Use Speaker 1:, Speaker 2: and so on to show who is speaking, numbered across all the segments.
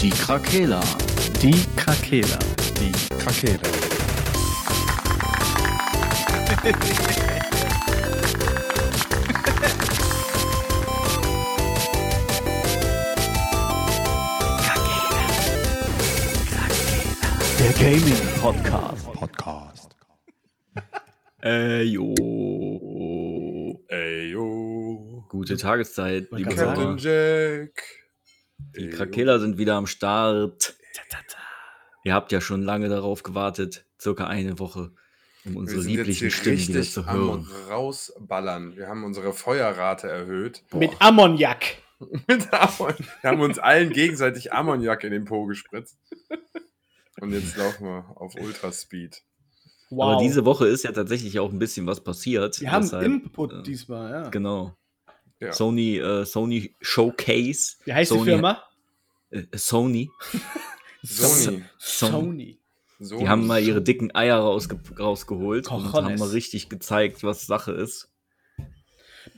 Speaker 1: Die Krakela.
Speaker 2: Die Krakela.
Speaker 3: Die Krakela.
Speaker 2: Der Gaming Podcast.
Speaker 3: Podcast.
Speaker 1: Äh, jo.
Speaker 3: Ey, yo.
Speaker 1: Gute Tageszeit,
Speaker 2: Man
Speaker 1: liebe
Speaker 2: kann sagen.
Speaker 1: Hörer.
Speaker 3: Captain Jack.
Speaker 1: Die Krakela sind wieder am Start. Ihr habt ja schon lange darauf gewartet, circa eine Woche, um unsere lieblichen Stimmen wieder
Speaker 3: richtig
Speaker 1: zu
Speaker 3: am
Speaker 1: hören.
Speaker 3: rausballern. Wir haben unsere Feuerrate erhöht.
Speaker 4: Mit Ammoniak.
Speaker 3: Mit Ammon wir haben uns allen gegenseitig Ammoniak in den Po gespritzt. Und jetzt laufen wir auf Ultraspeed.
Speaker 4: Wow.
Speaker 1: Aber diese Woche ist ja tatsächlich auch ein bisschen was passiert.
Speaker 4: Wir haben
Speaker 1: deshalb,
Speaker 4: Input
Speaker 1: äh,
Speaker 4: diesmal, ja.
Speaker 1: Genau.
Speaker 3: Ja.
Speaker 1: Sony, äh, Sony Showcase.
Speaker 4: Wie heißt
Speaker 1: Sony,
Speaker 4: die Firma?
Speaker 1: Äh, Sony.
Speaker 3: Sony.
Speaker 1: Sony.
Speaker 4: Sony.
Speaker 3: Sony.
Speaker 1: Die haben mal ihre dicken Eier rausge rausgeholt und haben
Speaker 4: Cojones.
Speaker 1: mal richtig gezeigt, was Sache ist.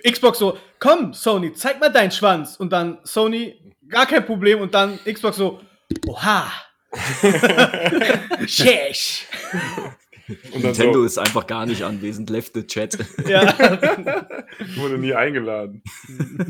Speaker 4: Xbox so, komm, Sony, zeig mal deinen Schwanz. Und dann Sony, gar kein Problem. Und dann Xbox so, oha. Shesh.
Speaker 3: Und dann
Speaker 1: Nintendo
Speaker 3: so,
Speaker 1: ist einfach gar nicht anwesend, left the chat.
Speaker 4: ja.
Speaker 3: wurde nie eingeladen.
Speaker 1: Ja,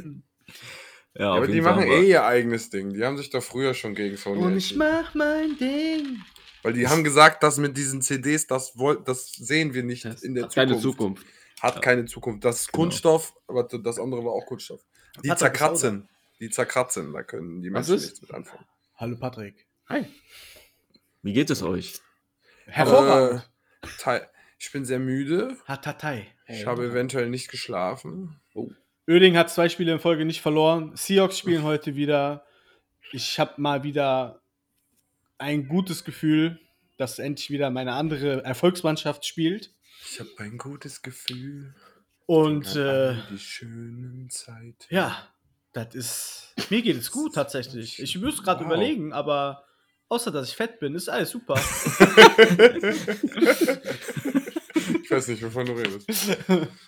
Speaker 3: Ja,
Speaker 1: auf
Speaker 3: aber die
Speaker 1: jeden Fall
Speaker 3: machen
Speaker 1: haben wir-
Speaker 3: eh ihr eigenes Ding. Die haben sich doch früher schon gegen Sony
Speaker 4: Und ich
Speaker 3: entschieden.
Speaker 4: mach mein Ding.
Speaker 3: Weil die haben gesagt, dass mit diesen CDs, das, woll- das sehen wir nicht
Speaker 5: Das
Speaker 3: in der
Speaker 5: hat
Speaker 3: Zukunft.
Speaker 5: keine Zukunft.
Speaker 3: Hat
Speaker 1: Ja.
Speaker 3: keine Zukunft. Das ist
Speaker 1: Genau.
Speaker 3: Kunststoff, aber d- das andere war auch Kunststoff. Die
Speaker 4: Patrick ist
Speaker 3: zerkratzen. Die zerkratzen. Da können die
Speaker 5: Was
Speaker 3: Menschen
Speaker 5: ist?
Speaker 3: nichts mit anfangen.
Speaker 4: Hallo Patrick.
Speaker 5: Hi.
Speaker 1: Wie geht es euch?
Speaker 4: Hervorragend.
Speaker 1: Äh.
Speaker 3: Äh, Teil- Ich bin sehr müde.
Speaker 4: Hatatai.
Speaker 3: Ich habe eventuell nicht geschlafen.
Speaker 4: Oh. Öding hat zwei Spiele in Folge nicht verloren. Seahawks spielen heute wieder. Ich habe mal wieder ein gutes Gefühl, dass endlich wieder meine andere Erfolgsmannschaft spielt.
Speaker 3: Ich habe ein gutes Gefühl.
Speaker 4: Und
Speaker 3: Denke
Speaker 4: äh,
Speaker 3: an die schönen Zeiten.
Speaker 4: ja, das ist. Mir geht es gut tatsächlich. Ich müsste gerade
Speaker 3: Wow.
Speaker 4: überlegen, aber außer dass ich fett bin, ist alles super.
Speaker 3: Ich weiß nicht, wovon du redest.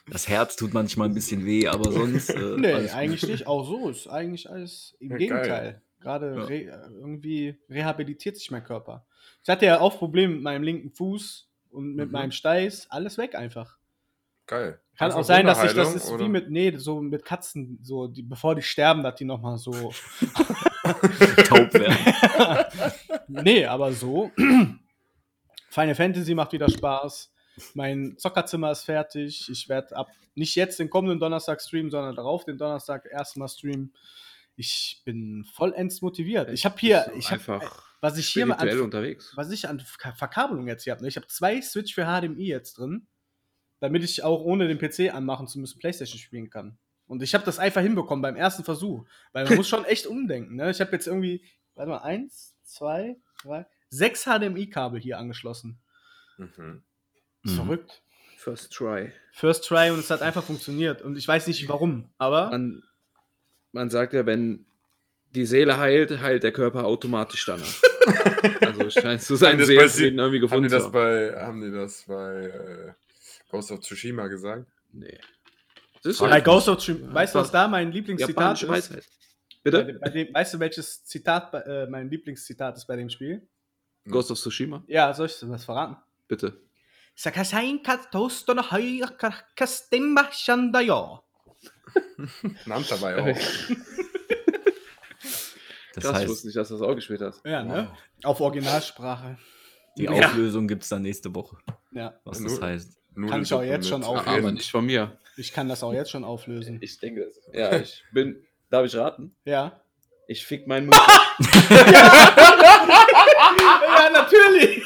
Speaker 1: Das Herz tut manchmal ein bisschen weh, aber sonst. Äh,
Speaker 4: nee,
Speaker 1: alles gut.
Speaker 4: eigentlich nicht. Auch so ist eigentlich alles im
Speaker 3: Ja,
Speaker 4: Gegenteil.
Speaker 3: geil.
Speaker 4: Gerade
Speaker 1: Ja.
Speaker 4: re irgendwie rehabilitiert sich mein Körper. Ich hatte ja auch Probleme mit meinem linken Fuß und mit
Speaker 3: Mhm.
Speaker 4: meinem Steiß. Alles weg einfach.
Speaker 3: Geil.
Speaker 4: Kann
Speaker 3: Einfach
Speaker 4: auch sein, dass ich das
Speaker 3: Wunderheilung,
Speaker 4: ist
Speaker 3: oder?
Speaker 4: wie mit, nee, so mit Katzen, so, die, bevor die sterben, dass die nochmal so.
Speaker 1: taub werden.
Speaker 4: nee, aber so. Final Fantasy macht wieder Spaß. Mein Zockerzimmer ist fertig. Ich werde ab nicht jetzt den kommenden Donnerstag streamen, sondern darauf den Donnerstag erstmal streamen. Ich bin vollends motiviert. Ich habe hier,
Speaker 5: Bist du
Speaker 4: ich habe,
Speaker 5: einfach
Speaker 4: was ich hier mal
Speaker 5: spirituell
Speaker 4: an,
Speaker 5: unterwegs.
Speaker 4: was ich an Verk- Verkabelung jetzt hier habe. Ne? Ich habe zwei Switch für HDMI jetzt drin, damit ich auch ohne den PC anmachen zu müssen PlayStation spielen kann. Und ich habe das einfach hinbekommen beim ersten Versuch, weil man muss schon echt umdenken. Ne? Ich habe jetzt irgendwie, warte mal, eins, zwei, drei, sechs HDMI-Kabel hier angeschlossen.
Speaker 3: Mhm.
Speaker 1: Mhm.
Speaker 4: Verrückt.
Speaker 5: First try.
Speaker 4: First Try und es hat einfach funktioniert. Und ich weiß nicht warum, aber
Speaker 5: Man, man sagt ja, wenn die Seele heilt, heilt der Körper automatisch danach. also scheint zu
Speaker 3: Haben
Speaker 5: sein,
Speaker 3: das
Speaker 5: Seelenfrieden
Speaker 3: bei-
Speaker 5: irgendwie
Speaker 3: Haben
Speaker 5: gefunden
Speaker 3: die
Speaker 5: zu
Speaker 3: das
Speaker 5: haben.
Speaker 3: bei, haben die das bei äh, Ghost of Tsushima gesagt?
Speaker 5: Nee. Das ist
Speaker 4: bei
Speaker 5: ja
Speaker 4: Ghost of Stream, weißt du, was da mein Lieblingszitat
Speaker 5: japanische
Speaker 4: ist?
Speaker 5: Weisheit.
Speaker 4: Bei
Speaker 5: Bitte?
Speaker 4: dem, bei dem, weißt du, welches Zitat bei- äh, mein Lieblingszitat ist bei dem Spiel?
Speaker 5: Ghost of Tsushima?
Speaker 4: Ja, soll ich dir was verraten?
Speaker 5: Bitte.
Speaker 4: 逆さんかトーストの灰がかかしてましたんだよ。
Speaker 3: Nannt dabei auch.
Speaker 1: Das
Speaker 5: Krass, ich wusste
Speaker 1: heißt,
Speaker 5: nicht, dass du das auch gespielt hast.
Speaker 4: Ja, ne? Auf Originalsprache.
Speaker 1: die
Speaker 4: Ja.
Speaker 1: Auflösung gibt es dann nächste Woche,
Speaker 4: Ja,
Speaker 1: was
Speaker 3: Nur-
Speaker 1: das heißt.
Speaker 3: Nudeln
Speaker 4: Kann ich auch jetzt schon
Speaker 3: mit
Speaker 4: auf-
Speaker 5: Ah, aber
Speaker 3: Affen.
Speaker 5: nicht von mir.
Speaker 4: ich kann das auch jetzt schon auflösen.
Speaker 5: Ich denke, das- ja, ich bin. Darf ich raten?
Speaker 4: Ja.
Speaker 5: Ich fick meinen Mund.
Speaker 4: Ja, natürlich!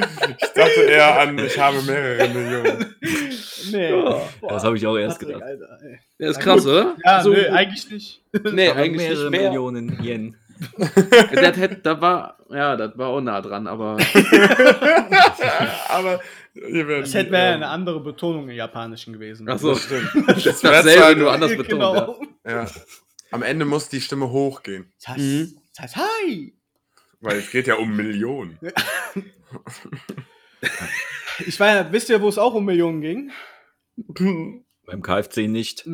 Speaker 3: Ah, Ich dachte eher an, ich habe mehrere Millionen.
Speaker 4: Nee.
Speaker 5: Ja,
Speaker 1: Das habe ich auch erst
Speaker 4: Patrick,
Speaker 1: gedacht.
Speaker 4: Alter, ey. Also, äh,
Speaker 5: Das ist krass, oder?
Speaker 4: Ja,
Speaker 5: So-
Speaker 4: nö, eigentlich nicht.
Speaker 5: nee,
Speaker 1: Aber
Speaker 5: eigentlich
Speaker 1: mehrere
Speaker 5: nicht mehr.
Speaker 1: Millionen Yen.
Speaker 5: das, hätte, das war, ja, das war auch nah dran, aber
Speaker 3: aber ihr werdet.
Speaker 4: Das hätte wäre eine andere Betonung im Japanischen gewesen.
Speaker 5: Ach so.
Speaker 3: Das stimmt.
Speaker 5: das
Speaker 3: wär
Speaker 5: dasselbe,
Speaker 3: zwar-
Speaker 5: nur anders betont. Ja.
Speaker 4: Genau.
Speaker 3: Ja. Am Ende muss die Stimme hochgehen,
Speaker 4: Das,
Speaker 5: Mhm.
Speaker 4: das, hi!
Speaker 3: weil es geht ja um Millionen.
Speaker 4: Ich war ja, wisst ihr, wo es auch um Millionen ging?
Speaker 1: Beim KFC nicht.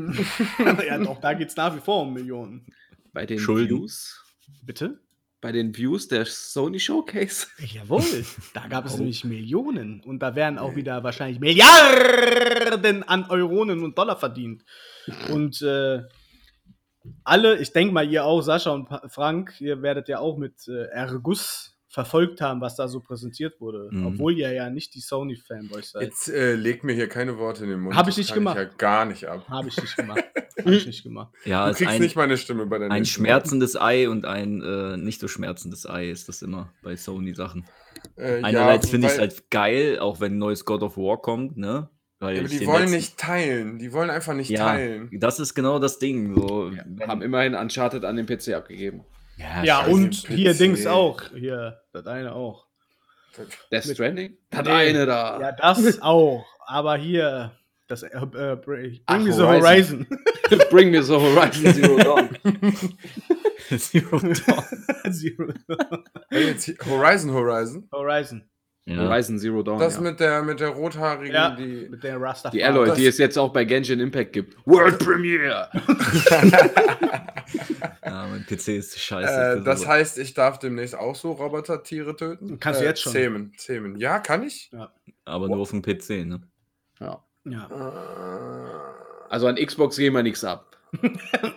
Speaker 4: ja, doch, da geht es nach wie vor um Millionen.
Speaker 5: Bei den
Speaker 1: Schulden.
Speaker 5: Views
Speaker 4: Bitte?
Speaker 5: Bei den Views der Sony Showcase.
Speaker 4: Jawohl, da gab es nämlich Millionen und da werden auch wieder wahrscheinlich Milliarden an Euronen und Dollar verdient. Und äh, alle, ich denke mal, ihr auch, Sascha und Pa- Frank, ihr werdet ja auch mit äh, Erguss verfolgt haben, was da so präsentiert wurde,
Speaker 1: Mhm.
Speaker 4: obwohl ihr ja nicht die Sony-Fanboys seid.
Speaker 3: Jetzt äh, leg mir hier keine Worte in den Mund.
Speaker 4: Hab ich
Speaker 3: Das
Speaker 4: nicht
Speaker 3: kann
Speaker 4: gemacht.
Speaker 3: Ich ja gar nicht ab.
Speaker 4: Habe ich nicht gemacht. Habe ich nicht gemacht.
Speaker 1: Ja,
Speaker 3: Du
Speaker 1: ist
Speaker 3: kriegst
Speaker 1: ein,
Speaker 3: nicht meine Stimme bei der
Speaker 1: ein
Speaker 3: nächsten
Speaker 1: schmerzendes Ei und ein äh, nicht so schmerzendes Ei ist das immer bei Sony-Sachen.
Speaker 3: Mal. Äh,
Speaker 1: Einerseits
Speaker 3: ja,
Speaker 1: finde ich es
Speaker 3: weil-
Speaker 1: halt geil, auch wenn ein neues God of War kommt, ne? Weil
Speaker 3: Ja, aber
Speaker 1: ich
Speaker 3: die
Speaker 1: den
Speaker 3: wollen
Speaker 1: letzten-
Speaker 3: nicht teilen. Die wollen einfach nicht
Speaker 1: Ja,
Speaker 3: teilen.
Speaker 1: das ist genau das Ding. So, wenn-
Speaker 5: Haben immerhin Uncharted an den PC abgegeben.
Speaker 1: ja,
Speaker 4: Ja,
Speaker 3: scheiße,
Speaker 4: und
Speaker 3: PC.
Speaker 4: hier Dings auch. Hier, das eine auch.
Speaker 5: Death
Speaker 4: Mit-
Speaker 5: Stranding? Das
Speaker 4: Nee.
Speaker 5: eine da.
Speaker 4: Ja, das auch. Aber hier, das äh, äh, Bring
Speaker 5: Ach,
Speaker 4: Me the Horizon.
Speaker 5: Horizon. Bring me the Horizon Zero Dawn.
Speaker 1: Zero Dawn.
Speaker 4: Zero-
Speaker 3: Hey, jetzt hier- Horizon Horizon.
Speaker 4: Horizon.
Speaker 1: Oh, ja.
Speaker 5: Horizon Zero Dawn.
Speaker 3: Das
Speaker 5: ja.
Speaker 3: mit der mit der rothaarigen,
Speaker 4: Ja,
Speaker 3: die.
Speaker 4: mit der Rastafari.
Speaker 5: die Alloy,
Speaker 3: das-
Speaker 5: die es jetzt auch bei Genshin Impact gibt. World Premiere!
Speaker 1: ja, mein PC ist scheiße.
Speaker 3: Äh, das heißt, ich darf demnächst auch so Robotertiere töten.
Speaker 4: Kannst du
Speaker 3: Äh,
Speaker 4: jetzt schon.
Speaker 3: Zähmen, zähmen. Ja, kann ich.
Speaker 1: aber nur auf dem PC, ne?
Speaker 5: Ja.
Speaker 3: Äh,
Speaker 4: Ja,
Speaker 5: Also an Xbox gehen wir nichts ab.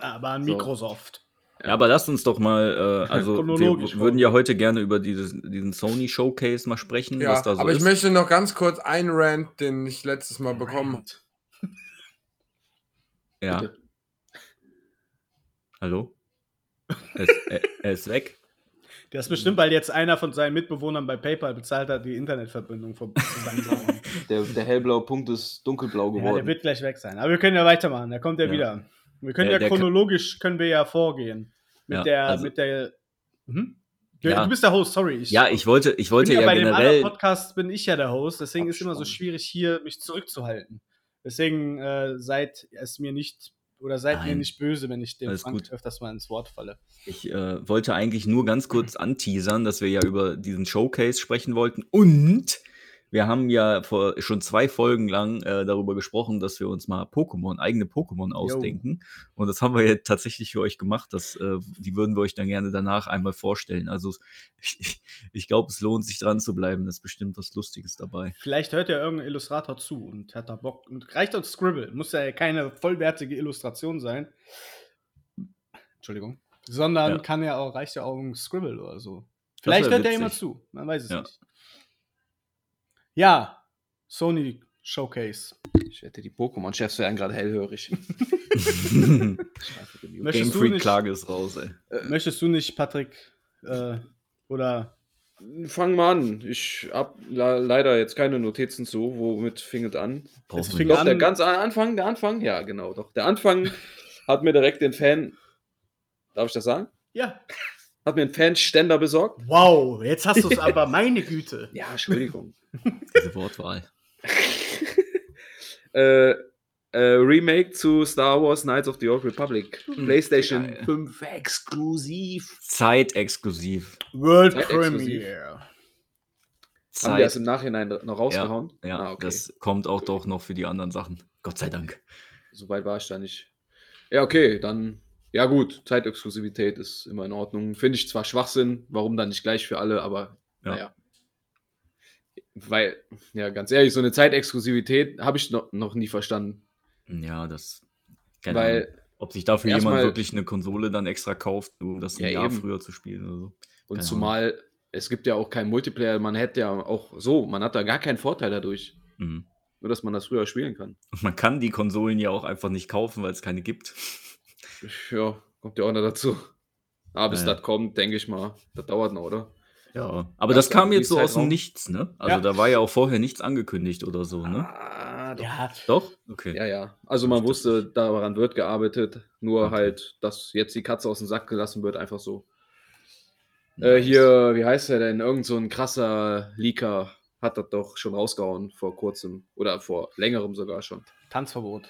Speaker 4: aber an Microsoft.
Speaker 1: Ja, aber lasst uns doch mal, äh, also
Speaker 4: Chronologisch
Speaker 1: wir würden ja heute gerne über dieses, diesen Sony Showcase mal sprechen,
Speaker 3: Ja,
Speaker 1: was da so
Speaker 3: aber
Speaker 1: ist.
Speaker 3: ich möchte noch ganz kurz einen Rant, den ich letztes Mal bekommen habe.
Speaker 4: Right.
Speaker 1: ja.
Speaker 5: Bitte.
Speaker 1: Hallo? Er ist, er, er ist weg.
Speaker 4: Das ist bestimmt, weil jetzt einer von seinen Mitbewohnern bei PayPal bezahlt hat, die Internetverbindung vor. ja,
Speaker 5: Der, der hellblaue Punkt ist dunkelblau
Speaker 4: der
Speaker 5: geworden.
Speaker 4: wird gleich weg sein. Aber wir können ja weitermachen. Da kommt er
Speaker 1: Ja.
Speaker 4: wieder. Wir können
Speaker 1: Der-
Speaker 4: ja
Speaker 1: der kann-
Speaker 4: chronologisch können wir ja vorgehen mit
Speaker 1: Ja,
Speaker 4: der
Speaker 1: also-
Speaker 4: mit der. Hm? Du,
Speaker 1: Ja.
Speaker 4: du bist der Host, sorry. Ich,
Speaker 1: Ja, ich wollte, ich wollte
Speaker 4: bin
Speaker 1: ja,
Speaker 4: ja bei dem
Speaker 1: generell.
Speaker 4: anderen Podcast bin ich ja der Host, deswegen ist immer so
Speaker 5: Abspann.
Speaker 4: schwierig hier mich zurückzuhalten. Deswegen äh, seid es mir nicht oder seid mir
Speaker 1: Nein.
Speaker 4: nicht böse, wenn ich dem
Speaker 1: Alles
Speaker 4: Frank
Speaker 1: gut.
Speaker 4: öfters mal ins Wort falle.
Speaker 1: Ich äh, wollte eigentlich nur ganz kurz anteasern, dass wir ja über diesen Showcase sprechen wollten. Und wir haben ja vor schon zwei Folgen lang äh, darüber gesprochen, dass wir uns mal Pokémon, eigene Pokémon ausdenken. Und das haben wir ja tatsächlich für euch gemacht. Das, äh, die würden wir euch dann gerne danach einmal vorstellen. Also ich, ich glaube, es lohnt sich dran zu bleiben. Das ist bestimmt was Lustiges dabei.
Speaker 4: Vielleicht hört ja irgendein Illustrator zu und hat da Bock. Und reicht uns Scribble. Muss ja keine vollwertige Illustration sein. Entschuldigung. Sondern
Speaker 1: Ja.
Speaker 4: kann ja auch, reicht ja auch ein Scribble oder so. Vielleicht
Speaker 1: wär
Speaker 4: hört ja jemand
Speaker 1: witzig.
Speaker 4: zu. Man weiß es
Speaker 1: Ja.
Speaker 4: nicht. Ja, Sony Showcase.
Speaker 5: Ich hätte die Pokémon-Chefs wären gerade hellhörig.
Speaker 1: Game
Speaker 4: Möchtest du,
Speaker 1: Freak
Speaker 4: nicht,
Speaker 1: Klage ist raus, ey.
Speaker 4: möchtest du nicht, Patrick? Äh, oder
Speaker 5: Fang mal an. Ich hab la- leider jetzt keine Notizen zu. Womit fing es an?
Speaker 1: Brauchen
Speaker 4: fing
Speaker 1: wir
Speaker 5: Doch,
Speaker 4: an-
Speaker 5: der ganz a- Anfang, der Anfang, ja, genau, doch. Der Anfang hat mir direkt den Fan, darf ich das sagen?
Speaker 4: ja.
Speaker 5: Hat mir einen Fanständer besorgt.
Speaker 4: Wow, jetzt hast du es aber, meine Güte.
Speaker 5: Ja, Entschuldigung.
Speaker 1: nicht diese Wortwahl.
Speaker 5: äh, äh, Remake zu Star Wars Knights of the Old Republic. PlayStation
Speaker 1: Geil.
Speaker 5: 5 exklusiv.
Speaker 1: Zeitexklusiv.
Speaker 4: World
Speaker 5: Ja, exklusiv.
Speaker 4: Premiere.
Speaker 5: Haben die
Speaker 1: Zeit.
Speaker 5: das im Nachhinein noch rausgehauen?
Speaker 1: Ja,
Speaker 5: also Ah, okay.
Speaker 1: das kommt auch doch noch für die anderen Sachen. Gott sei Dank.
Speaker 5: So weit war ich da nicht. Ja, okay, dann. Ja, gut, Zeitexklusivität ist immer in Ordnung. Finde ich zwar Schwachsinn, warum dann nicht gleich für alle, aber
Speaker 1: Ja.
Speaker 5: naja. Weil, ja, ganz ehrlich, so eine Zeitexklusivität habe ich noch, noch nie verstanden.
Speaker 1: Ja, das. Keine
Speaker 5: weil,
Speaker 1: Ahnung. Ob sich dafür
Speaker 5: erstmal-
Speaker 1: jemand wirklich eine Konsole dann extra kauft, nur das ein
Speaker 5: Ja,
Speaker 1: Jahr
Speaker 5: eben.
Speaker 1: früher zu spielen oder so.
Speaker 5: und
Speaker 1: Keine
Speaker 5: zumal, es gibt ja auch keinen Multiplayer, man hätte ja auch so, man hat da gar keinen Vorteil dadurch.
Speaker 1: Mhm.
Speaker 5: Nur, dass man das früher spielen kann.
Speaker 1: Und man kann die Konsolen ja auch einfach nicht kaufen, weil es keine gibt.
Speaker 5: Ja, kommt ja auch noch dazu. Aber bis
Speaker 1: Naja.
Speaker 5: das kommt, denke ich mal, das dauert noch, oder?
Speaker 1: Ja. Aber
Speaker 5: Ja,
Speaker 1: das
Speaker 5: ist
Speaker 1: kam
Speaker 5: irgendwie
Speaker 1: jetzt so aus dem
Speaker 5: Zeitraum.
Speaker 1: Nichts, ne? Also
Speaker 4: Ja.
Speaker 1: da war ja auch vorher nichts angekündigt oder so, ne?
Speaker 5: Ah, doch.
Speaker 4: Ja,
Speaker 1: Doch? Okay.
Speaker 5: Ja, ja. Also man wusste, daran wird gearbeitet, nur
Speaker 1: Okay.
Speaker 5: halt, dass jetzt die Katze aus dem Sack gelassen wird, einfach so. Äh,
Speaker 1: Nice.
Speaker 5: hier, wie heißt er denn? Irgend so ein krasser Leaker hat das doch schon rausgehauen vor kurzem oder vor längerem sogar schon.
Speaker 4: Tanzverbot.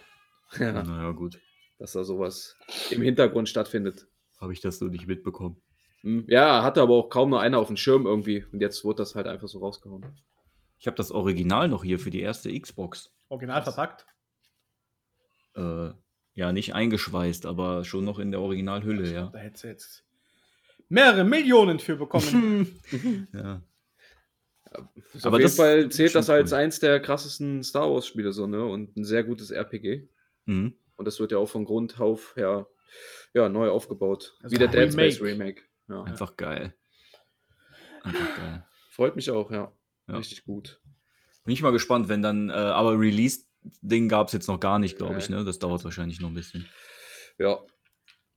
Speaker 5: Ja,
Speaker 1: Naja, gut.
Speaker 5: dass da sowas im Hintergrund stattfindet.
Speaker 1: Habe ich das so nicht mitbekommen.
Speaker 5: Hm, Ja, hatte aber auch kaum noch einer auf dem Schirm irgendwie und jetzt wurde das halt einfach so rausgehauen.
Speaker 1: Ich habe das Original noch hier für die erste Xbox.
Speaker 4: Original verpackt.
Speaker 1: Äh, ja, nicht eingeschweißt, aber schon noch in der Originalhülle, ja.
Speaker 4: Da hättest du jetzt. mehrere Millionen für bekommen.
Speaker 1: Ja.
Speaker 5: Ist
Speaker 1: Aber
Speaker 5: auf jeden
Speaker 1: das
Speaker 5: Fall
Speaker 1: ist
Speaker 5: zählt das
Speaker 1: schon
Speaker 5: als
Speaker 1: cool.
Speaker 5: eins der krassesten Star Wars-Spiele so, ne? Und ein sehr gutes RPG.
Speaker 1: Mhm.
Speaker 5: Und das wird ja auch von Grund auf her ja, neu aufgebaut.
Speaker 4: Also
Speaker 5: Wie der
Speaker 4: ein
Speaker 5: Dead Space
Speaker 4: Remake.
Speaker 5: Remake. Ja.
Speaker 1: Einfach geil. Einfach geil.
Speaker 5: Freut mich auch, ja.
Speaker 1: Ja.
Speaker 5: Richtig gut.
Speaker 1: Bin ich mal gespannt, wenn dann, äh, aber Release-Ding gab es jetzt noch gar nicht, glaube ich,
Speaker 5: Nee.
Speaker 1: ne? Das dauert wahrscheinlich noch ein bisschen.
Speaker 5: Ja.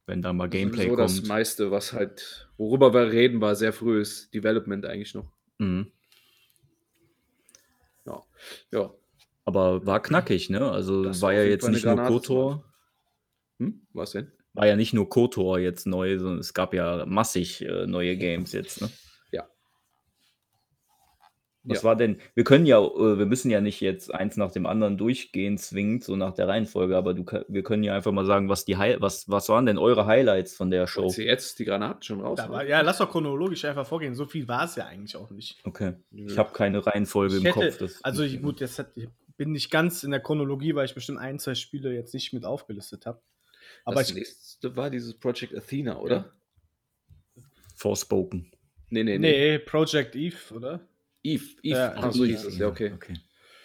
Speaker 1: Wenn da mal Gameplay
Speaker 5: so das
Speaker 1: kommt.
Speaker 5: meiste, was halt, worüber wir reden, war sehr frühes Development eigentlich noch.
Speaker 1: Mhm.
Speaker 5: Ja.
Speaker 1: Aber war knackig, ne? Also
Speaker 5: Das
Speaker 1: war
Speaker 5: war
Speaker 1: ja
Speaker 5: auf jeden
Speaker 1: jetzt
Speaker 5: Fall eine
Speaker 1: nicht nur
Speaker 5: Granate.
Speaker 1: Kotor.
Speaker 5: Hm? Was denn?
Speaker 1: War ja nicht nur Kotor jetzt neu, sondern es gab ja massig äh, neue Games jetzt, ne?
Speaker 5: Ja.
Speaker 1: Was
Speaker 5: Ja.
Speaker 1: war denn? Wir können ja, äh, wir müssen ja nicht jetzt eins nach dem anderen durchgehen, zwingend, so nach der Reihenfolge, aber du, kann- wir können ja einfach mal sagen, was die Hi was, was waren denn eure Highlights von der Show?
Speaker 5: Ist jetzt die Granaten schon raus?
Speaker 4: Da war,
Speaker 5: ne?
Speaker 4: ja, lass doch chronologisch einfach vorgehen. So viel war es ja eigentlich auch nicht.
Speaker 1: Okay.
Speaker 5: Nö.
Speaker 1: Ich habe keine Reihenfolge
Speaker 4: Ich
Speaker 1: im
Speaker 4: hätte-
Speaker 1: Kopf. das-
Speaker 4: Also ich, gut, jetzt hat, ich bin nicht ganz in der Chronologie, weil ich bestimmt ein, zwei Spiele jetzt nicht mit aufgelistet habe. Aber
Speaker 5: das
Speaker 4: ich,
Speaker 5: nächste war dieses Project Athena, oder?
Speaker 4: Ja.
Speaker 1: Forspoken.
Speaker 5: Nee, nee, nee.
Speaker 4: nee, Project Eve, oder?
Speaker 5: Eve, Eve.
Speaker 4: Ja,
Speaker 5: Ach, so hieß es, ja, okay.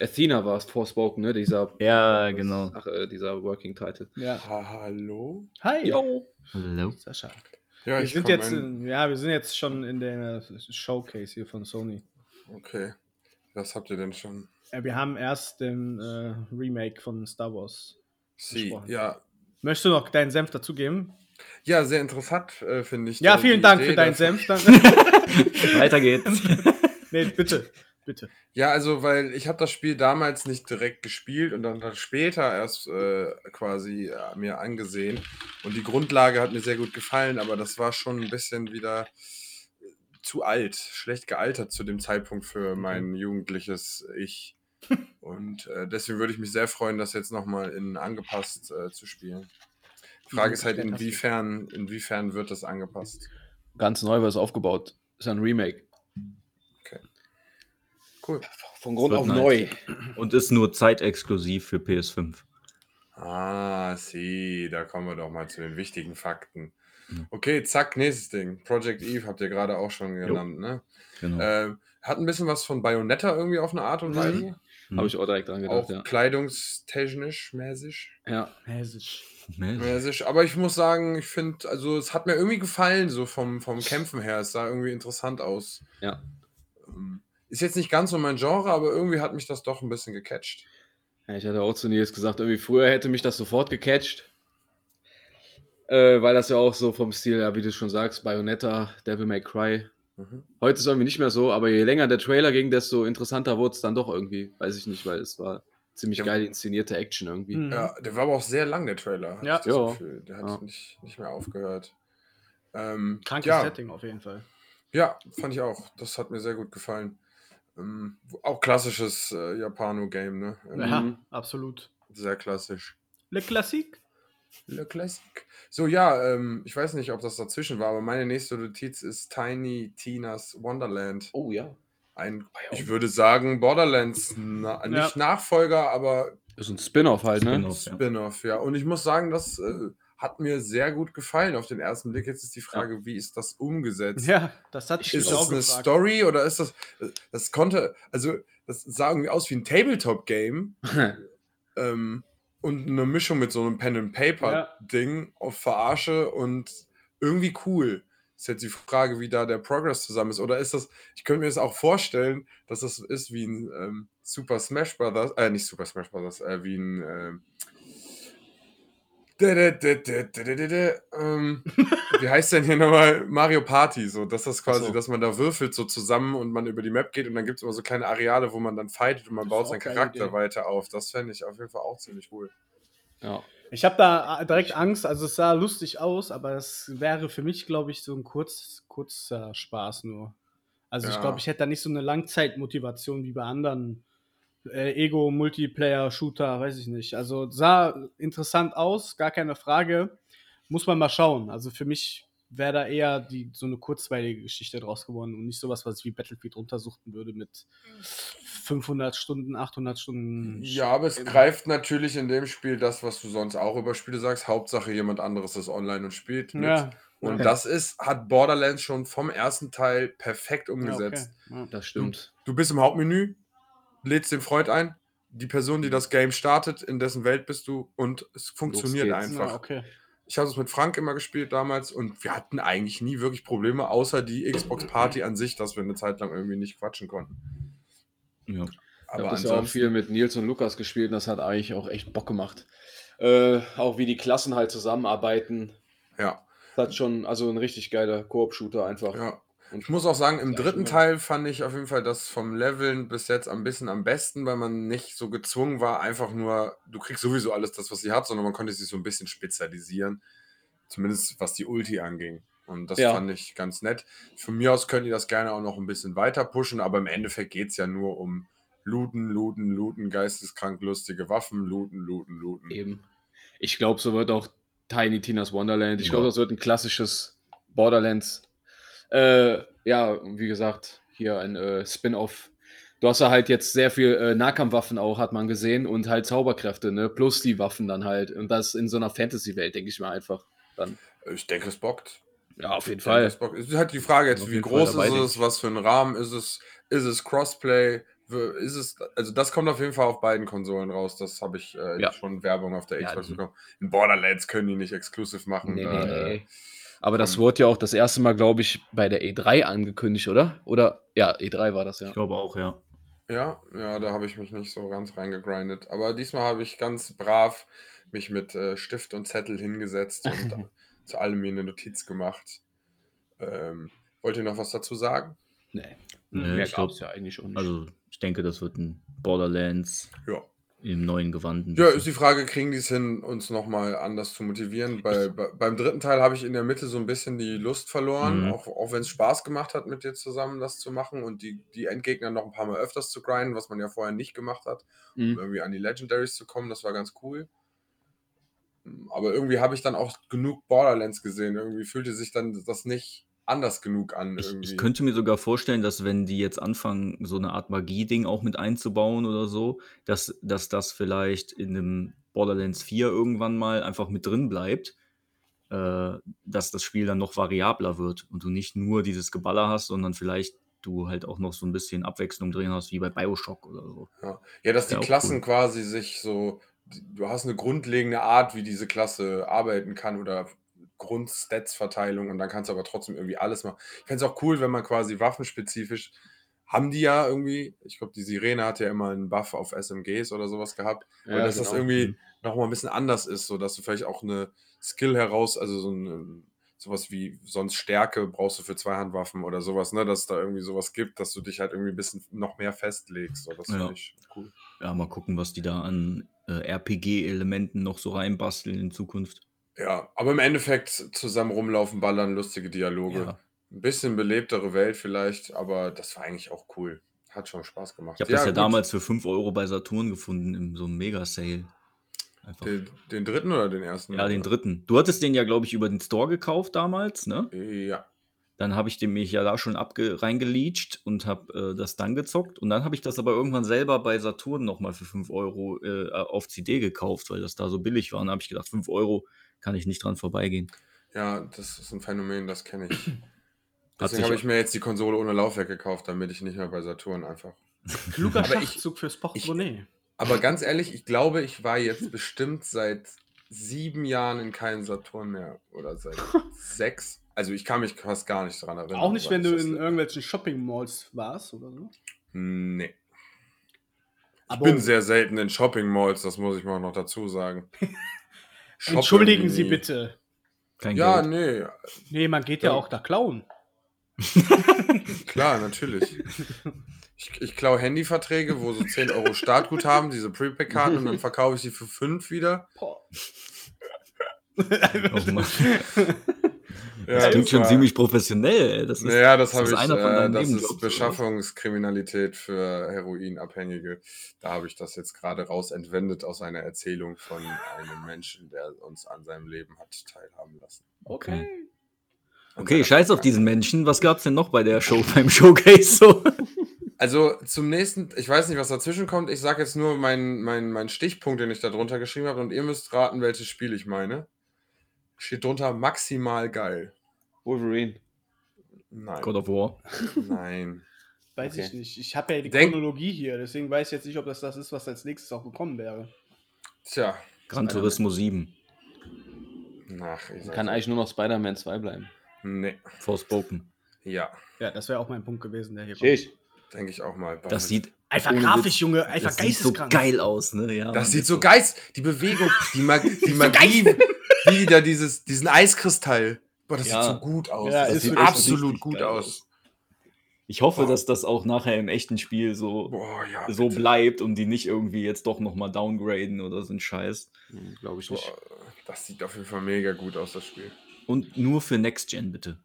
Speaker 5: Athena war es, Forspoken, ne? Dieser,
Speaker 1: Ja, genau.
Speaker 5: Ach, äh, dieser Working Title.
Speaker 4: Ja.
Speaker 3: Ha- Hallo?
Speaker 4: Hi.
Speaker 5: Jo.
Speaker 1: Hallo.
Speaker 4: Sascha.
Speaker 3: Ja,
Speaker 4: Wir sind,
Speaker 3: komm
Speaker 4: jetzt,
Speaker 3: in-
Speaker 4: in, ja, wir sind jetzt schon in der Showcase hier von Sony.
Speaker 3: Okay. Was habt ihr denn schon?
Speaker 4: Äh, Wir haben erst den äh, Remake von Star Wars.
Speaker 3: Sie,
Speaker 4: Gesprochen.
Speaker 3: ja.
Speaker 4: Möchtest du noch deinen Senf dazugeben?
Speaker 3: Ja, sehr interessant, äh, finde ich.
Speaker 4: Ja,
Speaker 3: die
Speaker 4: vielen Dank für
Speaker 3: Idee
Speaker 4: deinen
Speaker 3: davon.
Speaker 4: Senf. Dann.
Speaker 1: Weiter geht's.
Speaker 4: nee, bitte, bitte.
Speaker 3: Ja, also, weil ich habe das Spiel damals nicht direkt gespielt und dann später erst äh, quasi äh, mir angesehen. Und die Grundlage hat mir sehr gut gefallen, aber das war schon ein bisschen wieder äh, zu alt, schlecht gealtert zu dem Zeitpunkt für mein jugendliches Ich. Und äh, deswegen würde ich mich sehr freuen, das jetzt nochmal in angepasst äh, zu spielen. Frage ist halt,
Speaker 4: Fantastisch.
Speaker 3: inwiefern, inwiefern wird das angepasst?
Speaker 5: Ganz neu war es aufgebaut. Ist ein Remake.
Speaker 3: Cool.
Speaker 5: Von Grund
Speaker 1: wird
Speaker 5: auf
Speaker 1: nice.
Speaker 5: neu.
Speaker 1: Und ist nur zeitexklusiv für PS5.
Speaker 3: Ah, sie, da kommen wir doch mal zu den wichtigen Fakten.
Speaker 1: Mhm.
Speaker 3: Okay, zack, nächstes Ding. Project Eve habt ihr gerade auch schon genannt, ne?
Speaker 1: Genau.
Speaker 4: Äh.
Speaker 3: Ähm, hat ein bisschen was von Bayonetta irgendwie auf eine Art und
Speaker 5: Mhm.
Speaker 3: Weise.
Speaker 1: Hm.
Speaker 5: Habe ich auch direkt dran gedacht,
Speaker 3: Auch
Speaker 5: ja.
Speaker 3: kleidungstechnisch mäßig.
Speaker 5: ja.
Speaker 4: Hessisch.
Speaker 1: Mäßig.
Speaker 3: mäßig. Aber ich muss sagen, ich finde, also es hat mir irgendwie gefallen, so vom, vom Kämpfen her. Es sah irgendwie interessant aus.
Speaker 5: Ja.
Speaker 3: Ähm, Ist jetzt nicht ganz so mein Genre, aber irgendwie hat mich das doch ein bisschen gecatcht.
Speaker 5: Ja, Ich hatte auch zu Nils gesagt, irgendwie früher hätte mich das sofort gecatcht. Äh, weil das ja auch so vom Stil, ja, wie du schon sagst, Bayonetta, Devil May Cry.
Speaker 3: Mhm.
Speaker 5: Heute ist irgendwie nicht mehr so, aber je länger der Trailer ging, desto interessanter wurde es dann doch irgendwie. Weiß ich nicht, weil es war ziemlich
Speaker 3: Ja.
Speaker 5: geil inszenierte Action irgendwie.
Speaker 4: Mhm.
Speaker 3: Ja, der war aber auch sehr lang, der Trailer. hab
Speaker 4: Ja.
Speaker 3: ich das
Speaker 5: Ja.
Speaker 3: Gefühl. Der hat
Speaker 5: Ja.
Speaker 3: nicht, nicht mehr aufgehört. Ähm,
Speaker 4: Krankes
Speaker 3: ja,
Speaker 4: Setting auf jeden Fall.
Speaker 3: ja, fand ich auch. Das hat mir sehr gut gefallen. Ähm, auch klassisches äh, Japano-Game, ne? Irgendwie
Speaker 4: Ja,
Speaker 5: Mhm.
Speaker 4: absolut.
Speaker 3: Sehr klassisch.
Speaker 4: Le Classique.
Speaker 3: Le Classic. So, ja, ähm, ich weiß nicht, ob das dazwischen war, aber meine nächste Notiz ist Tiny Tina's Wonderland.
Speaker 5: Oh ja.
Speaker 3: Ein, ich würde sagen, Borderlands, na,
Speaker 4: Ja.
Speaker 3: nicht Nachfolger, aber
Speaker 5: Ist ein Spin-off halt, ne?
Speaker 1: Spin-off, ja.
Speaker 3: Spin-off, ja. Und ich muss sagen, das äh, hat mir sehr gut gefallen auf den ersten Blick. Jetzt ist die Frage, wie ist das umgesetzt?
Speaker 4: Ja, das hat ich
Speaker 3: Ist
Speaker 4: mich
Speaker 3: das
Speaker 4: auch
Speaker 3: eine
Speaker 4: gefragt.
Speaker 3: Story oder ist das. äh, Das konnte. Also, das sah irgendwie aus wie ein Tabletop-Game ähm, und eine Mischung mit so einem Pen-and-Paper-Ding auf Verarsche und irgendwie cool. Ist jetzt die Frage, wie da der Progress zusammen ist. Oder ist das, ich könnte mir das auch vorstellen, dass das ist wie ein ähm, Super Smash Brothers, äh, nicht Super Smash Brothers, äh, wie ein. ähm, dä- dä- dä- dä- dä- dä- dä- dä, ähm, Wie heißt denn hier nochmal Mario Party? So, dass das quasi,
Speaker 5: so.
Speaker 3: dass man da würfelt so zusammen und man über die Map geht und dann gibt es immer so kleine Areale, wo man dann fightet und man
Speaker 4: Das ist
Speaker 3: baut
Speaker 4: auch
Speaker 3: seinen
Speaker 4: geile
Speaker 3: Charakter
Speaker 4: Idee.
Speaker 3: weiter auf. Das fände ich auf jeden Fall auch ziemlich cool.
Speaker 5: ja.
Speaker 4: Ich habe da äh, direkt Angst, also es sah lustig aus, aber es wäre für mich, glaube ich, so ein kurz, kurzer Spaß nur. Also ich
Speaker 3: Ja.
Speaker 4: glaube, ich hätte da nicht so eine Langzeitmotivation wie bei anderen äh, Ego-Multiplayer-Shooter, weiß ich nicht. Also sah interessant aus, gar keine Frage. Muss man mal schauen. Also für mich wäre da eher die, so eine kurzweilige Geschichte draus geworden und nicht sowas, was ich wie Battlefield runtersuchten würde mit 500 Stunden, 800 Stunden.
Speaker 3: Mhm. Ja, aber es
Speaker 4: Mhm. Eben.
Speaker 3: greift natürlich in dem Spiel das, was du sonst auch über Spiele sagst. Hauptsache jemand anderes ist online und spielt mit.
Speaker 4: Ja,
Speaker 3: Und
Speaker 4: Ja.
Speaker 3: das ist, hat Borderlands schon vom ersten Teil perfekt umgesetzt.
Speaker 4: Ja, okay.
Speaker 5: Das stimmt.
Speaker 3: Du bist im Hauptmenü, lädst den Freund ein, die Person,
Speaker 4: Mhm.
Speaker 3: die das Game startet, in dessen Welt bist du und es funktioniert
Speaker 5: geht's.
Speaker 4: ja.
Speaker 3: einfach.
Speaker 4: Ja, okay.
Speaker 3: Ich habe es mit Frank immer gespielt damals und wir hatten eigentlich nie wirklich Probleme, außer die Xbox Party an sich, dass wir eine Zeit lang irgendwie nicht quatschen konnten.
Speaker 1: Ja.
Speaker 5: Ich
Speaker 3: Aber
Speaker 5: habe das ja auch
Speaker 3: ansonsten,
Speaker 5: viel mit Nils und Lukas gespielt und das hat eigentlich auch echt Bock gemacht. Äh, auch wie die Klassen halt zusammenarbeiten.
Speaker 3: ja,
Speaker 5: Das hat schon, also ein richtig geiler Koop-Shooter einfach.
Speaker 3: ja.
Speaker 5: Und
Speaker 3: Ich muss auch sagen, im
Speaker 5: Ja,
Speaker 3: dritten
Speaker 5: schon.
Speaker 3: Teil fand ich auf jeden Fall das vom Leveln bis jetzt ein bisschen am besten, weil man nicht so gezwungen war, einfach nur, du kriegst sowieso alles das, was sie hat, sondern man konnte sich so ein bisschen spezialisieren. Zumindest was die Ulti anging. Und das
Speaker 5: Ja.
Speaker 3: fand ich ganz nett. Von mir aus können die das gerne auch noch ein bisschen weiter pushen, aber im Endeffekt geht es ja nur um Looten, Looten, Looten, geisteskrank lustige Waffen, Looten, Looten, Looten.
Speaker 5: eben. Ich glaube, so wird auch Tiny Tina's Wonderland. Ich
Speaker 1: Ja.
Speaker 5: glaube, das wird ein klassisches Borderlands. Äh, ja, wie gesagt, hier ein äh, Spin-off. Du hast ja halt jetzt sehr viel äh, Nahkampfwaffen auch, hat man gesehen, und halt Zauberkräfte, ne? Plus die Waffen dann halt. Und das in so einer Fantasy-Welt, denke ich mal einfach.
Speaker 3: Ich denke, es bockt.
Speaker 5: Ja, auf jeden
Speaker 3: Ja, das Bock- Es ist halt die Frage jetzt,
Speaker 1: Auf
Speaker 3: wie
Speaker 1: jeden Fall
Speaker 3: groß
Speaker 1: dabei,
Speaker 3: ist
Speaker 1: denke
Speaker 3: es, was für ein Rahmen ist es, ist es Crossplay, W- ist es, also das kommt auf jeden Fall auf beiden Konsolen raus, das habe ich äh,
Speaker 5: Ja.
Speaker 3: schon Werbung auf der
Speaker 5: Ja,
Speaker 3: Xbox
Speaker 5: die-
Speaker 3: bekommen. In Borderlands können die nicht exklusiv machen.
Speaker 5: Nee,
Speaker 3: da,
Speaker 5: nee,
Speaker 3: äh,
Speaker 5: nee. Aber das
Speaker 3: ähm,
Speaker 5: wurde ja auch das erste Mal, glaube ich, bei der E3 angekündigt, oder? Oder ja, E3 war das ja.
Speaker 1: Ich glaube auch, ja.
Speaker 3: Ja, ja, da habe ich mich nicht so ganz reingegrindet. Aber diesmal habe ich ganz brav mich mit äh, Stift und Zettel hingesetzt und äh, zu allem mir eine Notiz gemacht. Ähm, wollt ihr noch was dazu sagen?
Speaker 5: Nee.
Speaker 1: Nee,
Speaker 5: Mehr
Speaker 1: ich glaub-
Speaker 5: gab's ja eigentlich auch nicht.
Speaker 1: Also, ich denke, das wird ein Borderlands
Speaker 3: Ja.
Speaker 1: im neuen Gewand. ein
Speaker 3: Ja,
Speaker 1: bisschen.
Speaker 3: ist die Frage, kriegen die es hin, uns nochmal anders zu motivieren? Bei, bei, beim dritten Teil habe ich in der Mitte so ein bisschen die Lust verloren,
Speaker 1: Mhm.
Speaker 3: auch, auch wenn es Spaß gemacht hat, mit dir zusammen das zu machen und die, die Endgegner noch ein paar Mal öfters zu grinden, was man ja vorher nicht gemacht hat, um
Speaker 5: Mhm.
Speaker 3: irgendwie an die Legendaries zu kommen, das war ganz cool. Aber irgendwie habe ich dann auch genug Borderlands gesehen, irgendwie fühlte sich dann das nicht anders genug an.
Speaker 1: Ich,
Speaker 3: Irgendwie.
Speaker 1: ich könnte mir sogar vorstellen, dass wenn die jetzt anfangen, so eine Art Magie-Ding auch mit einzubauen oder so, dass, dass das vielleicht in einem Borderlands 4 irgendwann mal einfach mit drin bleibt, äh, dass das Spiel dann noch variabler wird und du nicht nur dieses Geballer hast, sondern vielleicht du halt auch noch so ein bisschen Abwechslung drin hast, wie bei Bioshock oder so.
Speaker 3: Ja, dass die
Speaker 1: Ja, auch
Speaker 3: Klassen
Speaker 1: cool.
Speaker 3: quasi sich so, die- du hast eine grundlegende Art, wie diese Klasse arbeiten kann oder Grundstats-Verteilung und dann kannst du aber trotzdem irgendwie alles machen. Ich fände es auch cool, wenn man quasi waffenspezifisch, haben die ja irgendwie, ich glaube, die Sirene hat ja immer einen Buff auf SMGs oder sowas gehabt, aber dass das
Speaker 1: Mhm.
Speaker 3: irgendwie nochmal ein bisschen anders ist, so dass du vielleicht auch eine Skill heraus, also so ein sowas wie sonst Stärke brauchst du für Zweihandwaffen oder sowas, ne, dass es da irgendwie sowas gibt, dass du dich halt irgendwie ein bisschen noch mehr festlegst, so das
Speaker 1: Ja.
Speaker 3: finde ich cool.
Speaker 1: Ja, mal gucken, was die da an äh, RPG-Elementen noch so reinbasteln in Zukunft.
Speaker 3: Ja, aber im Endeffekt zusammen rumlaufen, ballern, lustige Dialoge.
Speaker 1: Ja.
Speaker 3: Ein bisschen belebtere Welt vielleicht, aber das war eigentlich auch cool. Hat schon Spaß gemacht.
Speaker 1: Ich habe das ja
Speaker 3: gut.
Speaker 1: damals für 5 Euro bei Saturn gefunden, in so einem Mega-Sale. Einfach.
Speaker 3: Den, den dritten oder den ersten?
Speaker 1: Ja, den dritten. Du hattest den ja, glaube ich, über den Store gekauft damals, ne?
Speaker 3: Ja.
Speaker 1: Dann habe ich den mich ja da schon abge reingeleacht und habe äh, das dann gezockt. Und dann habe ich das aber irgendwann selber bei Saturn nochmal für 5 Euro äh, auf CD gekauft, weil das da so billig war. Und da habe ich gedacht, 5 Euro kann ich nicht dran vorbeigehen.
Speaker 3: Ja, das ist ein Phänomen, das kenne ich.
Speaker 1: Hat
Speaker 3: Deswegen
Speaker 1: sich,
Speaker 3: habe ich mir jetzt die Konsole ohne Laufwerk gekauft, damit ich nicht mehr bei Saturn einfach.
Speaker 4: Kluger
Speaker 3: Aber ich-
Speaker 4: Schachzug fürs Portemonnaie.
Speaker 3: Aber ganz ehrlich, ich glaube, ich war jetzt bestimmt seit sieben Jahren in keinen Saturn mehr. Oder seit sechs. Also ich kann mich fast gar nicht dran erinnern.
Speaker 4: Auch nicht,
Speaker 3: wann
Speaker 4: wenn
Speaker 3: ich
Speaker 4: du
Speaker 3: Genau, das äh,
Speaker 4: in
Speaker 3: le-
Speaker 4: irgendwelchen Shopping-Malls warst oder so.
Speaker 3: Nee. Ich
Speaker 4: Aber um-
Speaker 3: bin sehr selten in Shopping Malls, das muss ich mal noch dazu sagen. Shopp
Speaker 4: entschuldigen
Speaker 3: irgendwie
Speaker 4: Sie
Speaker 3: nie.
Speaker 4: bitte.
Speaker 1: kein
Speaker 3: Ja,
Speaker 1: Geld.
Speaker 3: nee,
Speaker 4: Nee, man geht ja,
Speaker 3: Ja.
Speaker 4: auch da klauen.
Speaker 3: klar, natürlich. Ich, ich klaue Handyverträge, wo so 10 Euro Startgut haben, diese Prepaid-Karten, und dann verkaufe ich sie für 5 wieder.
Speaker 4: Boah.
Speaker 1: Oh Mann.
Speaker 3: Ja,
Speaker 1: Das klingt schon
Speaker 3: war-
Speaker 1: ziemlich professionell. ey. Das ist,
Speaker 3: Naja, das
Speaker 1: das
Speaker 3: habe
Speaker 1: ist
Speaker 3: ich.
Speaker 1: einer von
Speaker 3: äh,
Speaker 1: deinen
Speaker 3: das ist
Speaker 1: Nebenjobs, oder was?
Speaker 3: Beschaffungskriminalität für Heroinabhängige. Da habe ich das jetzt gerade raus entwendet aus einer Erzählung von einem Menschen, der uns an seinem Leben hat teilhaben lassen.
Speaker 1: okay.
Speaker 3: An
Speaker 1: Okay, scheiß
Speaker 3: seiner
Speaker 1: auf
Speaker 3: Vergangenheit.
Speaker 1: diesen Menschen. Was gab's denn noch bei der Show, beim Showcase so?
Speaker 3: Also zum nächsten, ich weiß nicht, was dazwischen kommt. Ich sage jetzt nur meinen mein, mein Stichpunkt, den ich da drunter geschrieben habe, und ihr müsst raten, welches Spiel ich meine. Steht drunter maximal geil.
Speaker 5: Wolverine.
Speaker 3: Nein.
Speaker 1: God of War.
Speaker 3: Nein.
Speaker 4: Weiß ich
Speaker 5: Okay.
Speaker 4: nicht. Ich habe ja die
Speaker 3: Denk-
Speaker 4: Chronologie hier, deswegen weiß ich jetzt nicht, ob das das ist, was als nächstes auch gekommen wäre.
Speaker 3: Tja.
Speaker 1: Gran Turismo 7.
Speaker 3: Ach, ich
Speaker 5: Dann kann eigentlich nur noch Spider-Man 2 bleiben.
Speaker 3: Nee.
Speaker 1: Forspoken.
Speaker 3: Ja,
Speaker 4: Ja, das wäre auch mein Punkt gewesen, der hier
Speaker 5: Tschüss.
Speaker 3: denke ich auch mal.
Speaker 1: Das sieht,
Speaker 4: Einfach
Speaker 1: Ohne
Speaker 4: grafisch,
Speaker 1: Witz.
Speaker 4: Junge. Einfach
Speaker 1: das sieht so
Speaker 4: geisteskrank.
Speaker 1: geil aus, ne? Ja, Mann,
Speaker 3: Das sieht
Speaker 1: ist
Speaker 3: so geist. Die Bewegung, die, Mag die Magie, wie wieder dieses, diesen Eiskristall. Boah, das
Speaker 1: Ja.
Speaker 3: sieht so gut aus.
Speaker 4: Ja,
Speaker 3: das
Speaker 4: ist
Speaker 3: sieht
Speaker 4: wirklich
Speaker 3: absolut
Speaker 1: richtig
Speaker 3: gut
Speaker 1: geil
Speaker 3: aus.
Speaker 1: Ich hoffe,
Speaker 3: Wow.
Speaker 1: dass das auch nachher im echten Spiel so,
Speaker 3: Boah, ja.
Speaker 1: so
Speaker 3: bitte.
Speaker 1: bleibt und die nicht irgendwie jetzt doch nochmal downgraden oder so ein Scheiß.
Speaker 5: Glaube Hm, ich nicht.
Speaker 3: Boah, das sieht auf jeden Fall mega gut aus, das Spiel.
Speaker 1: Und nur für Next Gen bitte.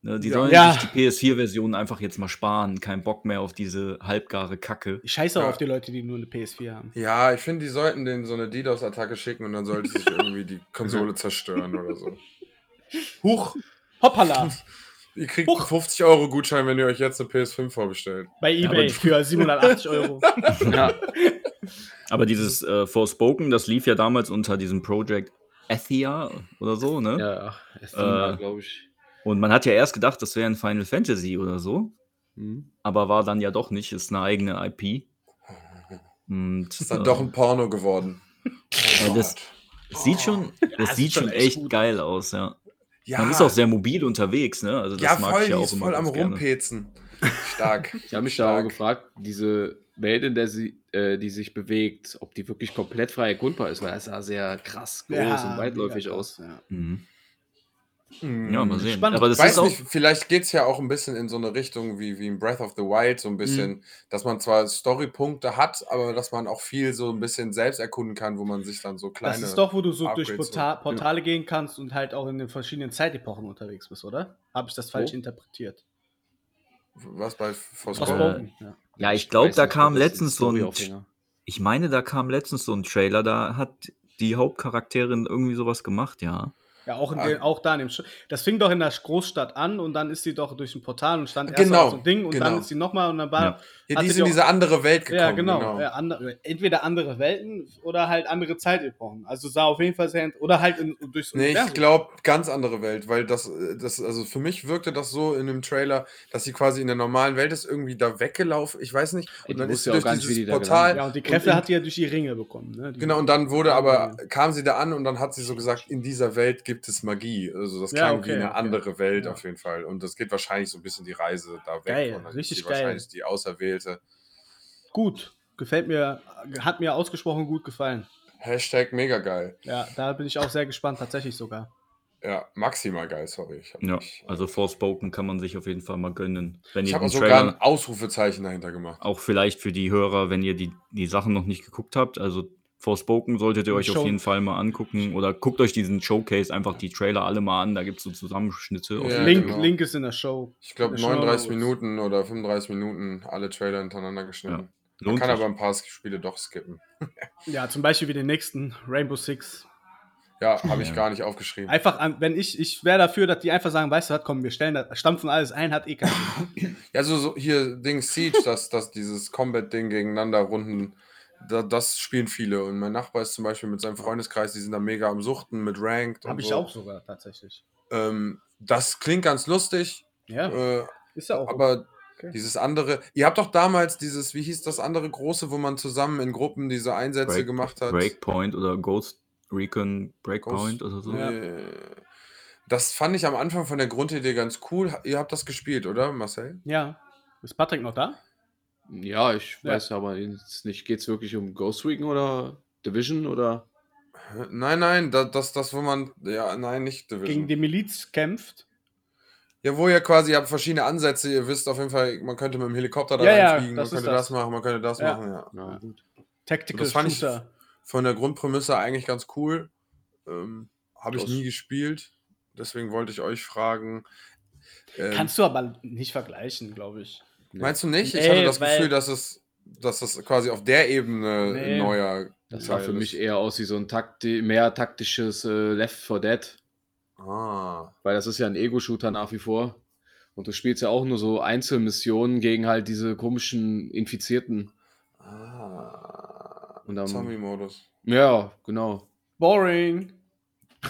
Speaker 1: Ne, die
Speaker 3: Ja.
Speaker 1: sollen
Speaker 4: Ja.
Speaker 1: sich die PS4-Version einfach jetzt mal sparen. Kein Bock mehr auf diese halbgare Kacke.
Speaker 4: Ich scheiße auch
Speaker 3: Ja.
Speaker 4: auf die Leute, die nur eine PS4 haben.
Speaker 3: Ja, ich finde, die sollten denen so eine DDoS-Attacke schicken und dann sollte sich irgendwie die Konsole zerstören oder so. Huch,
Speaker 4: Hoppala.
Speaker 3: ihr kriegt einen 50-Euro-Gutschein, wenn ihr euch jetzt eine PS5 vorbestellt.
Speaker 4: Bei
Speaker 1: Ja,
Speaker 4: Ebay
Speaker 1: aber-
Speaker 4: für 780 Euro.
Speaker 5: Ja.
Speaker 1: Aber dieses äh, Forspoken, das lief ja damals unter diesem Project Athia oder so, ne?
Speaker 5: Ja, Athena,
Speaker 1: Äh.
Speaker 5: glaube ich.
Speaker 1: Und man hat ja erst gedacht, das wäre ein Final Fantasy oder so.
Speaker 5: Hm.
Speaker 1: Aber war dann ja doch nicht. Ist eine eigene IP. Und,
Speaker 3: Ist dann
Speaker 1: äh,
Speaker 3: doch ein Porno geworden. Oh
Speaker 1: Ja, das- es sieht schon, das sieht schon echt geil aus, ja.
Speaker 3: ja,
Speaker 1: Man ist auch sehr mobil unterwegs, ne? Also das
Speaker 3: ja,
Speaker 1: mag
Speaker 3: voll,
Speaker 1: ich ja
Speaker 3: die
Speaker 1: auch
Speaker 3: ist
Speaker 1: immer
Speaker 3: voll am
Speaker 1: ganz gerne.
Speaker 3: Rumpezen. Stark.
Speaker 5: Ich habe mich da
Speaker 3: Stark.
Speaker 5: auch gefragt, diese Welt, in der sie, äh, die sich bewegt, ob die wirklich komplett frei erkundbar ist, weil es sah sehr krass groß und weitläufig
Speaker 4: mega
Speaker 5: aus.
Speaker 4: krass, halt Ja.
Speaker 1: Mhm.
Speaker 3: Hm.
Speaker 1: Ja, mal sehen.
Speaker 4: Spannend.
Speaker 1: Aber das
Speaker 3: Weiß
Speaker 1: ist auch
Speaker 3: nicht, vielleicht geht es ja auch ein bisschen in so eine Richtung wie, wie in Breath of the
Speaker 1: Mhm.
Speaker 3: Wild, so ein bisschen, dass man zwar Storypunkte hat, aber dass man auch viel so ein bisschen selbst erkunden kann, wo man sich dann so kleine.
Speaker 4: Das ist doch, wo du so durch
Speaker 3: Upgrades genau.
Speaker 4: Porta Portale gehen kannst und halt auch in den verschiedenen Zeitepochen unterwegs bist, oder? Habe ich das falsch
Speaker 5: Wo?
Speaker 4: interpretiert?
Speaker 3: was bei Forspoken?
Speaker 1: Äh,
Speaker 4: Forspoken, ja.
Speaker 1: Ja, ich glaube,
Speaker 5: weiß
Speaker 1: da
Speaker 5: nicht,
Speaker 1: kam
Speaker 5: ob das ein
Speaker 1: letztens so ein.
Speaker 5: Storyaufhänger-
Speaker 1: Ich meine, da kam letztens so ein Trailer, da hat die Hauptcharakterin irgendwie sowas gemacht, ja.
Speaker 4: Ja, auch, in
Speaker 3: Ah.
Speaker 4: den, auch da in dem Sch Das fing doch in der Großstadt an und dann ist sie doch durch ein Portal und stand erst
Speaker 3: Genau,
Speaker 4: auf so ein Ding und dann
Speaker 3: genau.
Speaker 4: ist sie nochmal und dann war.
Speaker 3: Ja,
Speaker 4: Hatte
Speaker 3: die
Speaker 4: die
Speaker 3: sind in
Speaker 4: auch-
Speaker 3: diese andere Welt
Speaker 4: Ja,
Speaker 3: gekommen.
Speaker 4: genau. Ja, andere, entweder andere Welten oder halt andere Zeitepochen. Also sah auf jeden Fall sehr. int- Oder halt in, durchs
Speaker 3: Nee, ich
Speaker 4: Universum.
Speaker 3: glaube, ganz andere Welt, weil das, äh, das, also für mich wirkte das so in dem Trailer, dass sie quasi in der normalen Welt ist, irgendwie da weggelaufen, ich weiß nicht.
Speaker 5: Ey,
Speaker 3: Und
Speaker 5: die
Speaker 3: dann ist sie
Speaker 5: wusste ja auch
Speaker 3: durch
Speaker 5: gar nicht, wie
Speaker 3: dieses
Speaker 5: die da
Speaker 3: Portal.
Speaker 4: Ja, und die Kräfte
Speaker 3: in-
Speaker 4: hat die ja durch die Ringe bekommen. Ne? Die-
Speaker 3: Genau, und dann wurde
Speaker 4: Ja,
Speaker 3: aber,
Speaker 4: okay.
Speaker 3: kam sie da an und dann hat sie so gesagt, in dieser Welt gibt es Magie. Also das
Speaker 4: Ja,
Speaker 3: klang wie
Speaker 4: okay,
Speaker 3: eine
Speaker 4: okay.
Speaker 3: andere Welt
Speaker 4: Ja.
Speaker 3: auf jeden Fall. Und das geht wahrscheinlich so ein bisschen die Reise da weg.
Speaker 4: Geil,
Speaker 3: und dann ist
Speaker 4: richtig
Speaker 3: sie
Speaker 4: geil.
Speaker 3: Wahrscheinlich die Auserwählte.
Speaker 4: Gut. Gefällt mir, hat mir ausgesprochen gut gefallen.
Speaker 3: Hashtag mega geil.
Speaker 4: Ja, da bin ich auch sehr gespannt, tatsächlich sogar.
Speaker 3: Ja, maximal geil, sorry. Ich hab
Speaker 1: Ja,
Speaker 3: mich-
Speaker 1: also Forspoken kann man sich auf jeden Fall mal gönnen. Wenn
Speaker 3: ich
Speaker 1: ihr
Speaker 3: habe
Speaker 1: den
Speaker 3: sogar
Speaker 1: Trailer,
Speaker 3: ein Ausrufezeichen dahinter gemacht.
Speaker 1: auch vielleicht für die Hörer, wenn ihr die, die Sachen noch nicht geguckt habt, also Forspoken solltet ihr euch
Speaker 4: Show-
Speaker 1: auf jeden Fall mal angucken oder guckt euch diesen Showcase einfach die Trailer alle mal an, da gibt es so Zusammenschnitte. auf
Speaker 3: Ja,
Speaker 1: YouTube.
Speaker 4: Link,
Speaker 3: genau.
Speaker 4: Link ist in der Show.
Speaker 3: Ich glaube
Speaker 4: Wir schauen
Speaker 3: 39
Speaker 4: mal, was-
Speaker 3: Minuten oder 35 Minuten alle Trailer hintereinander geschnitten. Man
Speaker 1: Lohnt
Speaker 3: kann
Speaker 1: sich.
Speaker 3: aber ein paar Spiele doch skippen.
Speaker 4: Ja, zum Beispiel wie den nächsten, Rainbow Six.
Speaker 3: Ja, habe ich
Speaker 1: Ja.
Speaker 3: gar nicht aufgeschrieben.
Speaker 4: Einfach, an, wenn ich, ich wäre dafür, dass die einfach sagen, weißt du was, komm, wir stellen das, stampfen alles ein, hat eh keinen Sinn.
Speaker 3: Ja, so, so hier Ding Siege, das, das, dieses Combat-Ding gegeneinander runden, da, das spielen viele. Und mein Nachbar ist zum Beispiel mit seinem Freundeskreis, die sind da mega am Suchten mit Ranked. und
Speaker 4: Hab ich
Speaker 3: so.
Speaker 4: auch sogar, tatsächlich.
Speaker 3: Ähm, das klingt ganz lustig,
Speaker 4: Ja,
Speaker 3: äh,
Speaker 4: ist ja auch.
Speaker 3: aber
Speaker 4: okay.
Speaker 3: dieses andere, ihr habt doch damals dieses, wie hieß das andere große, wo man zusammen in Gruppen diese Einsätze
Speaker 1: Break-
Speaker 3: gemacht hat.
Speaker 1: Breakpoint oder Ghost Recon Breakpoint oder so.
Speaker 3: Äh, Das fand ich am Anfang von der Grundidee ganz cool. Ha- Ihr habt das gespielt, oder, Marcel?
Speaker 4: ja. Ist Patrick noch da?
Speaker 5: Ja, ich
Speaker 4: Ja.
Speaker 5: weiß aber jetzt nicht, geht es wirklich um Ghost Recon oder Division oder?
Speaker 3: Hä? Nein, nein, das, das, das wo man. Ja, nein, nicht Division.
Speaker 4: Gegen die Miliz kämpft.
Speaker 3: Ja, wo ihr quasi, ihr habt verschiedene Ansätze, ihr wisst auf jeden Fall, man könnte mit dem Helikopter da
Speaker 4: Ja, ja,
Speaker 3: reinfliegen, man
Speaker 4: das ist
Speaker 3: könnte das.
Speaker 4: das.
Speaker 3: machen, man könnte das
Speaker 4: Ja.
Speaker 3: machen, ja.
Speaker 5: Na gut.
Speaker 4: Tactical
Speaker 3: Das fand ich-
Speaker 4: Shooter.
Speaker 3: Von der Grundprämisse eigentlich ganz cool. Ähm, Habe ich
Speaker 5: Das-
Speaker 3: nie gespielt, deswegen wollte ich euch fragen. Ähm,
Speaker 4: Kannst du aber nicht vergleichen, glaube ich.
Speaker 5: Nee.
Speaker 3: meinst du nicht? Ich
Speaker 4: Nee,
Speaker 3: hatte das
Speaker 4: weil-
Speaker 3: Gefühl, dass es, dass es quasi auf der Ebene
Speaker 4: Nee.
Speaker 3: ein neuer.
Speaker 5: Das sah
Speaker 3: Teil
Speaker 5: für
Speaker 3: ist.
Speaker 5: mich eher aus wie so ein Takti mehr taktisches äh, Left 4 Dead,
Speaker 3: Ah.
Speaker 5: weil das ist ja ein Ego-Shooter nach wie vor. Und du spielst ja auch nur so Einzelmissionen gegen halt diese komischen Infizierten.
Speaker 3: Ah.
Speaker 5: Und dann, Ähm.
Speaker 3: Zombie-Modus.
Speaker 5: ja, genau.
Speaker 4: Boring.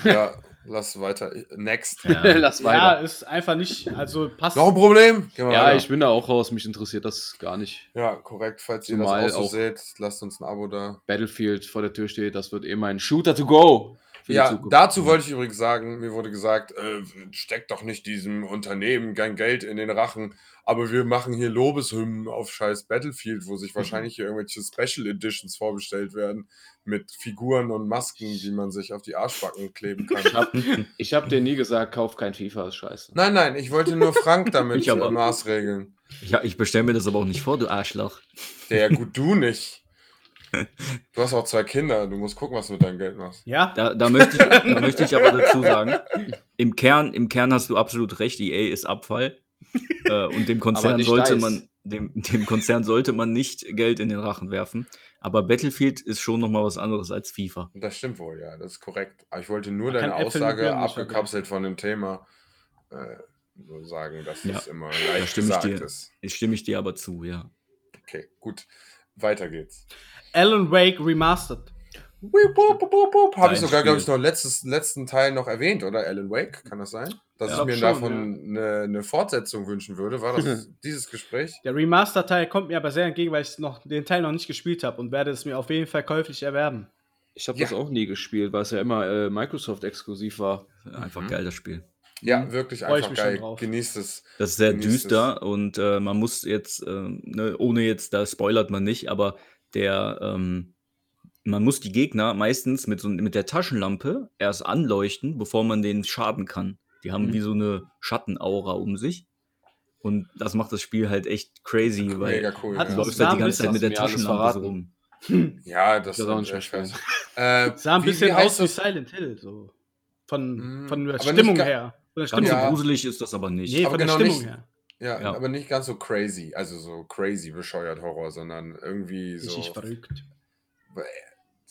Speaker 3: Ja, Lass weiter. Next.
Speaker 1: Ja.
Speaker 5: Lass
Speaker 4: Ja, genau.
Speaker 5: weiter.
Speaker 4: ist einfach nicht, also passt.
Speaker 3: Noch ein Problem? Gehen wir
Speaker 5: Ja,
Speaker 3: weiter.
Speaker 5: ich bin da auch raus. Mich interessiert das gar nicht.
Speaker 3: ja, korrekt. Falls ihr
Speaker 5: Zumal
Speaker 3: das auch so
Speaker 5: auch-
Speaker 3: seht, lasst uns ein Abo da.
Speaker 5: Battlefield vor der Tür steht, das wird eben ein Shooter to go. für die
Speaker 3: Ja,
Speaker 5: Zukunft. Mhm.
Speaker 3: dazu wollte ich übrigens sagen, mir wurde gesagt, äh, steckt doch nicht diesem Unternehmen kein Geld in den Rachen, aber wir machen hier Lobeshymnen auf scheiß Battlefield, wo
Speaker 5: Mhm.
Speaker 3: sich wahrscheinlich hier irgendwelche Special Editions vorbestellt werden mit Figuren und Masken, die man sich auf die Arschbacken kleben
Speaker 5: Ich
Speaker 3: kann.
Speaker 5: hab, ich hab dir nie gesagt, kauf kein FIFA, ist scheiße.
Speaker 3: nein, nein, ich wollte nur Frank damit äh,
Speaker 1: Ich aber.
Speaker 3: maßregeln.
Speaker 1: Ja, ich bestelle mir das aber auch nicht vor, du Arschloch.
Speaker 3: Der gut, du nicht. Du hast auch zwei Kinder, du musst gucken, was du mit deinem Geld machst.
Speaker 4: Ja,
Speaker 1: Da, da, möchte ich, da möchte ich aber dazu sagen, im Kern, im Kern hast du absolut recht, EA ist Abfall. Äh, und dem Konzern
Speaker 5: nicht
Speaker 1: sollte
Speaker 5: nice.
Speaker 1: man, dem, dem Konzern sollte man nicht Geld in den Rachen werfen. Aber Battlefield ist schon nochmal was anderes als FIFA.
Speaker 3: Das stimmt wohl, ja, das ist korrekt. Aber ich wollte nur
Speaker 4: Man
Speaker 3: deine
Speaker 4: kann Äpfel mit
Speaker 3: Aussage
Speaker 4: Birnen nicht
Speaker 3: abgekapselt von dem Thema äh, nur sagen, dass
Speaker 1: Ja,
Speaker 3: es immer leicht
Speaker 1: stimme ich
Speaker 3: gesagt
Speaker 1: dir.
Speaker 3: ist.
Speaker 1: Ich stimme ich dir aber zu, ja.
Speaker 3: Okay, gut. Weiter geht's.
Speaker 4: Alan Wake Remastered.
Speaker 3: Habe ich
Speaker 1: Dein
Speaker 3: sogar, glaube ich,
Speaker 1: Spiel.
Speaker 3: noch letztes, letzten Teil noch erwähnt, oder? Alan Wake, kann das sein? Dass
Speaker 1: Ja,
Speaker 3: ich mir
Speaker 5: glaub schon,
Speaker 3: davon eine eine Fortsetzung wünschen würde. War das dieses Gespräch?
Speaker 4: Der Remaster-Teil kommt mir aber sehr entgegen, weil ich noch, den Teil noch nicht gespielt habe und werde es mir auf jeden Fall käuflich erwerben.
Speaker 5: Ich habe
Speaker 3: Ja.
Speaker 5: das auch nie gespielt, weil es ja immer äh, Microsoft exklusiv war.
Speaker 1: Einfach
Speaker 3: Mhm.
Speaker 1: geil, das Spiel.
Speaker 3: Ja, wirklich
Speaker 4: Freu ich
Speaker 3: einfach
Speaker 4: mich schon
Speaker 3: geil.
Speaker 4: drauf.
Speaker 3: Genießt es.
Speaker 1: Das ist sehr
Speaker 3: Genießt es.
Speaker 1: düster und äh, man muss jetzt, ähm, ne, ohne jetzt, da spoilert man nicht, aber der, ähm, man muss die Gegner meistens mit, so, mit der Taschenlampe erst anleuchten, bevor man denen schaden kann. Die haben
Speaker 5: Mhm.
Speaker 1: wie so eine Schattenaura um sich. Und das macht das Spiel halt echt crazy, weil
Speaker 3: Mega cool.
Speaker 4: Hat
Speaker 1: du
Speaker 3: Ja,
Speaker 4: Leute-
Speaker 1: läufst halt die
Speaker 4: Samen
Speaker 1: ganze Zeit
Speaker 5: ist-
Speaker 1: mit der
Speaker 5: hast du mir
Speaker 1: Taschenlampe
Speaker 5: alles
Speaker 1: so
Speaker 5: verraten.
Speaker 1: rum.
Speaker 3: ja das
Speaker 5: Das ist auch nicht
Speaker 3: äh,
Speaker 5: mehr schwer.
Speaker 3: Äh,
Speaker 4: Sah ein
Speaker 3: wie- wie
Speaker 4: bisschen aus
Speaker 3: heißt
Speaker 4: wie
Speaker 3: das?
Speaker 4: Silent Hill, so. Von,
Speaker 3: Mm,
Speaker 4: von der
Speaker 3: aber nicht
Speaker 4: Stimmung
Speaker 3: ga-
Speaker 4: her. Von
Speaker 1: Ganz
Speaker 4: der Stimmung
Speaker 1: so
Speaker 3: Ja.
Speaker 1: gruselig ist das aber nicht.
Speaker 4: Nee,
Speaker 3: Aber
Speaker 4: von
Speaker 3: genau
Speaker 4: der Stimmung
Speaker 3: nicht-
Speaker 4: her.
Speaker 3: Ja,
Speaker 1: Ja.
Speaker 3: aber nicht ganz so crazy, also so crazy bescheuert Horror, sondern irgendwie so.
Speaker 4: Richtig verrückt.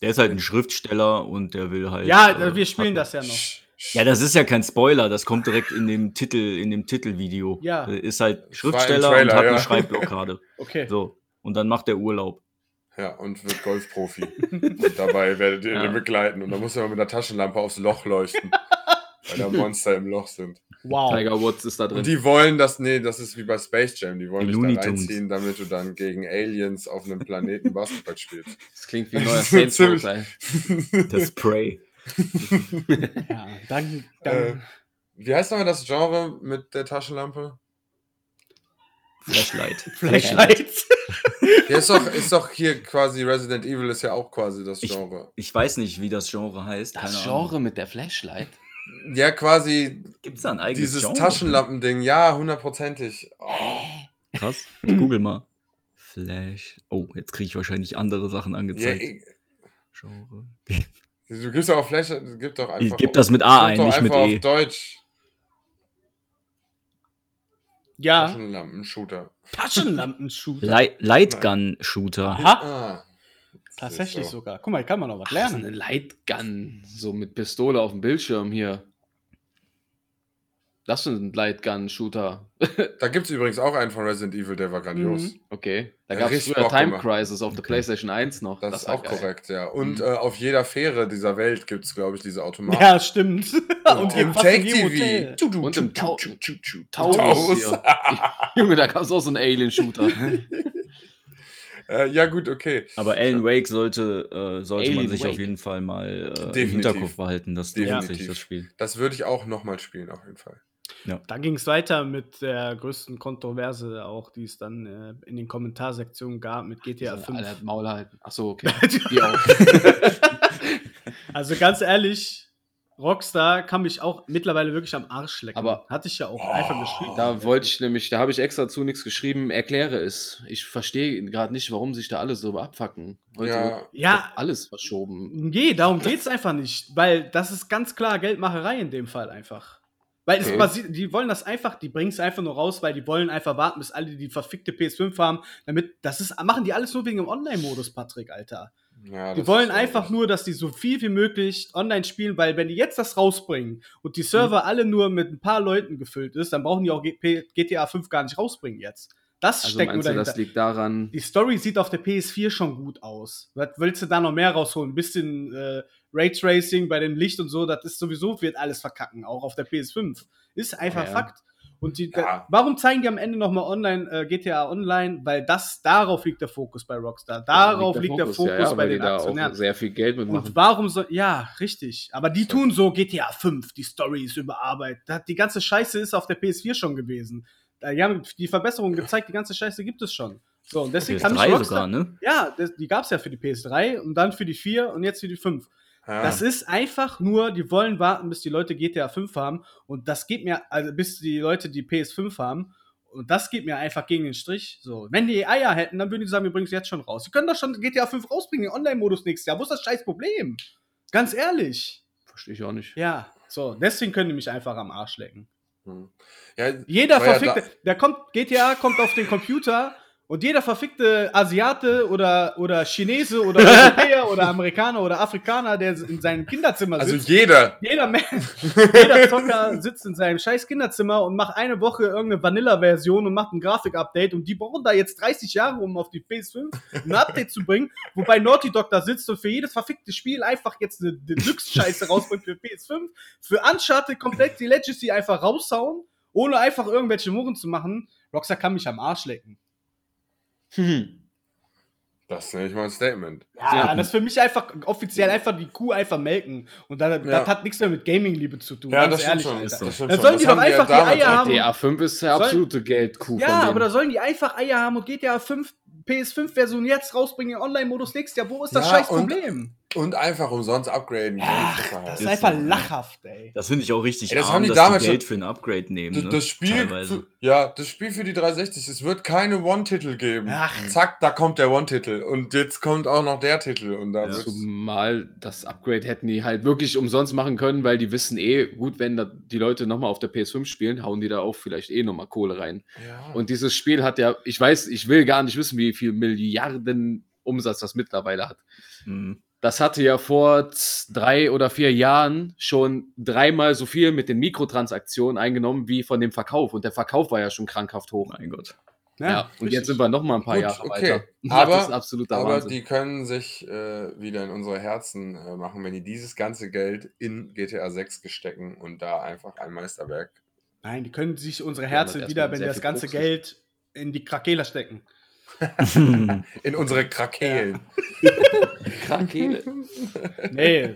Speaker 1: Der ist halt ein Schriftsteller und der will halt.
Speaker 4: Ja,
Speaker 1: äh,
Speaker 4: wir spielen
Speaker 1: Schatten-
Speaker 4: das ja noch.
Speaker 3: Sch- sch-
Speaker 1: Ja, das ist ja kein Spoiler, das kommt direkt in dem Titel, in dem Titelvideo.
Speaker 4: Ja.
Speaker 1: Er Ist halt
Speaker 3: war im
Speaker 1: Schriftsteller
Speaker 3: Trailer,
Speaker 1: und hat
Speaker 3: ja.
Speaker 1: eine Schreibblockade.
Speaker 4: Okay.
Speaker 1: So. Und dann macht er Urlaub.
Speaker 3: ja, und wird Golfprofi. und dabei werdet ihr
Speaker 5: Ja.
Speaker 3: ihn begleiten. Und dann muss er mal mit der Taschenlampe aufs Loch leuchten. weil da Monster im Loch sind.
Speaker 4: Wow.
Speaker 5: Tiger Woods ist da drin.
Speaker 3: Und die wollen das, nee, das ist wie bei Space Jam. Die wollen
Speaker 1: Die
Speaker 3: dich
Speaker 1: Looney
Speaker 3: da
Speaker 1: Tunes.
Speaker 3: reinziehen, damit du dann gegen Aliens auf einem Planeten Basketball spielst.
Speaker 5: das klingt wie ein
Speaker 3: Das
Speaker 5: neuer
Speaker 3: ist so
Speaker 5: Saints Row
Speaker 3: ziemlich-
Speaker 5: Teil.
Speaker 1: Das Prey.
Speaker 4: Ja, dann,
Speaker 3: äh,
Speaker 4: dann
Speaker 3: wie heißt nochmal das Genre mit der Taschenlampe?
Speaker 1: Flashlight.
Speaker 4: Flashlights.
Speaker 3: Ja, ist doch, ist doch hier quasi Resident Evil ist ja auch quasi das
Speaker 1: Ich-
Speaker 3: Genre.
Speaker 1: Ich weiß nicht, wie das Genre heißt.
Speaker 5: Das
Speaker 1: Keine Ahnung.
Speaker 5: Genre mit der Flashlight.
Speaker 3: Ja, quasi
Speaker 1: Gibt es da ein eigenes
Speaker 3: Dieses
Speaker 1: Genre?
Speaker 3: Taschenlampending, ja, hundertprozentig. Oh,
Speaker 1: Krass. Ich google mal. Flash. Oh, jetzt kriege ich wahrscheinlich andere Sachen
Speaker 3: ja,
Speaker 1: angezeigt.
Speaker 3: ich-
Speaker 1: Genre.
Speaker 3: du gibst doch auch Flash, gib doch einfach.
Speaker 1: Ich gebe das mit A ein,
Speaker 3: gib doch
Speaker 1: nicht mit
Speaker 3: einfach
Speaker 1: E.
Speaker 3: auf Deutsch.
Speaker 4: Ja,
Speaker 3: Taschenlampen-Shooter.
Speaker 4: Taschenlampenshooter.
Speaker 1: Light Lightgun-Shooter.
Speaker 4: Aha,
Speaker 3: Ah,
Speaker 4: tatsächlich
Speaker 3: so.
Speaker 4: sogar. Guck mal, hier kann man noch was
Speaker 5: Ach, so eine
Speaker 4: lernen.
Speaker 5: Lightgun. So mit Pistole auf dem Bildschirm hier. Das sind Lightgun-Shooter.
Speaker 3: Da gibt es übrigens auch einen von Resident Evil, der war grandios.
Speaker 4: Mhm.
Speaker 5: Okay. Da
Speaker 3: Ja,
Speaker 5: gab es
Speaker 3: richtig
Speaker 5: früher
Speaker 3: Bock
Speaker 5: Time
Speaker 3: gemacht.
Speaker 5: Crisis auf der PlayStation 1 noch.
Speaker 3: Das, ist
Speaker 5: war
Speaker 3: auch
Speaker 5: geil.
Speaker 3: korrekt, ja. Und
Speaker 5: Mhm.
Speaker 3: äh, auf jeder Fähre dieser Welt gibt es, glaube ich, diese Automaten.
Speaker 4: Ja, stimmt. Und
Speaker 3: im
Speaker 4: im fast in
Speaker 3: Tech
Speaker 4: jedem
Speaker 3: TV.
Speaker 4: Hotel.
Speaker 3: Tu, tu,
Speaker 5: Und
Speaker 3: tu,
Speaker 5: im
Speaker 3: tu,
Speaker 5: Tau-
Speaker 3: tu, tu, tu, tu,
Speaker 5: Taurus.
Speaker 3: Taurus.
Speaker 5: hier. Junge, da gab es auch so einen Alien-Shooter.
Speaker 3: Äh, ja, gut, okay.
Speaker 1: Aber Alan Wake sollte, äh, sollte man
Speaker 5: Alien
Speaker 1: sich auf
Speaker 5: Wake.
Speaker 1: jeden Fall mal äh, im
Speaker 3: Definitiv.
Speaker 1: Hinterkopf behalten. Das lohnt
Speaker 3: Definitiv.
Speaker 1: sich, das Spiel.
Speaker 3: Das würde ich auch nochmal spielen, auf jeden Fall.
Speaker 4: Dann ging es weiter mit der größten Kontroverse, auch die es dann äh, in den Kommentarsektionen gab mit GTA
Speaker 5: Also, Alter,
Speaker 4: 5.
Speaker 5: Maul halten. Achso, okay. Die auch.
Speaker 4: Also ganz ehrlich, Rockstar kann mich auch mittlerweile wirklich am Arsch lecken.
Speaker 5: Aber-
Speaker 4: hatte ich ja auch einfach geschrieben.
Speaker 5: Da wollte ich nämlich, da habe ich extra zu nichts geschrieben, erkläre es. Ich verstehe gerade nicht, warum sich da alle so abfacken. Heute wird
Speaker 3: Ja,
Speaker 4: ja,
Speaker 5: alles verschoben.
Speaker 4: nee, darum geht's einfach nicht, weil das ist ganz klar Geldmacherei in dem Fall einfach. Weil es
Speaker 3: Okay.
Speaker 4: basiert, die wollen das einfach, die bringen es einfach nur raus, weil die wollen einfach warten, bis alle die verfickte PS5 haben, damit das ist machen die alles nur wegen dem Online-Modus, Patrick, Alter.
Speaker 3: ja
Speaker 4: Die
Speaker 3: das
Speaker 4: wollen
Speaker 3: ist, äh,
Speaker 4: einfach nur, dass die so viel wie möglich online spielen, weil wenn die jetzt das rausbringen und die Server
Speaker 5: Mhm.
Speaker 4: alle nur mit ein paar Leuten gefüllt ist, dann brauchen die auch G- P- GTA 5 gar nicht rausbringen jetzt. Das
Speaker 5: Also
Speaker 4: steckt nur
Speaker 5: meinst du,
Speaker 4: dahinter.
Speaker 5: das liegt daran,
Speaker 4: Die Story sieht auf der PS4 schon gut aus. Was willst du da noch mehr rausholen? Ein bisschen äh, Raytracing, bei dem Licht und so, das ist sowieso, wird alles verkacken, auch auf der PS5. Ist einfach
Speaker 5: Oh Ja.
Speaker 4: Fakt. Und die,
Speaker 3: Ja.
Speaker 4: warum zeigen die am Ende nochmal online, äh, GTA Online? Weil das, darauf liegt der Fokus bei Rockstar.
Speaker 5: also
Speaker 4: Darauf liegt der Fokus,
Speaker 5: ja, ja,
Speaker 4: bei
Speaker 5: weil die
Speaker 4: den
Speaker 5: da
Speaker 4: Aktionären.
Speaker 5: auch sehr viel Geld
Speaker 4: Und
Speaker 5: mitmachen.
Speaker 4: warum soll. Ja, richtig. Aber die tun so GTA 5, die Story ist überarbeitet. Das- Die ganze Scheiße ist auf der PS4 schon gewesen. Da- Die haben die Verbesserungen gezeigt, die ganze Scheiße gibt es schon. So, und deswegen kann ich
Speaker 1: PS3
Speaker 4: Rockstar.
Speaker 1: sogar, ne?
Speaker 4: Ja, das, die gab es ja für die PS3 und dann für die 4 und jetzt für die 5.
Speaker 3: Ja.
Speaker 4: Das ist einfach nur, die wollen warten, bis die Leute GTA 5 haben und das geht mir, also bis die Leute die PS5 haben und das geht mir einfach gegen den Strich. So, wenn die Eier hätten, dann würden die sagen, wir bringen es jetzt schon raus. Sie können doch schon GTA 5 rausbringen, den Online-Modus nächstes Jahr. Wo ist das scheiß Problem? Ganz ehrlich.
Speaker 5: Verstehe ich auch nicht.
Speaker 4: Ja, so, deswegen können die mich einfach am Arsch lecken.
Speaker 3: Hm. ja,
Speaker 4: Jeder
Speaker 3: War ja
Speaker 4: verfickte,
Speaker 3: da-
Speaker 4: da kommt, GTA kommt auf den Computer und jeder verfickte Asiate oder, oder Chinese oder Europäer oder Amerikaner oder Afrikaner, der in seinem Kinderzimmer
Speaker 3: also
Speaker 4: sitzt.
Speaker 3: jeder.
Speaker 4: jeder Mensch, jeder Zocker sitzt in seinem scheiß Kinderzimmer und macht eine Woche irgendeine Vanilla-Version und macht ein Grafik-Update und die brauchen da jetzt 30 Jahre, um auf die PS5 ein Update zu bringen, wobei Naughty Dog da sitzt und für jedes verfickte Spiel einfach jetzt eine Deluxe-Scheiße rausbringt für PS5, für Uncharted komplett die Legacy einfach raushauen, ohne einfach irgendwelche Muren zu machen. Rockstar kann mich am Arsch lecken.
Speaker 3: Das nenne ich mal ein Statement.
Speaker 4: Ja, das ist für mich einfach offiziell einfach die Kuh einfach melken. Und das,
Speaker 3: Ja.
Speaker 4: das hat nichts mehr mit Gaming-Liebe zu tun. ganz ehrlich, Alter.
Speaker 1: so.
Speaker 3: stimmt
Speaker 4: Dann
Speaker 3: schon.
Speaker 4: sollen die doch
Speaker 3: haben halt
Speaker 4: einfach die
Speaker 3: damals
Speaker 4: Eier
Speaker 3: auch-
Speaker 4: haben.
Speaker 5: GTA 5 ist der
Speaker 4: Soll-
Speaker 5: absolute Geldkuh von
Speaker 4: Ja,
Speaker 5: denen.
Speaker 4: aber da sollen die einfach Eier haben und GTA 5, PS5-Version jetzt rausbringen, im Online-Modus nächstes Jahr. Wo ist das
Speaker 3: Ja,
Speaker 4: scheiß
Speaker 3: und-
Speaker 4: Problem?
Speaker 3: Und einfach umsonst upgraden.
Speaker 4: Das
Speaker 3: Ach,
Speaker 4: ist
Speaker 1: ist
Speaker 4: einfach
Speaker 1: so.
Speaker 5: ne?
Speaker 4: lachhaft, ey.
Speaker 1: Das finde ich auch richtig
Speaker 3: Ey, das
Speaker 1: arm,
Speaker 3: haben die
Speaker 1: dass
Speaker 3: damals
Speaker 1: die Geld für ein Upgrade nehmen. Ne?
Speaker 3: das Spiel,
Speaker 1: Teilweise.
Speaker 3: zu, ja, das Spiel für die 360, es wird keine One-Titel geben.
Speaker 4: Ach.
Speaker 3: Zack, da kommt der One-Titel. Und jetzt kommt auch noch der Titel. Und da
Speaker 1: Ja.
Speaker 3: wird's-
Speaker 5: Zumal das Upgrade hätten die halt wirklich umsonst machen können, weil die wissen eh, gut, wenn da die Leute nochmal auf der PS5 spielen, hauen die da auch vielleicht eh nochmal Kohle rein.
Speaker 3: ja.
Speaker 5: Und dieses Spiel hat ja, ich weiß, ich will gar nicht wissen, wie viel Milliarden Umsatz das mittlerweile hat.
Speaker 1: Mhm.
Speaker 5: Das hatte ja vor z- drei oder vier Jahren schon dreimal so viel mit den Mikrotransaktionen eingenommen wie von dem Verkauf. Und der Verkauf war ja schon krankhaft hoch.
Speaker 1: Oh Mein Gott.
Speaker 4: Ne?
Speaker 5: Ja, und jetzt sind wir noch mal ein paar
Speaker 3: Gut,
Speaker 5: Jahre
Speaker 3: okay.
Speaker 5: weiter.
Speaker 3: Aber-
Speaker 5: das ist absoluter
Speaker 3: Aber
Speaker 5: Wahnsinn.
Speaker 3: die können sich äh, wieder in unsere Herzen äh, machen, wenn die dieses ganze Geld in GTA 6 gestecken und da einfach ein Meisterwerk.
Speaker 4: Nein, die können sich unsere
Speaker 5: Die
Speaker 4: Herzen
Speaker 5: haben halt
Speaker 4: wieder,
Speaker 5: erstmal
Speaker 4: wenn
Speaker 5: sehr
Speaker 4: das
Speaker 5: viel
Speaker 4: ganze
Speaker 5: Koks.
Speaker 4: Geld in die Krakela stecken.
Speaker 3: In unsere Krakelen.
Speaker 4: Nee,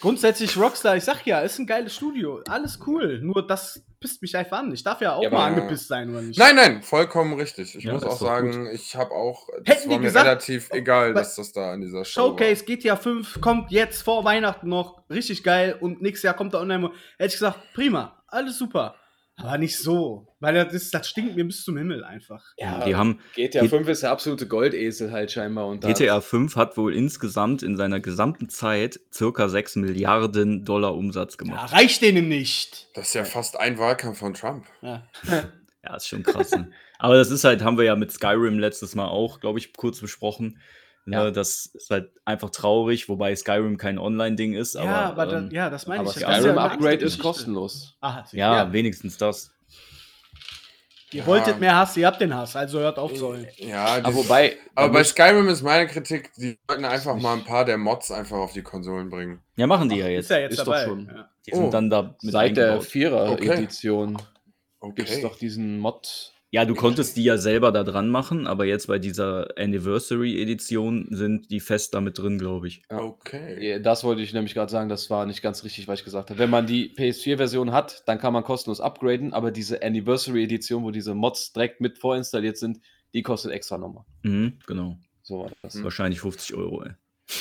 Speaker 4: grundsätzlich Rockstar, ich sag ja, ist ein geiles Studio. Alles cool. Nur das pisst mich einfach an. Ich darf ja auch
Speaker 5: Ja,
Speaker 4: mal
Speaker 3: aber-
Speaker 4: angepisst sein, oder nicht?
Speaker 3: Nein, nein, vollkommen richtig. Ich
Speaker 1: Ja,
Speaker 3: muss
Speaker 1: ist
Speaker 3: auch
Speaker 1: doch
Speaker 3: sagen, ich habe auch.
Speaker 4: Hätten
Speaker 3: Das
Speaker 4: die
Speaker 3: war mir
Speaker 4: gesagt-
Speaker 3: relativ egal,
Speaker 4: Bei-
Speaker 3: dass das da in dieser Show.
Speaker 4: Showcase GTA 5 kommt jetzt vor Weihnachten noch richtig geil und nächstes Jahr kommt der online Hätte ich gesagt, prima, alles super. Aber nicht so, weil das, ist, das stinkt mir bis zum Himmel einfach.
Speaker 5: Ja,
Speaker 1: Die haben,
Speaker 5: GTA 5 ist der absolute Goldesel halt scheinbar. Und da-
Speaker 1: GTA 5 hat wohl insgesamt in seiner gesamten Zeit circa 6 Milliarden Dollar Umsatz
Speaker 4: Ja,
Speaker 1: gemacht.
Speaker 4: reicht denen nicht.
Speaker 3: Das ist ja fast ein Wahlkampf von Trump.
Speaker 4: Ja.
Speaker 1: Ja, ist schon krass. Ne? Aber das ist halt, haben wir ja mit Skyrim letztes Mal auch, glaube ich, kurz besprochen. Ne,
Speaker 5: Ja.
Speaker 1: Das ist halt einfach traurig, wobei Skyrim kein Online-Ding ist. Aber,
Speaker 4: ja, aber da,
Speaker 1: ähm,
Speaker 4: ja, das meine
Speaker 5: aber
Speaker 4: ich.
Speaker 1: ja
Speaker 5: Skyrim
Speaker 1: eine
Speaker 5: Upgrade ist kostenlos.
Speaker 4: Aha,
Speaker 1: ja,
Speaker 4: ja,
Speaker 1: wenigstens das.
Speaker 4: ihr wolltet mehr Hass, ihr habt den Hass, also hört auf zu heulen.
Speaker 3: Ja,
Speaker 5: Aber
Speaker 3: dieses-
Speaker 5: Ah, wobei,
Speaker 3: aber bei Skyrim ist meine Kritik, die sollten einfach mal ein paar der Mods einfach auf die Konsolen bringen.
Speaker 1: Ja, machen die ja jetzt.
Speaker 4: Ist ja jetzt
Speaker 5: ist doch
Speaker 4: dabei.
Speaker 5: schon.
Speaker 4: Ja.
Speaker 1: Die sind
Speaker 3: Oh,
Speaker 1: dann da mit
Speaker 5: seit der
Speaker 1: eingebaut.
Speaker 5: 4er-Edition gibt es
Speaker 3: Okay.
Speaker 5: doch diesen Mod.
Speaker 1: Ja, du konntest die ja selber da dran machen, aber jetzt bei dieser Anniversary-Edition sind die fest damit drin, glaube ich.
Speaker 3: Okay.
Speaker 5: Ja, Das wollte ich nämlich gerade sagen, das war nicht ganz richtig, was ich gesagt habe. Wenn man die PS4-Version hat, dann kann man kostenlos upgraden, aber diese Anniversary-Edition, wo diese Mods direkt mit vorinstalliert sind, die kostet extra nochmal.
Speaker 1: Mhm, genau.
Speaker 5: So war das.
Speaker 3: Hm.
Speaker 1: Wahrscheinlich 50 Euro, ey.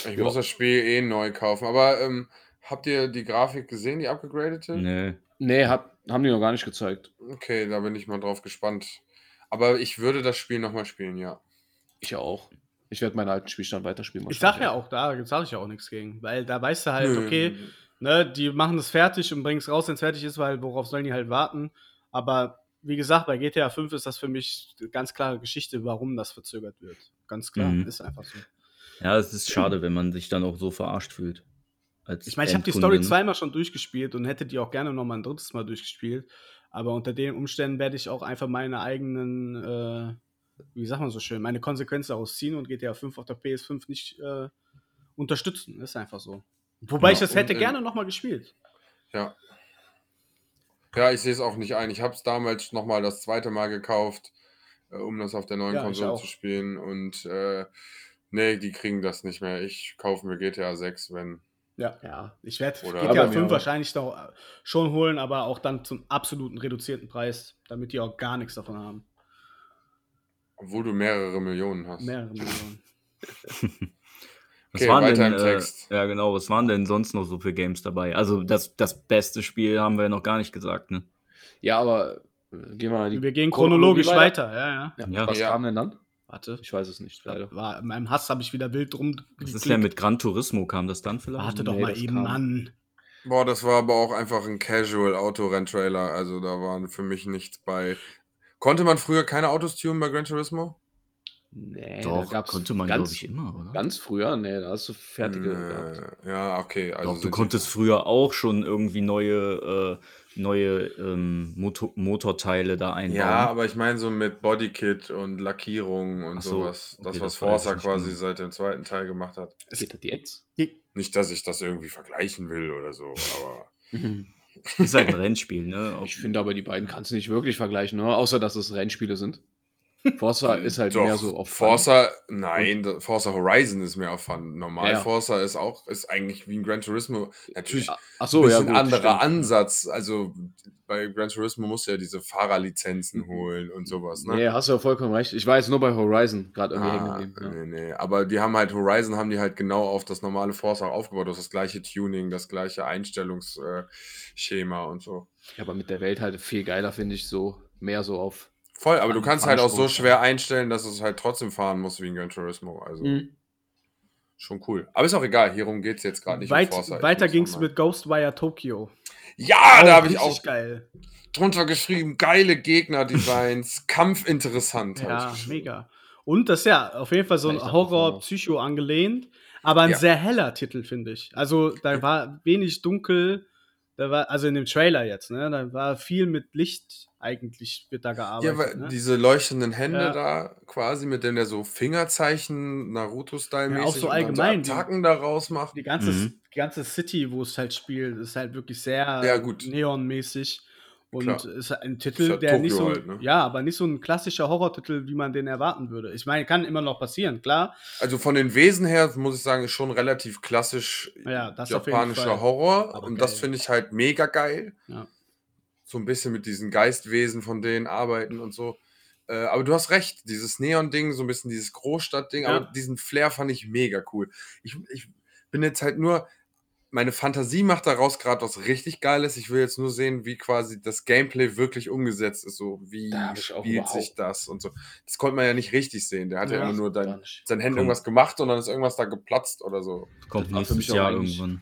Speaker 3: Ich muss das Spiel eh neu kaufen. Aber ähm, habt ihr die Grafik gesehen, die abgegradete?
Speaker 1: Nee.
Speaker 5: Nee, hat, haben die noch gar nicht gezeigt.
Speaker 3: Okay, da bin ich mal drauf gespannt. Aber ich würde das Spiel nochmal spielen, ja.
Speaker 5: Ich auch. Ich werde meinen alten Spielstand weiterspielen.
Speaker 4: Ich sag ja auch, da sage ich ja auch nichts gegen, weil da weißt du halt,
Speaker 3: Nö.
Speaker 4: okay, ne, die machen das fertig und bringen es raus, wenn es fertig ist, weil worauf sollen die halt warten? Aber wie gesagt, bei GTA 5 ist das für mich eine ganz klare Geschichte, warum das verzögert wird. Ganz klar,
Speaker 1: Mhm.
Speaker 4: ist einfach so.
Speaker 1: Ja, es ist schade, wenn man sich dann auch so verarscht fühlt. Als
Speaker 4: Ich meine, ich habe die
Speaker 1: Endkunde,
Speaker 4: Story
Speaker 1: ne?
Speaker 4: zweimal schon durchgespielt und hätte die auch gerne nochmal ein drittes Mal durchgespielt. Aber unter den Umständen werde ich auch einfach meine eigenen, äh, wie sagt man so schön, meine Konsequenzen daraus ziehen und GTA 5 auf der PS5 nicht äh, unterstützen. Ist einfach so. Wobei
Speaker 1: Ja,
Speaker 4: ich das
Speaker 3: und
Speaker 4: hätte
Speaker 3: in-
Speaker 4: gerne nochmal gespielt.
Speaker 3: Ja. Ja, ich sehe es auch nicht ein. Ich habe es damals nochmal das zweite Mal gekauft, äh, um das auf der neuen
Speaker 4: Ja, ich
Speaker 3: Konsole
Speaker 4: auch.
Speaker 3: zu spielen. Und äh, nee, die kriegen das nicht mehr. Ich kaufe mir GTA 6, wenn.
Speaker 4: Ja.
Speaker 5: Ja.
Speaker 4: Ich werde
Speaker 3: Oder-
Speaker 4: GTA
Speaker 5: Aber mir
Speaker 4: 5
Speaker 5: auch.
Speaker 4: wahrscheinlich noch schon holen, aber auch dann zum absoluten reduzierten Preis, damit die auch gar nichts davon haben.
Speaker 3: Obwohl du mehrere Millionen hast.
Speaker 4: Mehrere Millionen.
Speaker 1: Was
Speaker 3: Okay,
Speaker 1: waren
Speaker 3: weiter
Speaker 1: denn,
Speaker 3: im
Speaker 1: äh,
Speaker 3: Text.
Speaker 1: ja genau, was waren denn sonst noch so für Games dabei? Also das, das beste Spiel haben wir noch gar nicht gesagt, ne?
Speaker 5: Ja, aber äh, gehen wir mal die.
Speaker 4: Wir gehen
Speaker 5: Chronologie
Speaker 4: chronologisch weiter. Ja, ja.
Speaker 5: Ja,
Speaker 1: Ja.
Speaker 5: Was
Speaker 3: Ja.
Speaker 5: kam denn dann?
Speaker 4: Warte.
Speaker 5: Ich weiß es nicht, leider.
Speaker 4: War, in meinem Hass habe ich wieder wild drum.
Speaker 1: Was ist
Speaker 4: geklickt.
Speaker 1: denn mit Gran Turismo? Kam das dann vielleicht?
Speaker 4: Warte doch
Speaker 5: Nee,
Speaker 4: mal
Speaker 5: das
Speaker 4: eben,
Speaker 5: kam-
Speaker 4: Mann.
Speaker 3: Boah, das war aber auch einfach ein Casual-Autorenntrailer. Also da waren für mich nichts bei. Konnte man früher keine Autos tunen bei Gran Turismo?
Speaker 5: Nee,
Speaker 1: doch,
Speaker 5: da gab's
Speaker 1: konnte man glaube
Speaker 5: ganz,
Speaker 1: ich immer, oder?
Speaker 5: Ganz früher, nee, da hast du fertige gehabt.
Speaker 3: Äh, ja, okay. Also
Speaker 1: Doch, du
Speaker 3: sind-
Speaker 1: konntest früher auch schon irgendwie neue, äh, neue ähm, Motor Motorteile da einbauen.
Speaker 3: Ja, aber ich meine so mit Bodykit und Lackierung und
Speaker 1: Ach so,
Speaker 3: sowas.
Speaker 1: okay,
Speaker 3: Das, was
Speaker 1: das war jetzt
Speaker 3: Forza
Speaker 1: nicht
Speaker 3: quasi
Speaker 1: mehr.
Speaker 3: seit dem zweiten Teil gemacht hat.
Speaker 5: Geht das jetzt?
Speaker 3: Nicht, dass ich das irgendwie vergleichen will oder so, aber.
Speaker 4: Mhm.
Speaker 5: Ich
Speaker 1: Ist halt ein Rennspiel, ne? Auch-
Speaker 5: finde aber, die beiden kannst du nicht wirklich vergleichen, ne? außer dass es Rennspiele sind. Forza ist halt
Speaker 3: Doch,
Speaker 5: mehr so auf Fun.
Speaker 3: Forza, nein, da- Forza Horizon ist mehr auf Fun. Normal
Speaker 5: Ja.
Speaker 3: Forza ist auch, ist eigentlich wie ein Gran Turismo. Natürlich
Speaker 5: Ja, Ach
Speaker 3: so,
Speaker 5: so,
Speaker 3: ein
Speaker 5: ja.
Speaker 3: bisschen
Speaker 5: Gut,
Speaker 3: anderer
Speaker 5: stimmt.
Speaker 3: Ansatz. Also bei Gran Turismo musst du ja diese Fahrerlizenzen holen und sowas, ne?
Speaker 5: Nee, hast du Mhm. ja vollkommen recht. Ich war jetzt nur bei Horizon gerade irgendwie
Speaker 3: Ah,
Speaker 5: hängen geblieben. ne? Ja.
Speaker 3: nee, nee. Aber die haben halt Horizon, haben die halt genau auf das normale Forza aufgebaut. Das, ist das gleiche Tuning, das gleiche Einstellungsschema und so.
Speaker 5: Ja, aber mit der Welt halt viel geiler, finde ich, so mehr so auf.
Speaker 3: Voll, aber du
Speaker 5: Am
Speaker 3: kannst halt auch so
Speaker 5: Anspruch,
Speaker 3: schwer einstellen, dass es halt trotzdem fahren muss wie ein Gran Turismo. Also
Speaker 4: Mhm.
Speaker 3: schon cool. Aber ist auch egal, hierum geht es jetzt gerade nicht. um
Speaker 4: Weit,
Speaker 3: Forza. Ich
Speaker 4: weiter
Speaker 3: muss
Speaker 4: ging es
Speaker 3: nochmal-
Speaker 4: mit Ghostwire Tokyo. Oh,
Speaker 3: Ja, da habe ich
Speaker 4: richtig
Speaker 3: auch
Speaker 4: geil.
Speaker 3: drunter geschrieben, geile Gegnerdesigns, kampfinteressant. hab ich
Speaker 4: Ja,
Speaker 3: geschrieben.
Speaker 4: mega. Und das ist ja auf jeden Fall so
Speaker 5: Vielleicht
Speaker 4: ein
Speaker 5: auch davon noch.
Speaker 4: Horror-Psycho angelehnt, aber ein
Speaker 3: Ja.
Speaker 4: sehr heller Titel, finde ich. Also da war wenig dunkel, da war, also in dem Trailer jetzt, ne? Da war viel mit Licht eigentlich wird da
Speaker 3: Ja,
Speaker 4: gearbeitet.
Speaker 3: weil
Speaker 4: ne?
Speaker 3: diese leuchtenden Hände
Speaker 4: Ja.
Speaker 3: da quasi, mit denen der so Fingerzeichen Naruto-Style-mäßig
Speaker 4: Ja, auch so
Speaker 3: und dann
Speaker 4: allgemein, die-
Speaker 3: so Attacken daraus macht.
Speaker 4: Die ganze,
Speaker 1: Mhm.
Speaker 4: die ganze City, wo es halt spielt, ist halt wirklich sehr
Speaker 3: Ja, gut.
Speaker 4: neonmäßig. Und
Speaker 3: Klar.
Speaker 4: ist halt ein Titel,
Speaker 3: Ist ja
Speaker 4: der nicht so.
Speaker 3: Tokio halt, ne?
Speaker 4: Ja, aber nicht so ein klassischer Horrortitel, wie man den erwarten würde. Ich meine, kann immer noch passieren, klar.
Speaker 3: Also von den Wesen her muss ich sagen, ist schon relativ klassisch
Speaker 4: Ja, das auf jeden
Speaker 3: japanischer
Speaker 4: Fall.
Speaker 3: Horror.
Speaker 4: Aber
Speaker 3: und das
Speaker 4: geil.
Speaker 3: finde ich halt mega geil.
Speaker 4: Ja.
Speaker 3: So ein bisschen mit diesen Geistwesen von denen arbeiten und so. Äh, aber du hast recht, dieses Neon-Ding, so ein bisschen dieses Großstadt-Ding,
Speaker 4: Ja.
Speaker 3: aber diesen Flair fand ich mega cool. Ich, ich bin jetzt halt nur, meine Fantasie macht daraus gerade was richtig Geiles. Ich will jetzt nur sehen, wie quasi das Gameplay wirklich umgesetzt ist. So, wie
Speaker 5: Da hab ich auch
Speaker 3: spielt sich das und so. Das konnte man ja nicht richtig sehen. Der hat ja,
Speaker 4: Ja.
Speaker 3: immer nur dein,
Speaker 5: Gar nicht.
Speaker 3: sein Handy
Speaker 1: Komm.
Speaker 3: irgendwas gemacht und dann ist irgendwas da geplatzt oder so.
Speaker 1: Kommt
Speaker 5: Das war für
Speaker 1: nächstes
Speaker 5: mich auch
Speaker 1: Jahr
Speaker 5: eigentlich-
Speaker 1: irgendwann.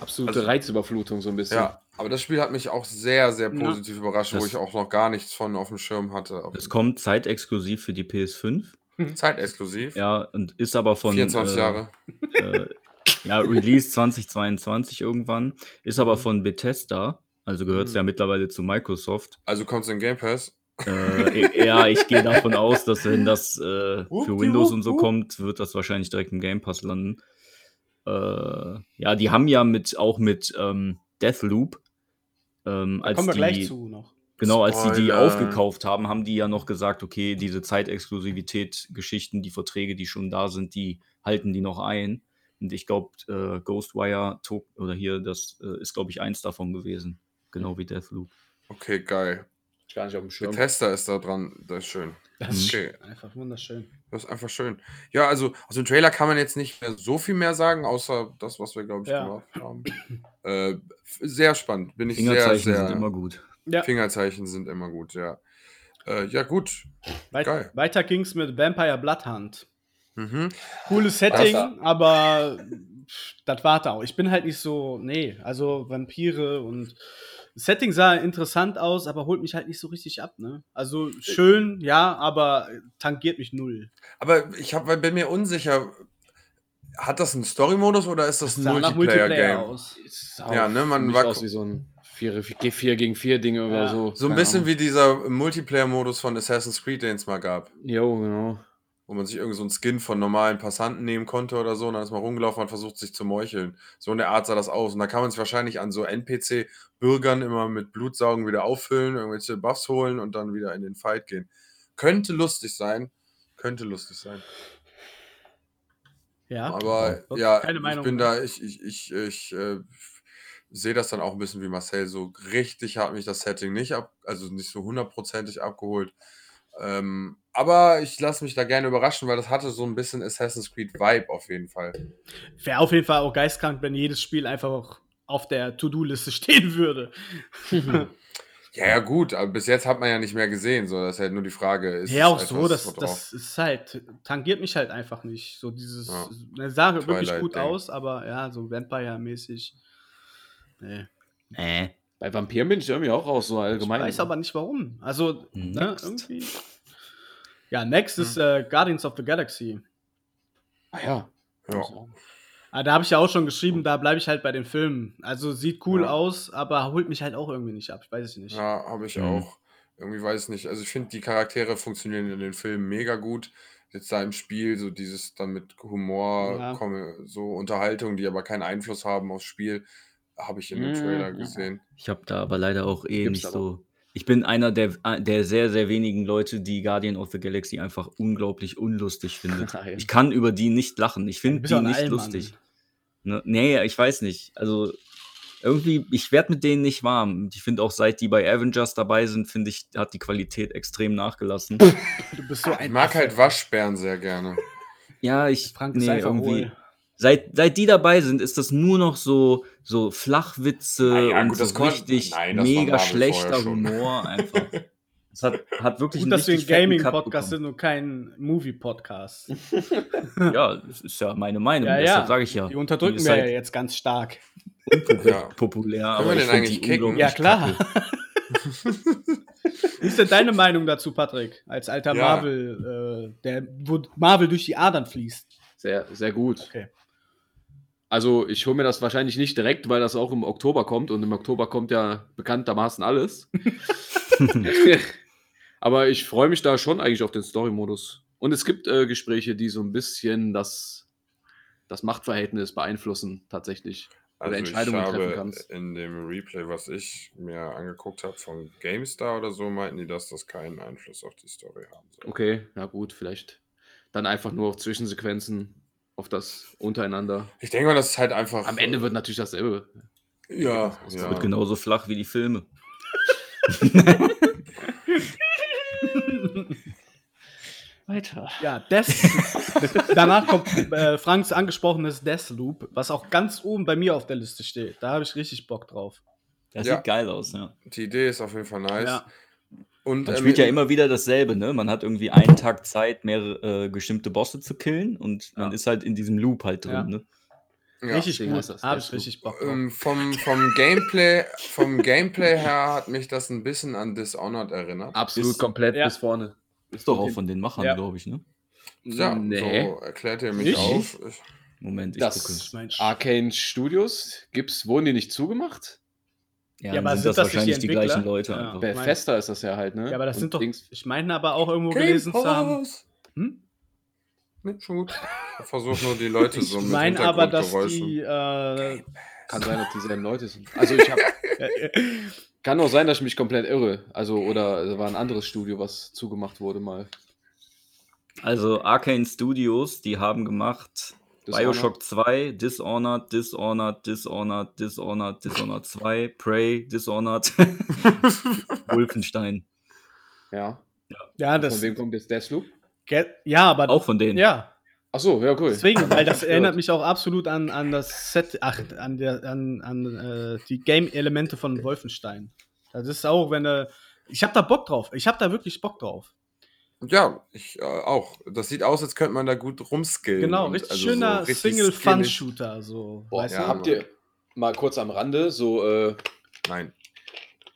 Speaker 5: Absolute
Speaker 3: Also-
Speaker 5: Reizüberflutung so ein bisschen.
Speaker 3: Ja, aber das Spiel hat mich auch sehr, sehr
Speaker 4: Ja.
Speaker 3: positiv überrascht, wo
Speaker 1: Das-
Speaker 3: ich auch noch gar nichts von auf dem Schirm hatte. Auf
Speaker 1: Es kommt zeitexklusiv für die PS5.
Speaker 3: Zeitexklusiv.
Speaker 1: Ja, und ist aber von
Speaker 3: 24 Jahre.
Speaker 1: äh, ja, Release 2022 irgendwann, ist
Speaker 5: Mhm.
Speaker 1: aber von Bethesda, also gehört es ja mittlerweile zu Microsoft.
Speaker 3: Also kommt es in Game Pass.
Speaker 1: Äh, ja, ich gehe davon aus, dass wenn das äh, für
Speaker 3: Whoopty
Speaker 1: Windows
Speaker 3: whoop
Speaker 1: und so
Speaker 3: whoop.
Speaker 1: kommt, wird das wahrscheinlich direkt im Game Pass landen. Äh, ja, die haben ja mit auch mit ähm, Deathloop ähm, als
Speaker 4: Kommen wir
Speaker 1: die,
Speaker 4: gleich zu noch.
Speaker 1: Genau, als die die
Speaker 3: Spoiler.
Speaker 1: aufgekauft haben, haben die ja noch gesagt, okay, diese Zeitexklusivität-Geschichten, die Verträge, die schon da sind, die halten die noch ein. Und ich glaube, äh, Ghostwire to- oder hier, das äh, ist, glaube ich, eins davon gewesen. Genau wie Deathloop.
Speaker 3: Okay, geil.
Speaker 5: Ich Gar nicht auf dem Schirm.
Speaker 3: Bethesda ist da dran. Das ist schön.
Speaker 4: Das ist
Speaker 3: Okay.
Speaker 4: einfach wunderschön.
Speaker 3: Das ist einfach schön. Ja, also aus dem Trailer kann man jetzt nicht mehr so viel mehr sagen, außer das, was wir, glaube ich,
Speaker 4: Ja.
Speaker 3: gemacht haben. Äh, f- sehr spannend. Bin ich sehr,
Speaker 1: Fingerzeichen
Speaker 3: sehr.
Speaker 1: sind immer gut.
Speaker 4: Ja,
Speaker 3: Fingerzeichen sind immer gut, ja. Äh, ja, gut.
Speaker 4: weit,
Speaker 3: geil.
Speaker 4: weiter ging es mit Vampire Bloodhunt.
Speaker 3: Mhm.
Speaker 4: Cooles Setting,
Speaker 5: Wasser.
Speaker 4: aber pff, das war da auch. Ich bin halt nicht so, nee, also Vampire und das Setting sah interessant aus, aber holt mich halt nicht so richtig ab, ne? Also schön, ja, aber tangiert mich null.
Speaker 3: Aber ich hab, bin mir unsicher, hat das einen Story-Modus oder ist das ein
Speaker 4: Sah nach
Speaker 3: Multiplayer-Game?
Speaker 4: aus.
Speaker 5: Es sah
Speaker 3: Ja,
Speaker 5: auch
Speaker 3: ne, man
Speaker 5: für mich
Speaker 3: war-
Speaker 5: aus wie so ein 4, gegen 4 Ding
Speaker 4: Ja.
Speaker 5: oder so.
Speaker 3: So ein
Speaker 5: Keine
Speaker 3: bisschen
Speaker 5: Ahnung.
Speaker 3: wie dieser Multiplayer-Modus von Assassin's Creed, den es mal gab.
Speaker 5: Jo, genau.
Speaker 3: wo man sich irgend so einen Skin von normalen Passanten nehmen konnte oder so. Und dann ist man rumgelaufen und hat versucht, sich zu meucheln. So in der Art sah das aus. Und da kann man sich wahrscheinlich an so NPC-Bürgern immer mit Blutsaugen wieder auffüllen, irgendwelche Buffs holen und dann wieder in den Fight gehen. Könnte lustig sein. Könnte lustig sein.
Speaker 4: Ja.
Speaker 3: Aber
Speaker 4: Sonst
Speaker 3: ja,
Speaker 4: keine Meinung
Speaker 3: ich bin
Speaker 4: mehr.
Speaker 3: da, ich, ich, ich, ich äh, sehe das dann auch ein bisschen wie Marcel. So richtig hat mich das Setting nicht ab, also nicht so hundertprozentig abgeholt. Ähm, aber ich lasse mich da gerne überraschen, weil das hatte so ein bisschen Assassin's Creed Vibe auf jeden Fall.
Speaker 4: Wäre auf jeden Fall auch geistkrank, wenn jedes Spiel einfach auch auf der To-Do-Liste stehen würde.
Speaker 3: Ja, ja, gut, aber bis jetzt hat man ja nicht mehr gesehen. So, das ist halt nur die Frage. Ist
Speaker 4: ja, auch
Speaker 3: es
Speaker 4: so,
Speaker 3: etwas,
Speaker 4: das,
Speaker 3: worauf-
Speaker 4: das ist halt, tangiert mich halt einfach nicht. So dieses,
Speaker 3: Ja.
Speaker 4: ne, sah wirklich
Speaker 3: Twilight
Speaker 4: gut
Speaker 3: Ding.
Speaker 4: aus, aber ja, so Vampire-mäßig. Nee.
Speaker 1: Äh.
Speaker 5: Bei Vampiren bin ich irgendwie auch raus, so
Speaker 4: Ich
Speaker 5: allgemein.
Speaker 4: weiß aber nicht warum. Also, ne,
Speaker 1: Next.
Speaker 4: irgendwie. Ja, next ist äh, Guardians of the Galaxy.
Speaker 5: Ah, ja.
Speaker 3: Ja.
Speaker 4: Ah, da habe ich ja auch schon geschrieben, da bleibe ich halt bei den Filmen. Also sieht cool
Speaker 3: Ja.
Speaker 4: aus, aber holt mich halt auch irgendwie nicht ab. Ich weiß es nicht.
Speaker 3: Ja, habe ich
Speaker 1: Mhm.
Speaker 3: auch. Irgendwie weiß nicht. Also ich finde, die Charaktere funktionieren in den Filmen mega gut. Jetzt da im Spiel, so dieses dann mit Humor,
Speaker 4: Ja.
Speaker 3: komme, so Unterhaltung, die aber keinen Einfluss haben aufs Spiel, habe ich in dem
Speaker 5: Mhm,
Speaker 3: Trailer
Speaker 5: ja.
Speaker 3: gesehen.
Speaker 1: Ich habe da aber leider auch eh
Speaker 5: Gibt's
Speaker 1: nicht
Speaker 5: aber.
Speaker 1: so. Ich bin einer der, der sehr, sehr wenigen Leute, die Guardian of the Galaxy einfach unglaublich unlustig findet.
Speaker 5: Nein.
Speaker 1: Ich kann über die nicht lachen. Ich
Speaker 4: Du
Speaker 1: finde
Speaker 4: bist auch
Speaker 1: die
Speaker 4: ein
Speaker 1: nicht
Speaker 4: Allmann.
Speaker 1: lustig. Ne? Nee, ich weiß nicht. Also irgendwie, ich werde mit denen nicht warm. Und Ich finde auch, seit die bei Avengers dabei sind, finde ich, hat die Qualität extrem nachgelassen.
Speaker 4: Du bist so
Speaker 3: Ich
Speaker 4: ein
Speaker 3: mag halt Waschbären sehr gerne.
Speaker 1: ja, ich.
Speaker 4: Frank ist
Speaker 1: nee,
Speaker 4: einfach
Speaker 1: irgendwie.
Speaker 4: hohl.
Speaker 1: Seit, seit die dabei sind, ist das nur noch so, so Flachwitze
Speaker 3: Na ja,
Speaker 1: und
Speaker 3: gut,
Speaker 1: so
Speaker 3: das konnte-
Speaker 1: richtig
Speaker 3: Nein, das war
Speaker 1: mega
Speaker 3: Marvel vorher
Speaker 1: schlechter
Speaker 3: schon.
Speaker 1: Humor einfach. Es hat, hat wirklich
Speaker 4: Gut,
Speaker 1: einen
Speaker 4: dass wir ein
Speaker 1: richtig fetten Cut
Speaker 4: Gaming-Podcast
Speaker 1: bekommen.
Speaker 4: sind und kein Movie-Podcast.
Speaker 1: Ja, das ist ja meine Meinung,
Speaker 4: Ja, ja.
Speaker 1: deshalb sage ich ja.
Speaker 4: Die unterdrücken
Speaker 1: Ihr
Speaker 4: wir ja
Speaker 1: seid
Speaker 4: jetzt ganz stark.
Speaker 3: Ja.
Speaker 1: populär,
Speaker 3: Können wir
Speaker 1: aber ich
Speaker 3: den
Speaker 1: finde die
Speaker 3: eigentlich kicken?
Speaker 1: unglaublich
Speaker 4: Ja, klar.
Speaker 1: kacke.
Speaker 4: Wie ist denn deine Meinung dazu, Patrick? Als alter
Speaker 3: Ja.
Speaker 4: Marvel, äh, der, wo Marvel durch die Adern fließt.
Speaker 5: Sehr, sehr gut.
Speaker 4: Okay.
Speaker 5: Also ich hole mir das wahrscheinlich nicht direkt, weil das auch im Oktober kommt und im Oktober kommt ja bekanntermaßen alles. Aber ich freue mich da schon eigentlich auf den Story-Modus. Und es gibt äh, Gespräche, die so ein bisschen das, das Machtverhältnis beeinflussen tatsächlich.
Speaker 3: Also
Speaker 5: Entscheidungen
Speaker 3: ich
Speaker 5: treffen
Speaker 3: habe
Speaker 5: kannst.
Speaker 3: in dem Replay, was ich mir angeguckt habe von GameStar oder so, meinten die, dass das keinen Einfluss auf die Story haben soll.
Speaker 5: Okay, na gut, vielleicht dann einfach nur auf Zwischensequenzen, auf das untereinander.
Speaker 3: Ich denke mal, das ist halt einfach.
Speaker 5: Oh. Am Ende wird natürlich dasselbe.
Speaker 3: Ja,
Speaker 5: Das
Speaker 3: ja.
Speaker 1: Wird genauso flach wie die Filme.
Speaker 2: Weiter.
Speaker 4: Ja, Death. Danach kommt äh, Franks angesprochenes Deathloop, was auch ganz oben bei mir auf der Liste steht. Da habe ich richtig Bock drauf.
Speaker 1: Das
Speaker 3: Ja.
Speaker 1: sieht geil aus, ja.
Speaker 3: Die Idee ist auf jeden Fall nice.
Speaker 4: Ja.
Speaker 3: Und
Speaker 1: Man
Speaker 3: ähm,
Speaker 1: spielt ja immer wieder dasselbe, ne? Man hat irgendwie einen Tag Zeit, mehrere äh, bestimmte Bosse zu killen und man
Speaker 4: Ja.
Speaker 1: ist halt in diesem Loop halt drin,
Speaker 4: Ja.
Speaker 1: ne?
Speaker 3: ja.
Speaker 4: richtig
Speaker 5: deswegen
Speaker 4: gut.
Speaker 5: heißt das
Speaker 4: Habe ich
Speaker 5: Deathloop.
Speaker 4: richtig Bock drauf.
Speaker 3: Ähm, vom, vom, Gameplay, vom Gameplay her hat mich das ein bisschen an Dishonored erinnert.
Speaker 5: Absolut komplett
Speaker 4: ja.
Speaker 5: bis vorne.
Speaker 1: Ist doch auch von den Machern,
Speaker 4: Ja.
Speaker 1: glaube ich, ne?
Speaker 3: Ja,
Speaker 5: nee.
Speaker 3: so erklärt ihr mich
Speaker 4: Nicht?
Speaker 3: auf. Ich,
Speaker 1: Moment, ich
Speaker 5: Das
Speaker 4: gucke. Mein Sch-
Speaker 5: Arcane Studios gibt's, wurden die nicht zugemacht?
Speaker 1: Ja,
Speaker 4: Ja,
Speaker 1: dann
Speaker 4: aber
Speaker 1: sind
Speaker 4: sind
Speaker 1: das,
Speaker 4: das nicht die
Speaker 1: wahrscheinlich die
Speaker 4: Entwickler?
Speaker 1: gleichen Leute
Speaker 4: Ja.
Speaker 1: einfach.
Speaker 4: Wer-
Speaker 5: Bei Fester ist das ja halt, ne?
Speaker 4: Ja, aber das
Speaker 5: Und
Speaker 4: sind doch.
Speaker 5: Dings-
Speaker 4: Ich meine aber auch irgendwo gelesen zu haben. Hm?
Speaker 3: Nee, schon gut. Ich versuche nur die Leute so
Speaker 4: Ich
Speaker 3: mit
Speaker 4: meine aber, dass
Speaker 3: Hintergrundgeräuschen.
Speaker 4: die. Äh,
Speaker 5: Kann sein, dass dieselben Leute sind. Also ich hab,
Speaker 4: äh,
Speaker 5: kann auch sein, dass ich mich komplett irre. Also, oder es war ein anderes Studio, was zugemacht wurde mal.
Speaker 1: Also Arcane Studios, die haben gemacht Bioshock 2, Dishonored, Dishonored, Dishonored, Dishonored, Dishonored 2, Prey, Dishonored, Wolfenstein.
Speaker 5: Ja.
Speaker 4: ja,
Speaker 5: Von
Speaker 4: das.
Speaker 5: wem kommt jetzt Deathloop?
Speaker 4: Ge- Ja, aber.
Speaker 1: Auch von denen.
Speaker 4: Ja,
Speaker 5: Achso, ja, cool.
Speaker 4: deswegen, weil das erinnert mich auch absolut an, an das Set, ach, an, der, an, an äh, die Game-Elemente von Wolfenstein. Das ist auch, wenn du. Ich habe da Bock drauf. Ich habe da wirklich Bock drauf.
Speaker 3: Ja, ich äh, auch. Das sieht aus, als könnte man da gut rumskillen.
Speaker 4: Genau,
Speaker 3: und
Speaker 4: richtig
Speaker 3: also so
Speaker 4: schöner
Speaker 3: richtig skinnig-
Speaker 4: Single-Fun-Shooter. So,
Speaker 5: Boah,
Speaker 4: weißt
Speaker 5: ja,
Speaker 4: du?
Speaker 5: habt ihr mal kurz am Rande so, äh,
Speaker 3: Nein.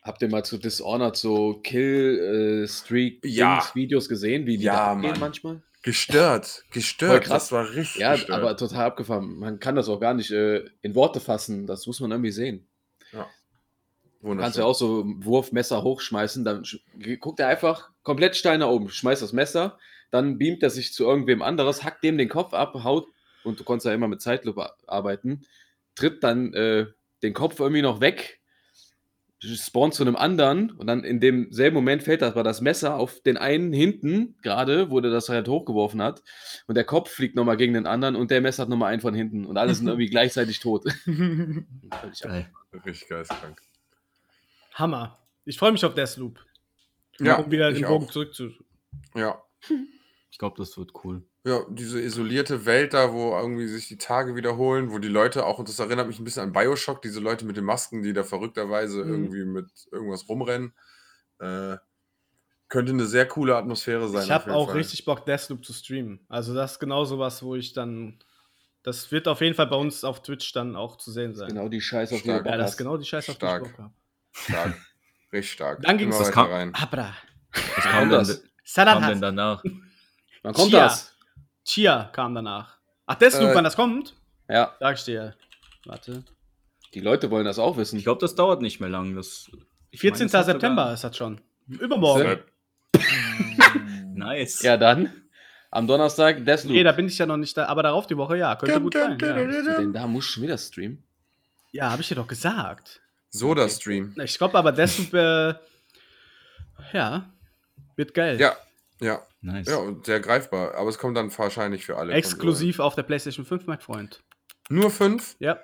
Speaker 5: habt ihr mal zu Dishonored so äh, Kill-Streak-Videos
Speaker 3: Ja.
Speaker 5: gesehen, wie die
Speaker 3: Ja,
Speaker 5: da abgehen
Speaker 3: Mann.
Speaker 5: manchmal?
Speaker 3: Gestört. Gestört.
Speaker 5: Voll krass.
Speaker 3: Das war richtig
Speaker 5: Ja,
Speaker 3: gestört.
Speaker 5: aber total abgefahren. Man kann das auch gar nicht äh, in Worte fassen. Das muss man irgendwie sehen.
Speaker 3: Ja.
Speaker 5: Kannst ja auch so einen Wurf Messer hochschmeißen, dann sch- guckt er einfach komplett steil nach oben, schmeißt das Messer, dann beamt er sich zu irgendwem anderes, hackt dem den Kopf ab, haut, und du konntest ja immer mit Zeitlupe a- arbeiten, tritt dann äh, den Kopf irgendwie noch weg, spawnt zu einem anderen und dann in demselben Moment fällt das, war das Messer auf den einen hinten, gerade, wo der das halt hochgeworfen hat, und der Kopf fliegt nochmal gegen den anderen und der Messer hat nochmal einen von hinten und alle sind irgendwie gleichzeitig tot. Völlig
Speaker 1: Geil.
Speaker 3: Richtig geistkrank.
Speaker 4: Hammer. Ich freue mich auf Deathloop. um wieder
Speaker 3: ich
Speaker 4: den Bogen
Speaker 3: auch.
Speaker 4: zurück zu.
Speaker 3: Ja.
Speaker 1: Ich glaube, das wird cool.
Speaker 3: Ja, diese isolierte Welt da, wo irgendwie sich die Tage wiederholen, wo die Leute auch, und das erinnert mich ein bisschen an Bioshock, diese Leute mit den Masken, die da verrückterweise
Speaker 4: Mhm.
Speaker 3: irgendwie mit irgendwas rumrennen. Äh, könnte eine sehr coole Atmosphäre sein.
Speaker 4: Ich
Speaker 3: auf
Speaker 4: habe
Speaker 3: jeden
Speaker 4: auch
Speaker 3: Fall.
Speaker 4: richtig Bock, Deathloop zu streamen. Also das ist genau sowas, wo ich dann. Das wird auf jeden Fall bei uns auf Twitch dann auch zu sehen sein.
Speaker 5: Genau die Scheiße, auf die du
Speaker 3: Stark.
Speaker 5: Bock
Speaker 4: ja, das
Speaker 5: hast.
Speaker 4: ist genau die Scheiße, auf die ich
Speaker 3: Stark.
Speaker 4: Bock habe.
Speaker 3: stark. Richtig stark.
Speaker 4: Dann ging's-
Speaker 3: Immer
Speaker 1: Das
Speaker 3: weiter
Speaker 1: kam-
Speaker 3: rein.
Speaker 4: Abra.
Speaker 1: Was
Speaker 5: kommt
Speaker 1: kam denn,
Speaker 5: das?
Speaker 1: kam
Speaker 4: Salat.
Speaker 1: denn danach?
Speaker 5: Wann kommt
Speaker 4: Chia.
Speaker 5: das?
Speaker 4: Chia kam danach. Ach, Deathloop,
Speaker 3: Äh,
Speaker 4: wann das kommt?
Speaker 5: Ja,
Speaker 4: Sag ich dir. Warte.
Speaker 5: die Leute wollen das auch wissen.
Speaker 1: Ich glaube, das dauert nicht mehr lang. Das, ich
Speaker 4: 14.
Speaker 1: meine, das hat
Speaker 4: September
Speaker 1: sogar-
Speaker 4: ist das schon. Übermorgen.
Speaker 1: Nice.
Speaker 5: ja, dann am Donnerstag Deathloop.
Speaker 4: Nee, da bin ich ja noch nicht da. Aber darauf die Woche, ja. Könnte gut sein. Ja,
Speaker 5: Bist du denn da musst du schon wieder streamen.
Speaker 4: ja habe ich dir doch gesagt.
Speaker 3: Soda-Stream.
Speaker 4: Ich glaube aber, Deathloop, äh, ja, wird geil.
Speaker 3: Ja, ja,
Speaker 1: nice.
Speaker 3: ja, und sehr greifbar. Aber es kommt dann wahrscheinlich für alle. Konsolen.
Speaker 4: Exklusiv auf der PlayStation 5, mein Freund.
Speaker 3: Nur fünf?
Speaker 4: Ja,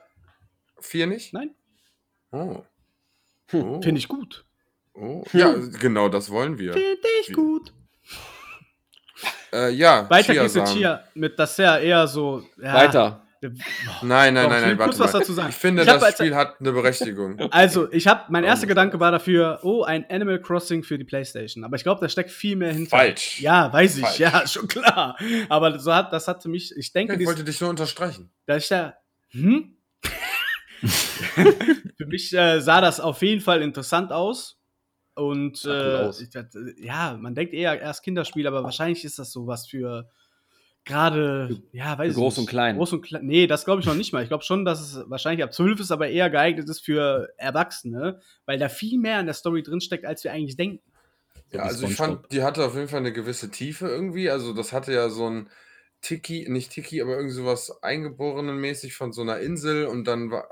Speaker 3: Vier nicht?
Speaker 4: Nein.
Speaker 3: Oh.
Speaker 5: Hm,
Speaker 3: Oh.
Speaker 4: finde ich gut.
Speaker 3: Oh. Ja,
Speaker 4: Hm.
Speaker 3: genau das wollen wir.
Speaker 4: Finde ich
Speaker 3: Wie-
Speaker 4: gut.
Speaker 3: Äh, ja,
Speaker 4: Weiter geht's mit
Speaker 3: Chiasamen.
Speaker 4: Chia. Mit das ist ja eher so. Ja,
Speaker 5: Weiter.
Speaker 4: Boah.
Speaker 3: Nein, nein, nein,
Speaker 4: Doch, ich will
Speaker 3: nein, warte
Speaker 4: kurz was
Speaker 3: mal.
Speaker 4: dazu sagen.
Speaker 3: Ich finde,
Speaker 4: Ich hab
Speaker 3: das
Speaker 4: als-
Speaker 3: Spiel hat eine Berechtigung.
Speaker 4: Also, ich habe, mein
Speaker 3: Oh.
Speaker 4: erster Gedanke war dafür, oh, ein Animal Crossing für die Playstation. Aber ich glaube, da steckt viel mehr hinter.
Speaker 3: Falsch.
Speaker 4: Ja, weiß ich,
Speaker 3: Falsch.
Speaker 4: ja, schon klar. Aber so hat, das hatte mich, ich denke,
Speaker 3: Ich
Speaker 4: dies-
Speaker 3: wollte dich nur unterstreichen.
Speaker 4: dass ich da, hm? Für mich äh, sah das auf jeden Fall interessant aus. Und
Speaker 5: Sah cool
Speaker 4: äh,
Speaker 5: aus.
Speaker 4: ich dachte, ja, man denkt eher erst Kinderspiel, aber wahrscheinlich ist das sowas für gerade, ja, weiß
Speaker 5: für
Speaker 4: ich
Speaker 5: groß
Speaker 4: nicht.
Speaker 5: und klein.
Speaker 4: Groß und klein. Nee, das glaube ich noch nicht mal. Ich glaube schon, dass es wahrscheinlich ab 12 ist, aber eher geeignet ist für Erwachsene, weil da viel mehr in der Story drinsteckt, als wir eigentlich denken.
Speaker 3: Ja,
Speaker 1: wie
Speaker 3: also ich
Speaker 1: SpongeBob.
Speaker 3: fand, die hatte auf jeden Fall eine gewisse Tiefe irgendwie. Also das hatte ja so ein Tiki, nicht Tiki, aber irgend sowas Eingeborenenmäßig von so einer Insel. Und dann war,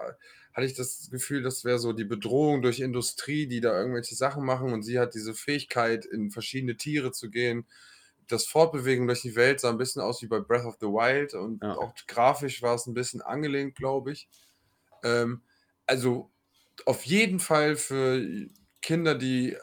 Speaker 3: hatte ich das Gefühl, das wäre so die Bedrohung durch Industrie, die da irgendwelche Sachen machen. Und sie hat diese Fähigkeit, in verschiedene Tiere zu gehen. Das Fortbewegen durch die Welt sah ein bisschen aus wie bei Breath of the Wild. Und
Speaker 5: Ja.
Speaker 3: auch grafisch war es ein bisschen angelehnt, glaube ich. Ähm, also auf jeden Fall für Kinder, die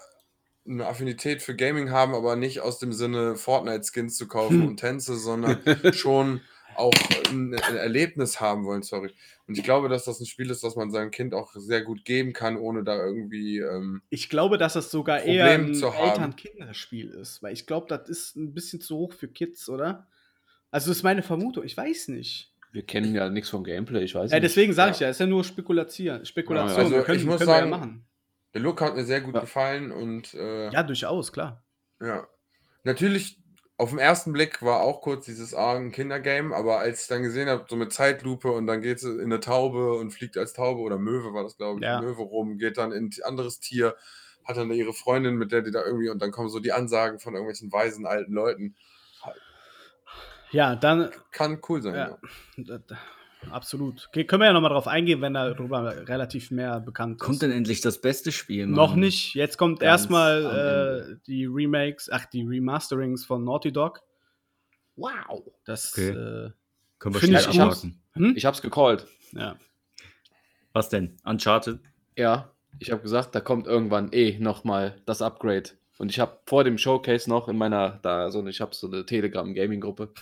Speaker 3: eine Affinität für Gaming haben, aber nicht aus dem Sinne Fortnite-Skins zu kaufen und Tänze, sondern schon auch ein, ein Erlebnis haben wollen, sorry. Und ich glaube, dass das ein Spiel ist, das man seinem Kind auch sehr gut geben kann, ohne da irgendwie. Ähm,
Speaker 4: Ich glaube, dass das sogar eher
Speaker 3: Problem
Speaker 4: ein
Speaker 3: zu haben.
Speaker 4: Eltern-Kinderspiel ist, weil ich glaube, das ist ein bisschen zu hoch für Kids, oder? Also das ist meine Vermutung, ich weiß nicht.
Speaker 5: Wir kennen ja nichts vom Gameplay, ich weiß
Speaker 4: Ja,
Speaker 5: nicht.
Speaker 4: deswegen sage ich ja, es ist ja nur Spekulation. Spekulation.
Speaker 5: Ja,
Speaker 3: also
Speaker 4: wir können,
Speaker 3: ich muss
Speaker 4: können wir
Speaker 3: sagen-
Speaker 4: ja machen.
Speaker 3: der Look hat mir sehr gut
Speaker 5: Ja.
Speaker 3: gefallen und äh,
Speaker 4: Ja, durchaus, klar.
Speaker 3: Ja. Natürlich, auf den ersten Blick war auch kurz dieses ah, ein Kindergame, aber als ich dann gesehen habe, so mit Zeitlupe und dann geht sie in eine Taube und fliegt als Taube oder Möwe war das, glaube ich,
Speaker 4: Ja.
Speaker 3: Möwe rum, geht dann in ein anderes Tier, hat dann ihre Freundin, mit der die da irgendwie und dann kommen so die Ansagen von irgendwelchen weisen alten Leuten.
Speaker 4: Ja, dann
Speaker 3: Kann cool sein.
Speaker 4: Ja.
Speaker 3: Ja.
Speaker 4: äh, absolut. Okay, können wir ja nochmal drauf eingehen, wenn darüber relativ mehr bekannt
Speaker 1: Kommt
Speaker 4: ist.
Speaker 1: denn endlich das beste Spiel? Mann?
Speaker 4: Noch nicht. Jetzt kommt
Speaker 1: Ganz am
Speaker 4: erstmal
Speaker 1: Ende.
Speaker 4: äh, die Remakes, ach, die Remasterings von Naughty Dog.
Speaker 5: Wow.
Speaker 4: Das
Speaker 1: Okay.
Speaker 4: äh,
Speaker 1: Können wir
Speaker 4: Finde
Speaker 1: schnell
Speaker 5: ich gut.
Speaker 1: abhaken.
Speaker 4: hm?
Speaker 5: Ich hab's gecallt.
Speaker 4: ja.
Speaker 1: Was denn? Uncharted?
Speaker 5: Ja, ich habe gesagt, da kommt irgendwann eh nochmal das Upgrade. Und ich habe vor dem Showcase noch in meiner, da so eine, ich habe so eine Telegram-Gaming-Gruppe,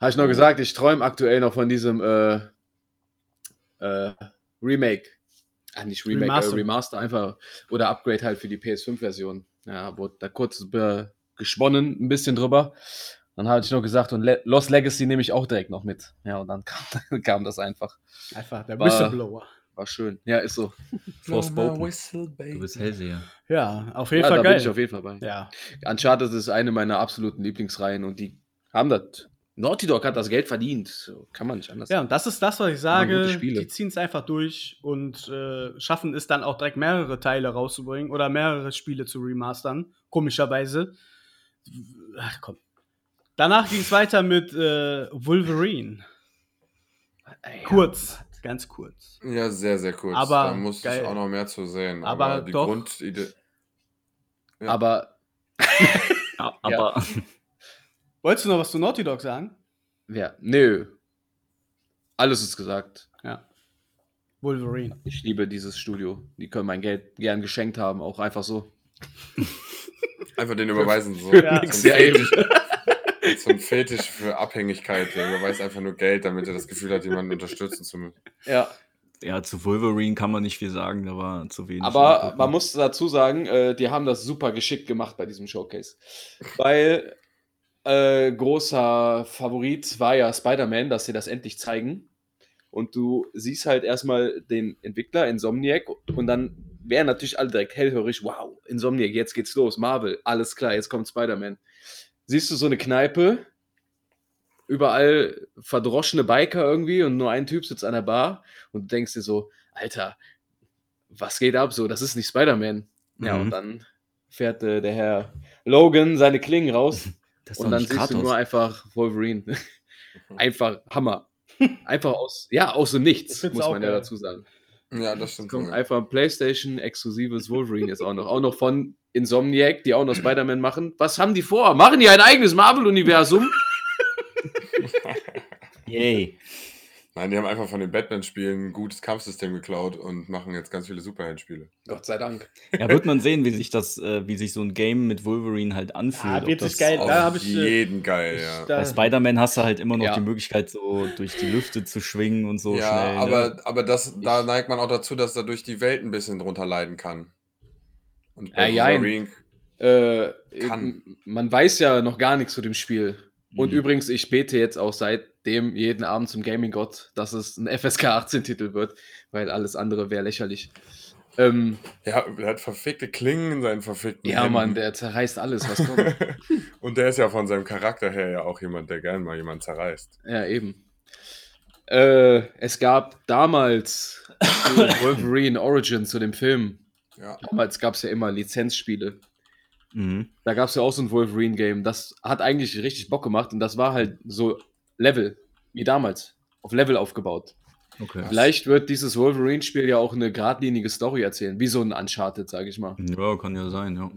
Speaker 5: habe ich
Speaker 4: Mhm.
Speaker 5: noch gesagt, ich träume aktuell noch von diesem äh, äh, Remake. Ach, nicht Remake,
Speaker 4: Remaster.
Speaker 5: Remaster. Äh, Remaster einfach. Oder Upgrade halt für die PS5-Version. Ja, wurde da kurz äh, gesponnen, ein bisschen drüber. Dann hatte ich noch gesagt, und Le Lost Legacy nehme ich auch direkt noch mit. Ja, und dann kam, kam das einfach.
Speaker 4: Einfach der
Speaker 5: War-
Speaker 4: Whistleblower.
Speaker 5: War schön. Ja, ist so.
Speaker 1: Forspoken. Du bist Hellseher.
Speaker 4: Ja, auf jeden
Speaker 5: Ja, da
Speaker 4: Fall
Speaker 5: bin
Speaker 4: geil.
Speaker 5: ich auf jeden Fall bei.
Speaker 4: ja.
Speaker 5: Uncharted ist eine meiner absoluten Lieblingsreihen und die haben das Naughty Dog hat das Geld verdient. So, Kann man nicht anders.
Speaker 4: Ja, und das ist das, was ich
Speaker 5: Ja, gute
Speaker 4: sage.
Speaker 5: Spiele.
Speaker 4: Die ziehen es einfach durch und äh, schaffen es dann auch direkt mehrere Teile rauszubringen oder mehrere Spiele zu remastern, komischerweise. Ach komm. Danach ging es weiter mit äh, Wolverine.
Speaker 5: Ey,
Speaker 4: Kurz, ganz kurz.
Speaker 3: Ja, sehr, sehr kurz.
Speaker 4: Aber
Speaker 3: da musste
Speaker 4: geil.
Speaker 3: ich auch noch mehr zu sehen.
Speaker 4: Aber
Speaker 3: die
Speaker 4: doch.
Speaker 3: Grundidee. Ja.
Speaker 5: Aber
Speaker 1: Ja, aber
Speaker 4: Wolltest du noch was zu Naughty Dog sagen?
Speaker 5: ja, nö. Alles ist gesagt.
Speaker 4: Ja. Wolverine.
Speaker 5: Ich liebe dieses Studio. Die können mein Geld gern geschenkt haben, auch einfach so.
Speaker 3: Einfach den überweisen. So.
Speaker 4: Ja.
Speaker 3: Zum,
Speaker 5: Nix, ja, eben.
Speaker 3: Fetisch, zum Fetisch für Abhängigkeit. Der überweist einfach nur Geld, damit er das Gefühl hat, jemanden unterstützen zu müssen.
Speaker 5: Ja.
Speaker 1: ja, zu Wolverine kann man nicht viel sagen, da war zu wenig.
Speaker 5: Aber
Speaker 1: Nachgucken.
Speaker 5: man muss dazu sagen, äh, die haben das super geschickt gemacht bei diesem Showcase. Weil äh, großer Favorit war ja Spider-Man, dass sie das endlich zeigen. Und du siehst halt erstmal den Entwickler Insomniac und dann wären natürlich alle direkt hellhörig, wow, Insomniac, jetzt geht's los, Marvel, alles klar, jetzt kommt Spider-Man. Siehst du so eine Kneipe, überall verdroschene Biker irgendwie und nur ein Typ sitzt an der Bar und du denkst dir so, Alter, was geht ab so? Das ist nicht Spider-Man. Ja,
Speaker 1: Mhm.
Speaker 5: und dann fährt äh, der Herr Logan seine Klingen raus
Speaker 1: das ist
Speaker 5: und
Speaker 1: doch
Speaker 5: dann
Speaker 1: nicht
Speaker 5: siehst du
Speaker 1: Kratos.
Speaker 5: nur einfach Wolverine.
Speaker 4: Mhm.
Speaker 5: einfach Hammer. Einfach aus, ja, aus dem
Speaker 4: Ich
Speaker 5: Nichts,
Speaker 4: find's
Speaker 5: muss
Speaker 4: auch
Speaker 5: man ja
Speaker 4: geil.
Speaker 5: dazu sagen.
Speaker 3: Ja, das stimmt.
Speaker 5: Kommt
Speaker 3: Junge.
Speaker 5: einfach ein PlayStation-exklusives Wolverine jetzt auch noch. Auch noch von Insomniac, die auch noch Spider-Man machen. Was haben die vor? Machen die ein eigenes Marvel-Universum?
Speaker 1: Yay.
Speaker 3: Nein, die haben einfach von den Batman-Spielen ein gutes Kampfsystem geklaut und machen jetzt ganz viele Superhelden-Spiele.
Speaker 5: Gott sei Dank.
Speaker 1: Ja, wird man sehen, wie sich das, äh, wie sich so ein Game mit Wolverine halt anfühlt.
Speaker 4: Ah, wird
Speaker 1: Ob das-
Speaker 4: sich geil- Ja, da hab
Speaker 3: Auf
Speaker 4: ich, äh,
Speaker 3: jeden geil, ja.
Speaker 1: Bei Spider-Man hast du halt immer noch
Speaker 5: Ja.
Speaker 1: die Möglichkeit, so durch die Lüfte zu schwingen und so
Speaker 3: ja,
Speaker 1: schnell.
Speaker 3: aber,
Speaker 1: ne?
Speaker 3: aber das, da
Speaker 1: Ich-
Speaker 3: neigt man auch dazu, dass dadurch die Welt ein bisschen drunter leiden kann. Und
Speaker 5: Ja, jein.
Speaker 3: Wolverine-
Speaker 5: Äh,
Speaker 3: Kann.
Speaker 5: m- Man weiß ja noch gar nichts zu dem Spiel. Und
Speaker 1: Mhm.
Speaker 5: übrigens, ich bete jetzt auch seitdem jeden Abend zum Gaming-Gott, dass es ein FSK 18-Titel wird, weil alles andere wäre lächerlich. Ähm,
Speaker 3: ja, der hat verfickte Klingen in seinen verfickten
Speaker 5: ja,
Speaker 3: Händen.
Speaker 5: Mann, der zerreißt alles, was kommt.
Speaker 3: Und der ist ja von seinem Charakter her ja auch jemand, der gern mal jemanden zerreißt.
Speaker 5: ja, eben. Äh, es gab damals zu Wolverine Origin zu dem Film.
Speaker 3: Ja.
Speaker 5: Damals gab es ja immer Lizenzspiele.
Speaker 1: Mhm.
Speaker 5: Da gab es ja auch so ein Wolverine-Game. Das hat eigentlich richtig Bock gemacht und das war halt so Level, wie damals. Auf Level aufgebaut.
Speaker 1: Okay.
Speaker 5: Vielleicht wird dieses Wolverine-Spiel ja auch eine geradlinige Story erzählen, wie so ein Uncharted, sage ich mal.
Speaker 1: Ja, kann ja sein, ja.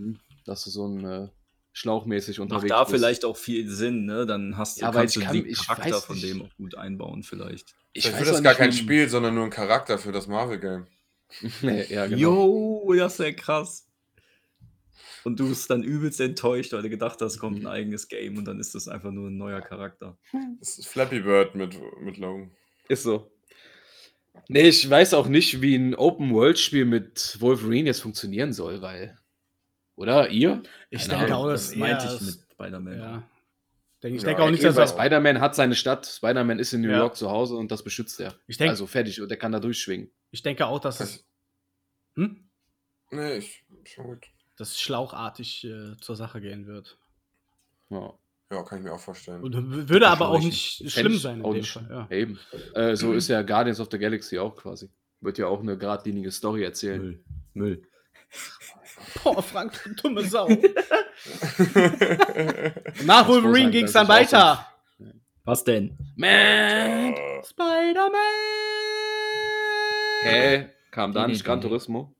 Speaker 5: Dass du so ein äh, schlauchmäßig
Speaker 1: Macht
Speaker 5: unterwegs
Speaker 1: da
Speaker 5: bist.
Speaker 1: vielleicht auch viel Sinn, ne? Dann hast du,
Speaker 5: Ja, aber
Speaker 1: kannst
Speaker 5: ich
Speaker 1: du
Speaker 5: kann-
Speaker 1: den
Speaker 5: ich
Speaker 1: Charakter
Speaker 5: weiß
Speaker 1: von
Speaker 5: nicht.
Speaker 1: dem auch gut einbauen, vielleicht.
Speaker 5: Ich
Speaker 3: Ich will
Speaker 5: weiß auch
Speaker 3: das
Speaker 5: nicht,
Speaker 3: gar kein
Speaker 5: wie-
Speaker 3: Spiel, sondern nur ein Charakter für das Marvel-Game.
Speaker 5: nee, ja, genau.
Speaker 1: Jo, das ist ja krass. Und du bist dann übelst enttäuscht, weil du gedacht hast, kommt ein eigenes Game und dann ist das einfach nur ein neuer Charakter.
Speaker 3: Das ist Flappy Bird mit, mit Logan.
Speaker 5: Ist so. Nee, ich weiß auch nicht, wie ein Open-World-Spiel mit Wolverine jetzt funktionieren soll, weil. Oder ihr?
Speaker 4: Ich
Speaker 1: Keine
Speaker 4: denke
Speaker 1: Ahnung,
Speaker 4: auch, dass
Speaker 1: genau. das meinte
Speaker 4: eher
Speaker 1: ich mit Spider-Man.
Speaker 4: Ja. Denk, ich
Speaker 3: Ja,
Speaker 4: denke auch nicht,
Speaker 3: ich
Speaker 4: dass
Speaker 5: Weil
Speaker 3: weiß
Speaker 4: das.
Speaker 3: auch.
Speaker 5: Spider-Man hat seine Stadt. Spider-Man ist in New
Speaker 4: Ja.
Speaker 5: York zu Hause und das beschützt er.
Speaker 4: Ich denk-
Speaker 5: also fertig und der kann da durchschwingen.
Speaker 4: Ich denke auch, dass es. Hm?
Speaker 3: Nee, ich, schon gut.
Speaker 4: Das schlauchartig äh, zur Sache gehen wird.
Speaker 5: Ja.
Speaker 3: Ja, kann ich mir auch vorstellen.
Speaker 4: Und w- würde aber auch
Speaker 5: Schläuchen.
Speaker 4: nicht schlimm sein in
Speaker 5: Auch
Speaker 4: dem
Speaker 5: nicht
Speaker 4: Fall.
Speaker 5: schlimm.
Speaker 4: Ja.
Speaker 5: Eben. Äh, so ist ja Guardians of the Galaxy auch quasi. Wird ja auch eine geradlinige Story erzählen.
Speaker 1: Müll. Müll.
Speaker 4: Boah, Frank, du dumme Sau.
Speaker 3: oh,
Speaker 4: Nach
Speaker 5: muss
Speaker 4: Wolverine
Speaker 5: sein,
Speaker 4: ging es
Speaker 5: das
Speaker 4: dann
Speaker 5: ist auch so.
Speaker 4: weiter.
Speaker 1: Was denn?
Speaker 5: Man!
Speaker 3: Äh,
Speaker 4: Spider-Man!
Speaker 5: Hä? Kam da
Speaker 1: Nee,
Speaker 5: nicht
Speaker 1: nee,
Speaker 5: Gran
Speaker 1: nee.
Speaker 5: Turismo?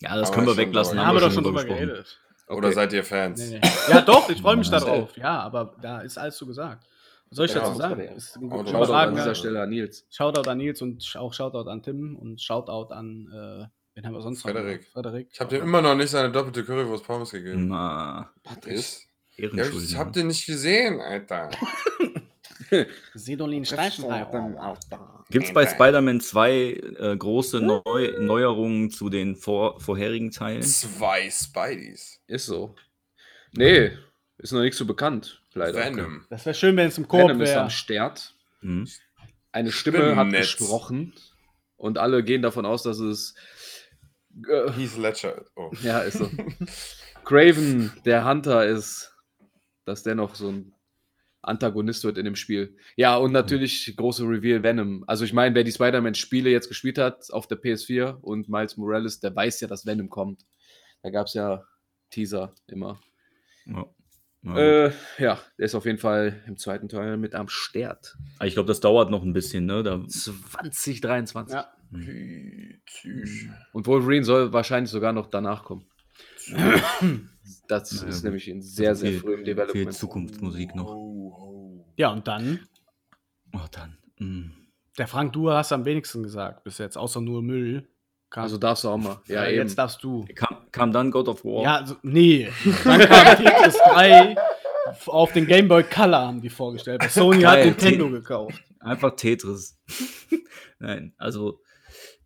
Speaker 1: Ja, das
Speaker 3: Aber
Speaker 1: können wir
Speaker 3: schon
Speaker 1: weglassen.
Speaker 3: drüber
Speaker 4: Da haben wir doch schon
Speaker 1: drüber
Speaker 4: drüber
Speaker 1: gesprochen.
Speaker 4: geredet.
Speaker 3: Oder seid ihr
Speaker 4: Nee,
Speaker 3: Fans?
Speaker 4: nee. Ja, doch, ich freue mich
Speaker 1: Ja.
Speaker 4: darauf. Ja, aber da ist alles zu gesagt. Was soll ich
Speaker 3: Ja,
Speaker 4: dazu
Speaker 3: das
Speaker 4: sagen?
Speaker 5: war der.
Speaker 4: Ist ein
Speaker 3: Aber
Speaker 4: guter
Speaker 5: Shoutout an
Speaker 4: Fragen,
Speaker 5: dieser
Speaker 4: ja.
Speaker 5: Stelle an Nils.
Speaker 4: Shoutout an Nils und sch- auch Shoutout an Tim und Shoutout an, äh, wen haben wir sonst noch?
Speaker 3: Frederik.
Speaker 4: Frederik.
Speaker 3: Ich habe dir immer noch nicht seine doppelte Currywurst Pommes
Speaker 1: Hm,
Speaker 3: gegeben.
Speaker 1: Na,
Speaker 3: Ist? Ja,
Speaker 1: Ehrenschulden. ne?
Speaker 3: ich hab den nicht gesehen, Alter.
Speaker 4: Sedolin Streichenreiter.
Speaker 1: Gibt es bei Spider-Man zwei äh, große Neu Neuerungen zu den vor vorherigen Teilen?
Speaker 3: Zwei Spideys.
Speaker 5: Ist so. Nee, ist noch nicht so bekannt, leider.
Speaker 3: Venom.
Speaker 4: Das wäre schön, wenn es im Korb
Speaker 5: Venom ist am
Speaker 4: wäre.
Speaker 5: Start.
Speaker 1: Hm?
Speaker 5: Eine Stimme hat
Speaker 3: Spinnennetz.
Speaker 5: gesprochen und alle gehen davon aus, dass es äh,
Speaker 3: Heath Ledger. Oh.
Speaker 5: ja ist so. Craven, der Hunter ist, dass der noch so ein Antagonist wird in dem Spiel. Ja, und natürlich große Reveal Venom. Also ich meine, wer die Spider-Man-Spiele jetzt gespielt hat auf der PS4 und Miles Morales, der weiß ja, dass Venom kommt. Da gab es ja Teaser immer.
Speaker 1: Ja. Ja,
Speaker 5: Ja, äh, ja, der ist auf jeden Fall im zweiten Teil mit am Stert.
Speaker 1: gut. Ah, ich glaube, das dauert noch ein bisschen, ne? Da,
Speaker 5: 2023.
Speaker 4: Ja.
Speaker 3: Tschüss.
Speaker 5: Und Wolverine soll wahrscheinlich sogar noch danach kommen. Das
Speaker 1: Naja,
Speaker 5: ist
Speaker 1: gut. Also
Speaker 5: nämlich in sehr, sehr
Speaker 1: viel-
Speaker 5: frühem
Speaker 1: viel
Speaker 5: Development.
Speaker 1: Zukunftsmusik noch.
Speaker 3: Oh, oh.
Speaker 4: Ja, und dann?
Speaker 1: Oh, dann. mm.
Speaker 4: Der Frank, du hast am wenigsten gesagt bis jetzt, außer nur Müll. Kam-
Speaker 5: Also darfst du auch mal. Ja,
Speaker 4: Ja,
Speaker 5: eben.
Speaker 4: jetzt darfst du.
Speaker 1: Kam, kam dann God of War.
Speaker 4: Ja, also, nee. Dann kam Tetris 3 f- auf den Game Boy Color haben die vorgestellt. weil Sony
Speaker 1: Geil.
Speaker 4: hat Nintendo gekauft.
Speaker 1: Einfach Tetris. Nein, also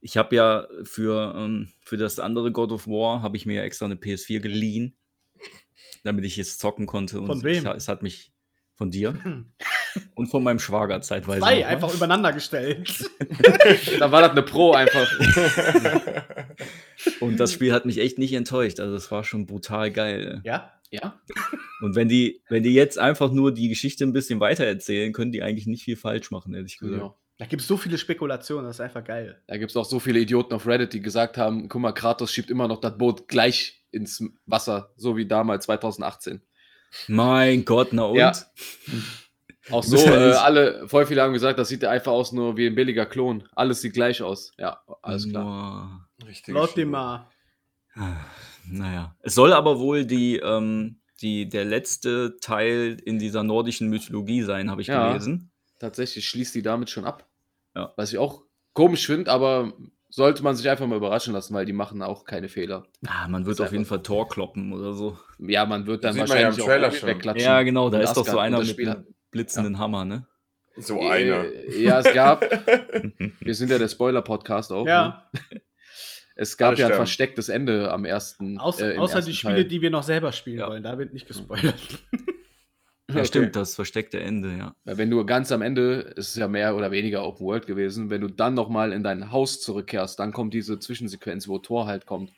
Speaker 1: ich habe ja für, ähm, für das andere God of War habe ich mir ja extra eine PS4 geliehen, damit ich es zocken konnte. Und
Speaker 4: Von wem?
Speaker 1: Es, es hat mich von dir und von meinem Schwager zeitweise.
Speaker 4: Zwei,
Speaker 1: nochmal.
Speaker 4: einfach übereinander gestellt.
Speaker 5: Da war das eine Pro einfach.
Speaker 1: Und das Spiel hat mich echt nicht enttäuscht. Also es war schon brutal geil.
Speaker 4: Ja?
Speaker 5: ja.
Speaker 1: Und wenn die, wenn die jetzt einfach nur die Geschichte ein bisschen weitererzählen, können die eigentlich nicht viel falsch machen, ehrlich gesagt.
Speaker 5: Genau.
Speaker 4: Da gibt es so viele Spekulationen, das ist einfach geil.
Speaker 5: Da gibt es auch so viele Idioten auf Reddit, die gesagt haben: guck mal, Kratos schiebt immer noch das Boot gleich ins Wasser, so wie damals 2018.
Speaker 1: Mein Gott, na und?
Speaker 5: Ja. Auch so,
Speaker 1: Müssen wir
Speaker 5: äh,
Speaker 1: nicht-
Speaker 5: alle, voll viele haben gesagt, das sieht ja einfach aus, nur wie ein billiger Klon. Alles sieht gleich aus. Ja, alles klar.
Speaker 1: Boah.
Speaker 3: Richtig.
Speaker 4: Laut dem mal.
Speaker 1: Ah, Naja, es soll aber wohl die, ähm, die, der letzte Teil in dieser nordischen Mythologie sein, habe ich
Speaker 5: Ja.
Speaker 1: gelesen.
Speaker 5: Tatsächlich schließt die damit schon ab.
Speaker 1: Ja.
Speaker 5: Was ich auch komisch finde, aber sollte man sich einfach mal überraschen lassen, weil die machen auch keine Fehler.
Speaker 1: Ah, man wird
Speaker 5: Ist
Speaker 1: auf jeden
Speaker 5: einfach-
Speaker 1: Fall Tor kloppen oder so.
Speaker 5: Ja, man wird dann
Speaker 3: Sieht man ja
Speaker 5: wahrscheinlich
Speaker 3: im
Speaker 5: auch
Speaker 3: Trailer schon.
Speaker 5: wegklatschen.
Speaker 1: Ja, genau, da
Speaker 5: Und
Speaker 1: ist doch so
Speaker 5: Asgard und
Speaker 1: einer
Speaker 5: das
Speaker 1: mit
Speaker 5: Spiel
Speaker 1: einem blitzenden Hammer, ne?
Speaker 3: So einer.
Speaker 5: Äh, Ja, es gab, wir sind ja der Spoiler-Podcast auch. Ne?
Speaker 4: Ja,
Speaker 5: Es gab
Speaker 3: Alle
Speaker 5: ja ein
Speaker 3: sterben.
Speaker 5: verstecktes Ende am ersten.
Speaker 4: außer,
Speaker 5: äh, im
Speaker 4: außer
Speaker 5: ersten
Speaker 4: die Spiele,
Speaker 5: Teil.
Speaker 4: die wir noch selber spielen
Speaker 1: Ja.
Speaker 4: wollen. Da wird nicht gespoilert.
Speaker 1: Ja, stimmt, das versteckte Ende, ja.
Speaker 5: Weil wenn du ganz am Ende, es ist ja mehr oder weniger Open World gewesen, wenn du dann nochmal in dein Haus zurückkehrst, dann kommt diese Zwischensequenz, wo Thor halt kommt.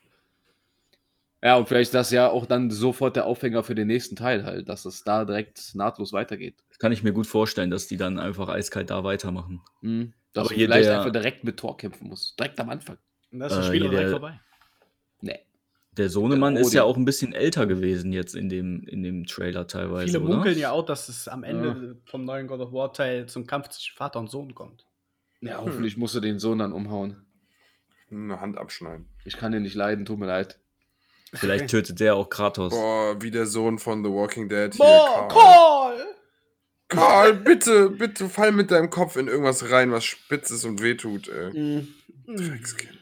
Speaker 5: Ja, und vielleicht ist das ja auch dann sofort der Aufhänger für den nächsten Teil halt, dass es da direkt nahtlos weitergeht.
Speaker 1: Das kann ich mir gut vorstellen, dass die dann einfach eiskalt da weitermachen.
Speaker 5: Mhm. Dass
Speaker 1: Aber
Speaker 5: du
Speaker 1: hier
Speaker 5: vielleicht
Speaker 1: der-
Speaker 5: einfach direkt mit Thor kämpfen musst. Direkt am Anfang.
Speaker 4: Und dann ist das
Speaker 1: Äh,
Speaker 4: Spiel auch
Speaker 1: hier
Speaker 4: direkt
Speaker 1: der-
Speaker 4: vorbei.
Speaker 5: Nee.
Speaker 1: Der Sohnemann ist
Speaker 5: Odin.
Speaker 1: ja auch ein bisschen älter gewesen jetzt in dem, in dem Trailer teilweise.
Speaker 4: Viele
Speaker 1: oder?
Speaker 4: munkeln ja auch, dass es am Ende vom neuen God of War Teil zum Kampf zwischen Vater und Sohn kommt. Hm.
Speaker 5: Ja, hoffentlich musst du den Sohn dann umhauen.
Speaker 3: Eine Hand abschneiden.
Speaker 5: Ich kann den nicht leiden, tut mir leid.
Speaker 1: Vielleicht tötet der auch Kratos.
Speaker 3: Boah, wie der Sohn von The Walking Dead.
Speaker 4: Boah,
Speaker 3: Carl.
Speaker 4: Call!
Speaker 3: Carl, bitte, bitte fall mit deinem Kopf in irgendwas rein, was spitz ist und wehtut, ey.
Speaker 4: Mhm.
Speaker 3: Mhm. Dreckskind.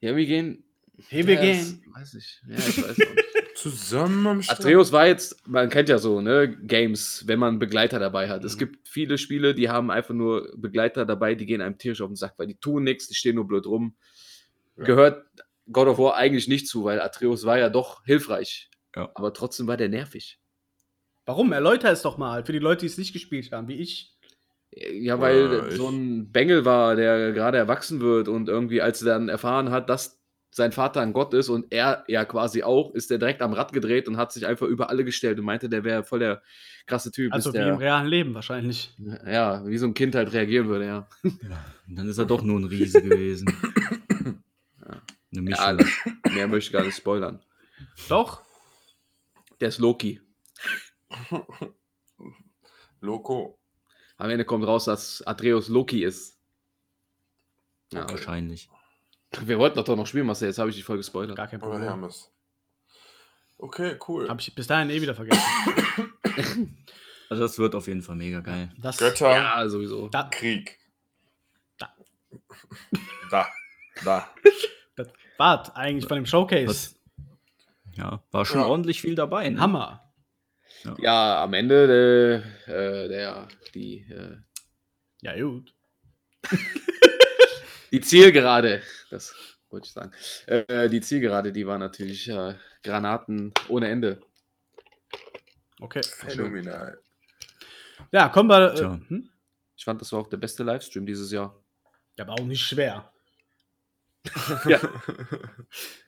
Speaker 5: Ja, wir gehen.
Speaker 4: Here we
Speaker 5: Ja,
Speaker 4: gehen.
Speaker 5: das Weiß ich. Ja, ich weiß auch nicht.
Speaker 3: Zusammen am Start.
Speaker 5: Atreus war jetzt, man kennt ja so, ne, Games, wenn man einen Begleiter dabei hat. Es
Speaker 3: Mhm.
Speaker 5: gibt viele Spiele, die haben einfach nur Begleiter dabei, die gehen einem tierisch auf den Sack, weil die tun nichts, die stehen nur blöd rum.
Speaker 3: Ja.
Speaker 5: Gehört God of War eigentlich nicht zu, weil Atreus war ja doch hilfreich.
Speaker 1: Ja.
Speaker 5: Aber trotzdem war der nervig.
Speaker 4: Warum? Erläuter es doch mal für die Leute, die es nicht gespielt haben, wie ich.
Speaker 5: Ja, weil
Speaker 3: Äh,
Speaker 5: so
Speaker 3: ich-
Speaker 5: ein Bengel war, der gerade erwachsen wird und irgendwie, als er dann erfahren hat, dass sein Vater ein Gott ist und er ja quasi auch, ist der direkt am Rad gedreht und hat sich einfach über alle gestellt und meinte, der wäre voll der krasse Typ.
Speaker 4: Also
Speaker 5: ist
Speaker 4: wie
Speaker 5: der,
Speaker 4: im realen Leben wahrscheinlich.
Speaker 5: Ja, wie so ein Kind halt reagieren würde, ja.
Speaker 1: Und dann ist er doch nur ein Riese gewesen.
Speaker 5: Ja.
Speaker 1: Eine
Speaker 5: ja
Speaker 1: Mischung.
Speaker 5: mehr möchte ich gar nicht spoilern.
Speaker 4: Doch.
Speaker 5: Der ist Loki.
Speaker 3: Loco.
Speaker 5: Am Ende kommt raus, dass Atreus Loki ist. Ja,
Speaker 1: Wahrscheinlich.
Speaker 5: wir wollten doch noch spielen, Marcel. Jetzt habe ich dich voll gespoilert.
Speaker 4: Gar kein
Speaker 3: Oder
Speaker 4: Problem.
Speaker 3: Hermes. Okay, cool.
Speaker 4: Hab ich bis dahin eh wieder vergessen.
Speaker 1: Also das wird auf jeden Fall mega geil.
Speaker 4: Das,
Speaker 3: Götter,
Speaker 5: Ja, sowieso.
Speaker 4: da,
Speaker 3: Krieg.
Speaker 4: Da.
Speaker 3: Da. Da.
Speaker 4: das war eigentlich von dem Showcase.
Speaker 1: Was? Ja, war schon
Speaker 3: Ja.
Speaker 1: ordentlich viel dabei. Ne?
Speaker 4: Hammer.
Speaker 5: Ja, am Ende der, äh, der die, äh,
Speaker 4: Ja, gut.
Speaker 5: die Zielgerade, das wollte ich sagen. Äh, die Zielgerade, die war natürlich äh, Granaten ohne Ende.
Speaker 4: Okay.
Speaker 3: Phänomenal.
Speaker 4: Ja, kommen wir. Äh,
Speaker 1: Tja.
Speaker 4: hm?
Speaker 5: Ich fand, das war auch der beste Livestream dieses Jahr.
Speaker 4: Ja, aber auch nicht schwer.
Speaker 5: Ja.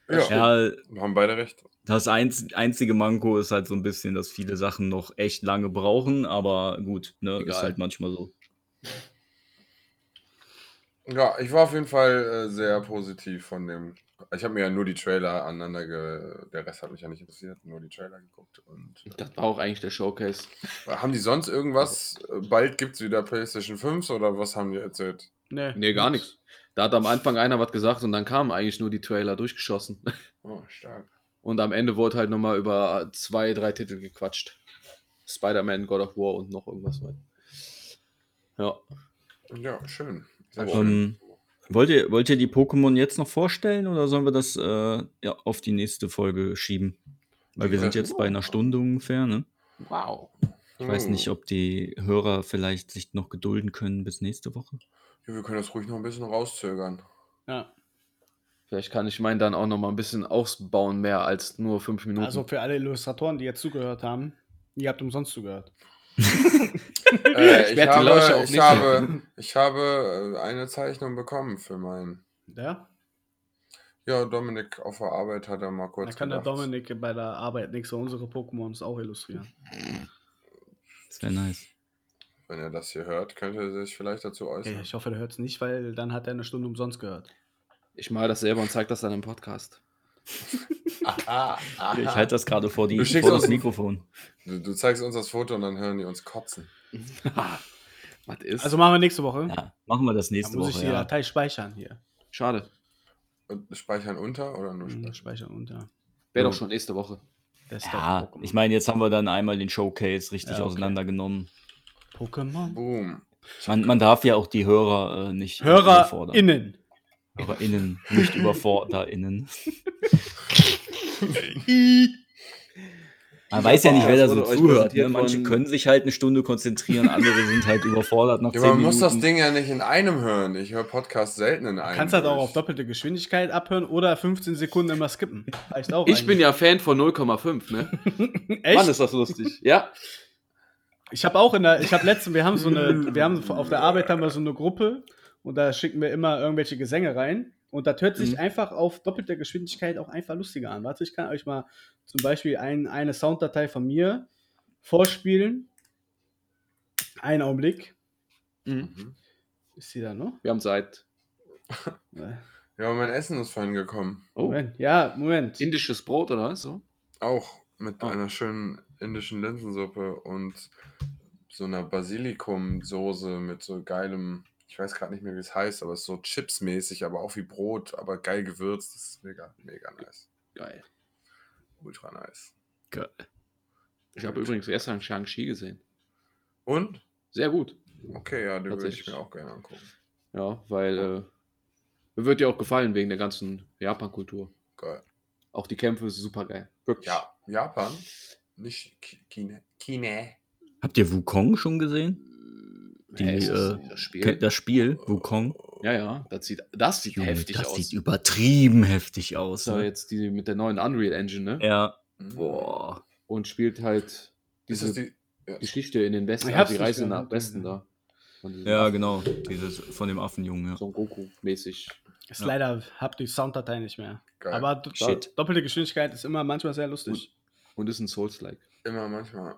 Speaker 3: ja,
Speaker 1: Ja,
Speaker 3: wir haben beide recht.
Speaker 1: das einz einzige Manko ist halt so ein bisschen, dass viele Sachen noch echt lange brauchen, aber gut, ne, ist
Speaker 5: Egal.
Speaker 1: halt manchmal so.
Speaker 3: Ja, ich war auf jeden Fall äh, sehr positiv von dem. Ich habe mir ja nur die Trailer aneinander ge... Der Rest hat mich ja nicht interessiert, nur die Trailer geguckt. Und äh,
Speaker 5: Das war auch eigentlich der Showcase.
Speaker 3: haben die sonst irgendwas? Äh, Bald gibt es wieder PlayStation 5 oder was haben die erzählt?
Speaker 4: Nee,
Speaker 5: Nee, gar nichts. Da hat am Anfang einer was gesagt und dann kamen eigentlich nur die Trailer durchgeschossen.
Speaker 3: Oh, stark.
Speaker 5: Und am Ende wurde halt nochmal über zwei, drei Titel gequatscht. Spider-Man, God of War und noch irgendwas weiter. Ja.
Speaker 3: Ja, schön. Sehr
Speaker 5: Aber-
Speaker 3: schön.
Speaker 1: Ähm, wollt, ihr, wollt ihr die Pokémon jetzt noch vorstellen oder sollen wir das äh, ja, auf die nächste Folge schieben? Weil wir sind jetzt bei einer Stunde ungefähr, ne?
Speaker 5: Wow.
Speaker 1: Ich weiß nicht, ob die Hörer vielleicht sich noch gedulden können bis nächste Woche.
Speaker 3: Ja, wir können das ruhig noch ein bisschen rauszögern.
Speaker 4: Ja.
Speaker 5: Vielleicht kann ich meinen dann auch nochmal ein bisschen ausbauen, mehr als nur fünf Minuten.
Speaker 4: Also für alle Illustratoren, die jetzt zugehört haben, ihr habt umsonst zugehört.
Speaker 3: Äh, ich,
Speaker 5: werd die Lauscher
Speaker 3: habe,
Speaker 5: auch
Speaker 3: ich,
Speaker 5: nicht
Speaker 3: habe, ich habe äh, eine Zeichnung bekommen für meinen.
Speaker 4: Ja?
Speaker 3: Ja, Dominik auf der Arbeit hat er mal kurz.
Speaker 4: Dann kann der
Speaker 3: gedacht.
Speaker 4: Dominik bei der Arbeit nächste unsere Pokémons auch illustrieren.
Speaker 1: Das wäre nice.
Speaker 3: Wenn er das hier hört, könnte er sich vielleicht dazu äußern.
Speaker 4: Ey, ich hoffe, der hört es nicht, weil dann hat er eine Stunde umsonst gehört.
Speaker 5: ich mal das selber und zeig das dann im Podcast.
Speaker 3: Aha, aha.
Speaker 1: Ich halte das gerade vor, die,
Speaker 3: Du schickst
Speaker 1: vor das
Speaker 3: uns-
Speaker 1: Mikrofon.
Speaker 3: du, du zeigst uns das Foto und dann hören die uns kotzen.
Speaker 5: was ist?
Speaker 4: Also machen wir nächste Woche.
Speaker 1: Ja, machen wir das
Speaker 4: Dann
Speaker 1: nächste
Speaker 4: muss ich halt
Speaker 1: Woche.
Speaker 4: die
Speaker 1: Ja.
Speaker 4: Datei speichern hier.
Speaker 5: Schade.
Speaker 3: Und speichern unter oder nur
Speaker 4: Mhm,
Speaker 3: speichern?
Speaker 4: Speichern unter.
Speaker 1: Ja.
Speaker 5: Wäre doch schon nächste Woche.
Speaker 4: Desktop
Speaker 1: ja,
Speaker 4: Pokémon.
Speaker 1: ich meine, jetzt haben wir dann einmal den Showcase richtig
Speaker 4: Ja, okay.
Speaker 1: auseinandergenommen.
Speaker 4: Pokémon.
Speaker 3: Boom.
Speaker 1: Man, man darf ja auch die Hörer äh, nicht nicht überfordern.
Speaker 4: HörerInnen.
Speaker 1: HörerInnen, nicht überforderInnen. Man weiß ja nicht, wer da
Speaker 5: Das
Speaker 1: so
Speaker 5: wurde euch
Speaker 1: zuhört. Ne?
Speaker 5: präsentiert
Speaker 1: Manche
Speaker 5: von-
Speaker 1: können sich halt eine Stunde konzentrieren, andere sind halt überfordert nach
Speaker 3: Ja,
Speaker 1: 10
Speaker 3: man
Speaker 1: Minuten.
Speaker 3: muss das Ding ja nicht in einem hören. Ich höre Podcasts selten in einem.
Speaker 4: Kannst halt auch
Speaker 3: durch.
Speaker 4: auf doppelte Geschwindigkeit abhören oder 15 Sekunden immer skippen. Reicht auch.
Speaker 5: Ich bin
Speaker 4: eigentlich.
Speaker 5: ja Fan von 0,5, ne?
Speaker 4: Echt?
Speaker 5: Mann, ist das lustig. Ja.
Speaker 4: Ich habe auch in der, ich habe letztens, wir haben so eine, wir haben auf der Arbeit haben wir so eine Gruppe und da schicken wir immer irgendwelche Gesänge rein und das hört sich
Speaker 5: Mhm.
Speaker 4: einfach auf doppelter Geschwindigkeit auch einfach lustiger an. Warte, ich kann euch mal zum Beispiel ein, eine Sounddatei von mir vorspielen. Einen Augenblick.
Speaker 5: Mhm.
Speaker 3: Mhm.
Speaker 4: Ist sie da noch?
Speaker 5: Wir haben Zeit.
Speaker 4: Äh,
Speaker 3: Ja, mein Essen ist vorhin gekommen.
Speaker 5: Oh.
Speaker 4: Moment. Ja, Moment.
Speaker 5: Indisches Brot oder was? So?
Speaker 3: Auch mit
Speaker 5: Oh.
Speaker 4: Ah.
Speaker 3: einer schönen indischen Linsensuppe und so einer Basilikumsoße mit so geilem, ich weiß gerade nicht mehr, wie es heißt, aber es ist so chipsmäßig, aber auch wie Brot, aber geil gewürzt. Das ist mega, mega nice.
Speaker 5: Geil.
Speaker 3: Ultra nice.
Speaker 5: Ich habe übrigens gestern Shang-Chi gesehen.
Speaker 3: Und?
Speaker 5: Sehr gut.
Speaker 3: Okay, ja, den würde ich
Speaker 5: Tatsächlich.
Speaker 3: mir auch gerne angucken.
Speaker 5: Ja, weil äh, mir wird dir auch gefallen wegen der ganzen Japan-Kultur.
Speaker 3: Geil.
Speaker 5: Auch die Kämpfe sind super geil. Wirklich.
Speaker 3: Ja, Japan, nicht Ki- China. China.
Speaker 1: Habt ihr Wukong schon gesehen?
Speaker 5: Die,
Speaker 1: Die,
Speaker 5: ist das,
Speaker 1: äh,
Speaker 5: das
Speaker 1: Kennt
Speaker 5: Spiel?
Speaker 1: Das Spiel, Wukong?
Speaker 5: Ja, ja, das sieht, das sieht
Speaker 1: Junge,
Speaker 5: heftig
Speaker 1: das
Speaker 5: aus.
Speaker 1: sieht übertrieben heftig aus.
Speaker 5: ist ja
Speaker 1: Ne?
Speaker 5: jetzt die mit der neuen Unreal Engine, ne?
Speaker 1: Ja,
Speaker 3: Mhm.
Speaker 1: boah.
Speaker 5: Und spielt halt
Speaker 3: Ist
Speaker 5: diese
Speaker 3: das die, ja,
Speaker 5: Geschichte in den Westen,
Speaker 4: Ich
Speaker 5: also
Speaker 4: hab's
Speaker 5: die
Speaker 4: nicht
Speaker 5: Reise nach
Speaker 4: gehört.
Speaker 5: Westen da. Von diesem
Speaker 1: Ja,
Speaker 5: Affen,
Speaker 1: genau. Dieses von dem Affenjungen, ja.
Speaker 5: Son Goku-mäßig.
Speaker 4: Ist
Speaker 1: Ja.
Speaker 4: leider, hab die Sounddatei nicht mehr.
Speaker 3: geil.
Speaker 4: Aber do
Speaker 1: Shit.
Speaker 4: doppelte Geschwindigkeit ist immer manchmal sehr lustig.
Speaker 5: Und ist ein Souls-like.
Speaker 3: immer manchmal.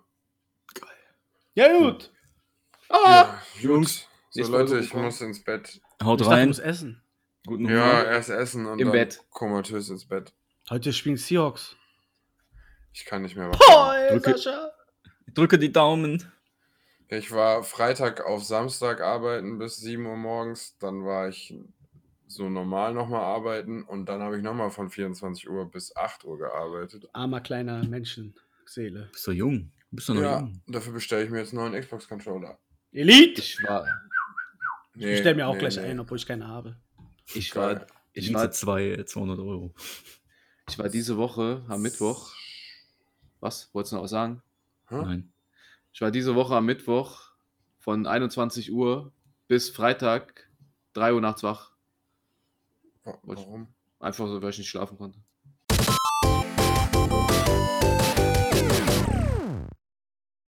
Speaker 4: Ja, gut.
Speaker 5: Ah!
Speaker 4: Ah!
Speaker 3: Ja,
Speaker 1: Jungs,
Speaker 3: gut. So,
Speaker 5: nächste
Speaker 3: Leute,
Speaker 5: Folge
Speaker 3: ich
Speaker 5: kommt.
Speaker 3: muss ins Bett.
Speaker 1: Haut
Speaker 4: ich dachte, du
Speaker 1: rein.
Speaker 4: musst essen.
Speaker 1: Guten
Speaker 3: Ja, erst essen und
Speaker 5: Mhm. Im
Speaker 3: dann
Speaker 5: Bett.
Speaker 3: komatös ins Bett.
Speaker 4: Heute spielen Seahawks.
Speaker 3: Ich kann nicht mehr wach.
Speaker 1: ey, Drücke-
Speaker 4: Sascha.
Speaker 1: Drücke die Daumen.
Speaker 3: Ich war Freitag auf Samstag arbeiten bis 7 Uhr morgens. Dann war ich so normal nochmal arbeiten. Und dann habe ich nochmal von 24 Uhr bis 8 Uhr gearbeitet.
Speaker 4: Armer kleiner Menschenseele.
Speaker 1: Bist du jung? Bist
Speaker 5: Oh
Speaker 1: du noch
Speaker 3: Ja,
Speaker 1: jung?
Speaker 3: dafür bestelle ich mir jetzt einen neuen Xbox-Controller.
Speaker 4: Elite!
Speaker 5: Ich war,
Speaker 3: Nee,
Speaker 4: ich stelle mir auch
Speaker 3: nee,
Speaker 4: gleich
Speaker 3: nee.
Speaker 4: einen, obwohl ich keine habe.
Speaker 5: ich
Speaker 3: Geil.
Speaker 5: war, ich
Speaker 1: Ich
Speaker 5: war,
Speaker 1: hatte zwei 200 Euro.
Speaker 5: ich war diese Woche am Mittwoch. Was? Wolltest du noch was sagen?
Speaker 3: Hm?
Speaker 1: Nein.
Speaker 5: Ich war diese Woche am Mittwoch von 21 Uhr bis Freitag 3 Uhr nachts wach.
Speaker 3: Wa- Warum? 哦
Speaker 5: Einfach so, weil ich nicht schlafen konnte.